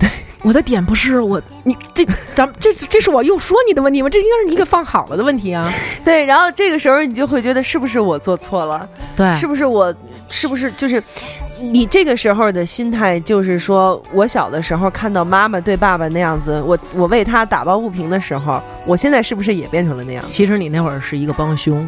对，我的点不是我，你这咱们这这是我又说你的问题吗？这应该是你给放好了的问题啊。
对，然后这个时候你就会觉得是不是我做错了，
对
是不是我是不是就是你这个时候的心态，就是说我小的时候看到妈妈对爸爸那样子，我我为他打抱不平的时候，我现在是不是也变成了那样？
其实你那会儿是一个帮凶，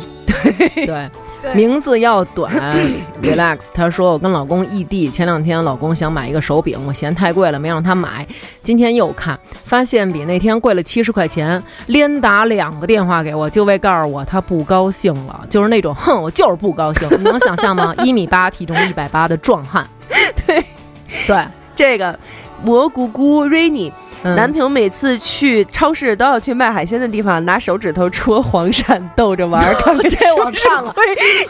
对名字要短 ，relax。她说我跟老公异地，前两天老公想买一个手柄，我嫌太贵了，没让他买。今天又看，发现比那天贵了七十块钱，连打两个电话给我，就为告诉我他不高兴了，就是那种哼，我就是不高 兴。你能想象吗？一米八，体重一百八的壮汉， 对对，
这个蘑菇菇 Rainy
嗯
南平每次去超市都要去卖海鲜的地方，拿手指头戳黄鳝逗着 玩儿，看看这
我看了
会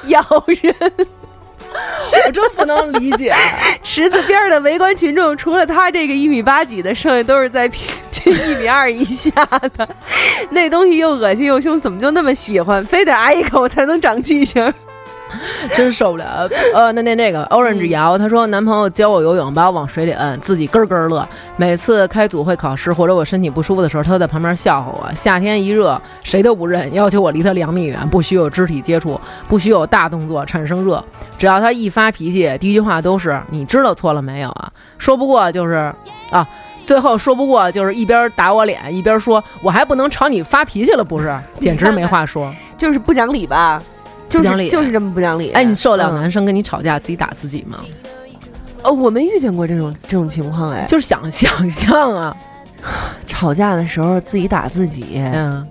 咬人。
我真不能理解。
池子边儿的围观群众，除了他这个一米八几的，剩下都是在平均一米二以下的。那东西又恶心又凶，怎么就那么喜欢？非得挨一口才能长记性？
真受不了。呃，那那那个 Orange 瑶，她说男朋友教我游泳，把我往水里摁，自己咯咯乐。每次开组会考试或者我身体不舒服的时候，他都在旁边笑话我。夏天一热，谁都不认，要求我离他两米远，不许有肢体接触，不许有大动作产生热。只要他一发脾气，第一句话都是“你知道错了没有啊？”说不过就是啊。最后说不过，就是一边打我脸，一边说“我还不能朝你发脾气了，不是？”简直没话说。
就是不讲理吧？就
不讲
是
理
就是这么不讲理。啊
哎，你受得了
嗯
男生跟你吵架自己打自己吗？
哦，我没遇见过这种这种情况哎，
就是想想象啊，
吵架的时候自己打自己。
嗯，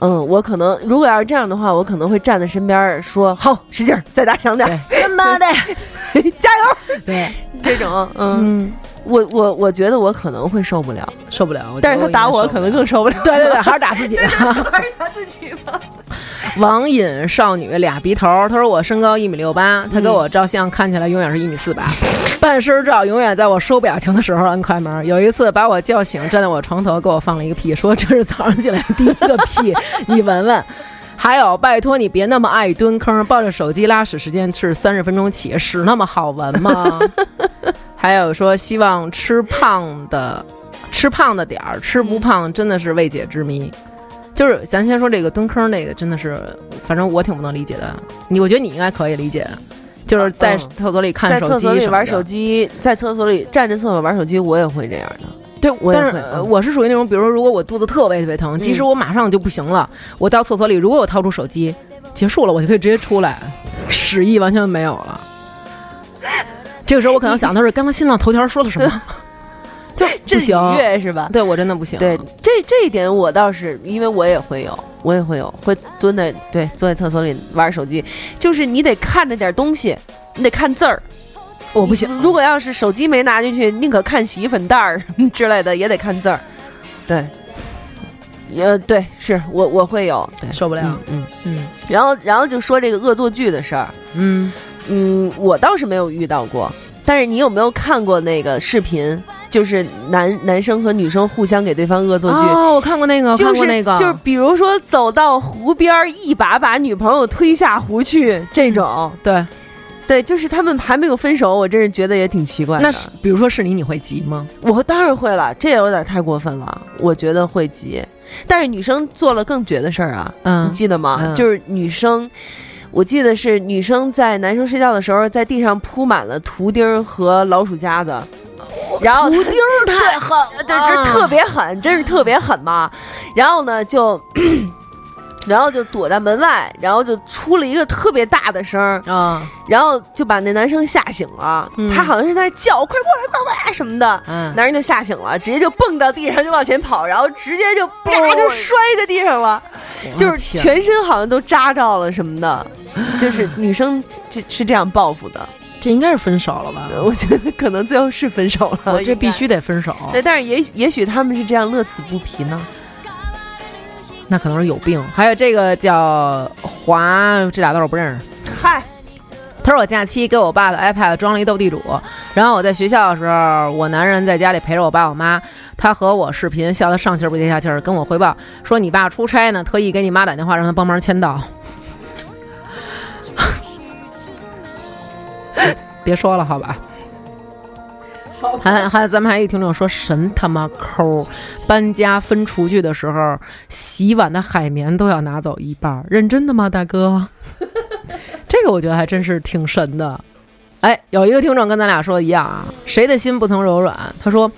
嗯，我可能如果要是这样的话，我可能会站在身边儿说：“好，使劲儿，再打响点儿，他妈的， 加油
对，！”
这种，嗯，
嗯，
我我我觉得我可能会受不了，
受不了。
但是他打我
觉
可
得
能更受不了。
我应该受不了。对对对，还是打自己吧。
还是他自己吧。
网瘾少女俩鼻头，她说我身高一米六八，她给我照相看起来永远是一米 四八，半身照永远在我收表情的时候按快门。有一次把我叫醒，站在我床头给我放了一个屁，说这是早上起来第一个 屁，你闻闻。还有，拜托你别那么爱蹲坑，抱着手机拉屎时间是三十分钟起，屎那么好 闻吗？还有说希望吃胖的，吃胖的点儿，
嗯
吃不胖真的是未解之谜。就是咱先说这个蹲坑那个，真的是，反正我挺不能理解的。你我觉得你应该可以理解，就是在
嗯
厕所里看
在
手
厕
机，
所里玩手。机，在厕所里站着厕所玩手机，我也会这样的。
对，
我也
但是
会
呃
嗯
我是属于那种，比如说，如果我肚子特别特别疼，即使我马上就不行了，我到厕所里，如果我掏出手机，结束了，我就可以直接出来，屎意完全没有了。这个时候我可能想的是，刚刚新浪头条说了什么？ 就 不行，
愉悦是吧？
对我真的不行。
对，这这一点我倒是，因为我也会有，我也会有，会蹲在对坐在厕所里玩手机，就是你得看着点东西，你得看字儿。
我不行。
如果要是手机没拿进去，宁可看洗衣粉袋儿之类的，也得看字儿。对，呃，对，是我我会有，对，
受不了
嗯嗯
嗯
然后然后就说这个恶作剧的事儿，
嗯，
嗯，我倒是没有遇到过，但是你有没有看过那个视频？就是男男生和女生互相给对方恶作剧，
哦，我看过那个，我
就
看过
是
那个，
就是比如说走到湖边儿，一把把女朋友推下湖去这种，
对，
对，就是他们还没有分手，我真是觉得也挺奇怪的。
那是比如说是你，你会急吗？
我当然会了，这也有点太过分了，我觉得会急。但是女生做了更绝的事儿啊，
嗯
你记得吗？
嗯
就是女生，我记得是女生在男生睡觉的时候，在地上铺满了图钉儿和老鼠夹子，然后哦图钉太狠，对，这特别狠，真是特别狠嘛。然后呢，就。 然后就躲在门外，然后就出了一个特别大的声儿，
啊，
然后就把那男生吓醒了。
嗯
他好像是在叫：“快过来，快过来！”什么的。
嗯，
男人就吓醒了，直接就蹦到地上就往前跑，然后直接就啪就摔在地上了，就是
哦天
全身好像都扎着了什么的，就是女生这是这样报复的，
这应该是分手了吧？
我觉得可能最后是分手了，
我这必须得分手，
应该。对，但是也也许他们是这样乐此不疲呢。
那可能是有病。还有这个叫华，这俩字儿我不认识。
嗨，
他说我假期给我爸的 iPad 装了一斗地主，然后我在学校的时候，我男人在家里陪着我爸我妈，他和我视频笑得上气儿不接下气儿，跟我汇报说你爸出差呢，特意给你妈打电话让他帮忙签到。 别说了，好吧。还还，咱们还有一听众说神他妈抠儿，搬家分厨具的时候，洗碗的海绵都要拿走一半儿，认真的吗，大哥？这个我觉得还真是挺神的。哎，有一个听众跟咱俩说的一样啊，谁的心不曾柔软？他说，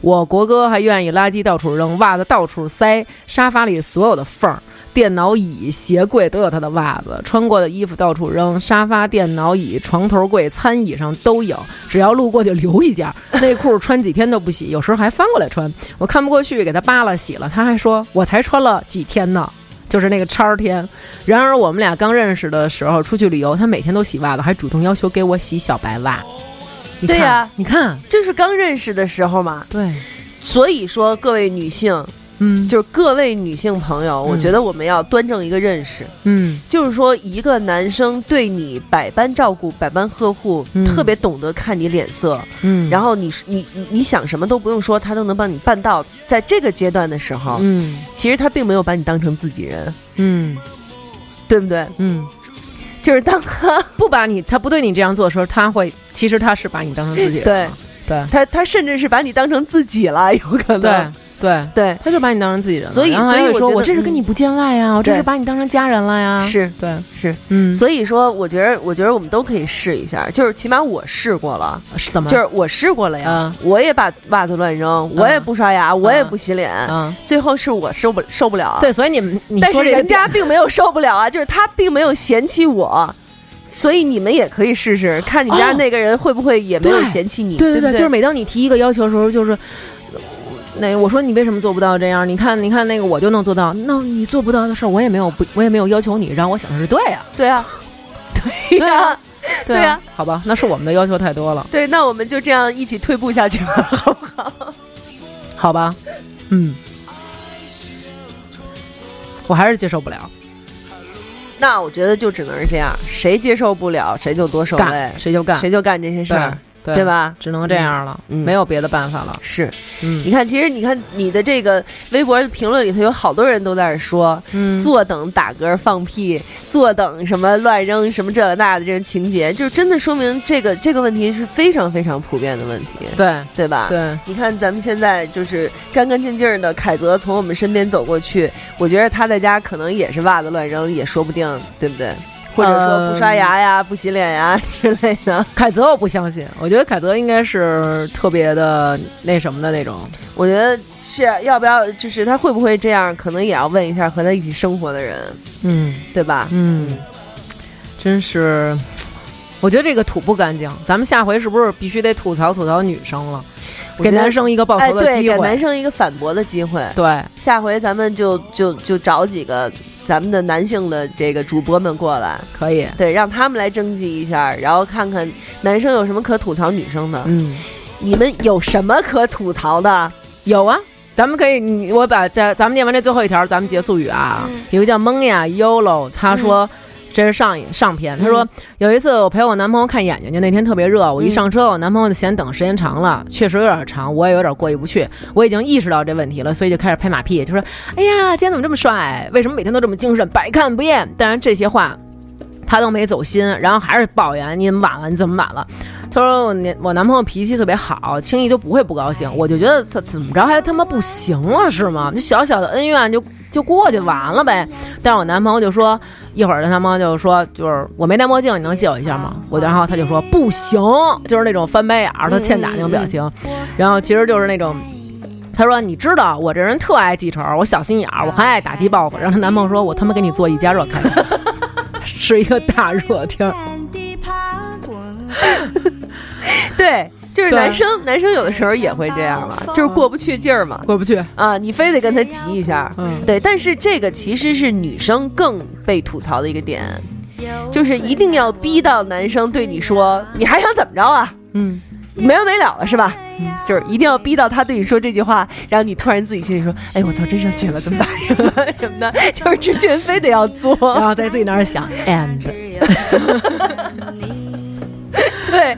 我国歌还愿意垃圾到处扔，袜子到处塞，沙发里所有的缝儿。电脑椅、鞋柜都有他的袜子，穿过的衣服到处扔，沙发、电脑椅、床头柜、餐椅上都有，只要路过就留一件儿。内裤穿几天都不洗，有时候还翻过来穿。我看不过去，给他扒了洗了，他还说我才穿了几天呢，就是那个叉儿天。然而我们俩刚认识的时候出去旅游，他每天都洗袜子，还主动要求给我洗小白袜。你看
对呀
你看，
这是刚认识的时候嘛。
对，
所以说，各位女性，
嗯，
就是各位女性朋友，我
嗯
觉得我们要端正一个认识，
嗯
就是说，一个男生对你百般照顾、百般呵护，
嗯
特别懂得看你脸色，
嗯，
然后你你你你想什么都不用说，他都能帮你办到。在这个阶段的时候，
嗯
其实他并没有把你当成自己人，
嗯
对不对？
嗯，
就是当他
不把你他不对你这样做的时候，他会其实他是把你当成自己人
对
了对
他他甚至是把你当成自己了，有可能。
对对，
对
他就把你当成自己人了，
所以
然后他
所以我
会说
觉得嗯
我这是跟你不见外呀，我这是
对
把你当成家人了呀，
是
对
是，
嗯，
所以说，我觉得，我觉得我们都可以试一下，就是起码我试过了，
以是怎么
就是我试过了呀，我也把袜子乱扔，我也不刷牙，我也不洗脸，
嗯，
最后是我受不受不了啊。
对，所以你们你
但
说
是
这个
人家
点
并没有受不了啊，就是他并没有嫌弃我，所以你们也可以试试，看你们家
哦
那个人会不会也没有
对
嫌弃你，
对
不
对，
对，
就是每当你提一个要求的时候，就是。那我说你为什么做不到这样？你看，你看那个我就能做到，那你做不到的事儿我也没有不，我也没有要求你，让我想的是对呀、
对啊，
对呀、
对
对呀、
啊
好吧，那是我们的要求太多了，
对，那我们就这样一起退步下去吧，好不好？
好吧，嗯，我还是接受不了，
那我觉得就只能是这样，谁接受不了谁就多受累
干，谁就干，
谁就干这些事儿，
对
对？吧？
只能这样了，
嗯嗯
没有别的办法了。
是，你
嗯
看，其实你看你的这个微博的评论里头，有好多人都在那儿说，
嗯
坐等打嗝放屁，坐等什么乱扔什么这那的这种情节，就是真的说明这个这个问题是非常非常普遍的问题，
对
对吧？。
对，
你看，咱们现在就是干干净净的凯泽从我们身边走过去，我觉得他在家可能也是袜子乱扔，也说不定，对不对？或者说不
嗯
刷牙呀、不洗脸呀 之类的。
凯泽我不相信，我觉得凯泽应该是特别的那什么的那种。
我觉得是要不要，就是他会不会这样，可能也要问一下和他一起生活的人，
嗯
对吧？
嗯，真是，我觉得这个土不干净。咱们下回是不是必须得吐槽吐槽女生了，
我
给
觉得
男生一个报
哎，
仇的
对，
机
给
会？
男生一个反驳的机会。
对
下回咱们就就就找几个咱们的男性的这个主播们过来，
可以。
对，让他们来征集一下，然后看看男生有什么可吐槽女生的，
嗯，
你们有什么可吐槽的？
有啊。咱们可以，你我把这咱们念完这最后一条，咱们结束语啊。有一个叫蒙呀 Yolo，他说、这是上一上篇，他说、有一次我陪我男朋友看眼睛去，那天特别热，我一上车，我男朋友就嫌等时间长了，确实有点长，我也有点过意不去。我已经意识到这问题了，所以就开始拍马屁，就说：“哎呀，今天怎么这么帅？为什么每天都这么精神，百看不厌？”当然这些话他都没走心，然后还是抱怨：“你怎么晚了？你怎么晚了？”他说我男我男朋友脾气特别好，轻易就不会不高兴。我就觉得怎怎么着还他妈不行了是吗？就小小的恩怨就就过去完了呗。但是我男朋友就说，一会儿他男朋友就说，就是我没戴墨镜，你能借我一下吗？我然后他就说不行，就是那种翻白眼儿，他欠打那种表情。然后其实就是那种。他说：“你知道我这人特爱记仇，我小心眼儿，我还爱打击报复。”然后她男朋友说：“我他妈给你做一加热 开的，是一个大热天儿。
对，就是
对
男生，男生有的时候也会这样嘛，就是过不去劲儿嘛，
过不去。
啊，你非得跟他急一下，
嗯
对。但是这个其实是女生更被吐槽的一个点，就是一定要逼到男生对你说，你还想怎么着啊？
嗯，
没完没了了是吧？嗯就是一定要逼到他对你说这句话，然后你突然自己心里说，哎，我操，真生气了，怎么 办呀？什么的，就是之前非得要
然
做，
后在自己那儿想，and
对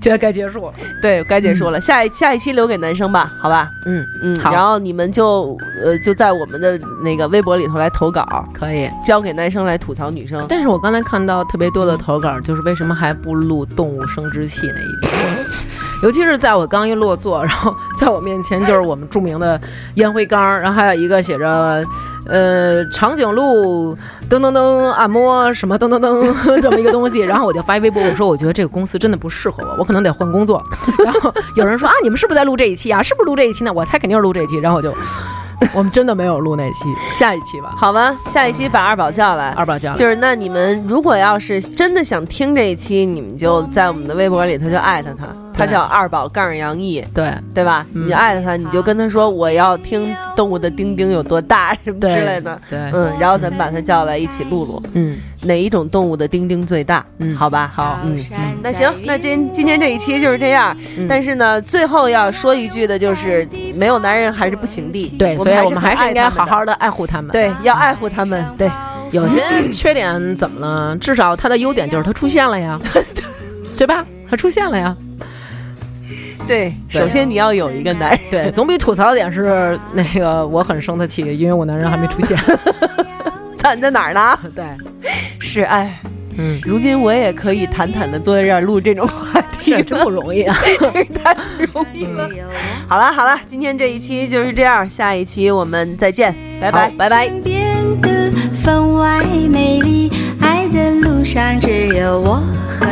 觉得该结束了。
对，该结束了，下一下一期留给男生吧，好吧？
嗯，
嗯，
好
然后你们就呃就在我们的那个微博里头来投稿，
可以。
交给男生来吐槽女生。
但是我刚才看到特别多的投稿，就是为什么还不录动物生殖器那一集？ 尤其是在我刚一落座，然后在我面前就是我们著名的烟灰缸，然后还有一个写着呃长颈鹿噔噔噔按摩什么噔噔噔 这么一个东西，然后我就发一微博，我说我觉得这个公司真的不适合我，我可能得换工作。然后有人说啊，你们是不是在录这一期啊？是不是录这一期呢？我猜肯定是录这一期，然后我就我们真的没有录那期，下一期吧，
好吧，下一期把二宝叫来。
二宝讲。
就是那你们如果要是真的想听这一期，你们就在我们的微博里头就艾特他，他叫二宝杠杨毅，
对
对吧？
嗯
你就艾特他，你就跟他说我要听动物的丁丁有多大什么之
对
类的，
对，
嗯，然后咱们把他叫来一起录录，
嗯，
哪一种动物的丁丁最大？
嗯
好吧， 好，
嗯
那行，那今今天这一期就是这样。但是呢，最后要说一句的就是，没有男人还是不行的。
对，所以嗯我们还
是
是
很
应
爱
该
他们的
好好的爱护他们。，
对，要爱护他们。对，
有些缺点怎么了？至少它的优点就是它出现了 呀，对吧？它出现了呀。
对，首先你要有一个男人。
对，总比吐槽的点是那个我很生他气，因为我男人还没出现。
惨在哪儿呢？
对，
是哎，
嗯，
如今我也可以坦坦的坐在这儿录这种话题
是
了，
真不容易啊。
真是 太不容易了。好了好了，今天这一期就是这样，下一期我们再见，拜拜
好，拜拜。
变得分外美丽。爱的路上只有我和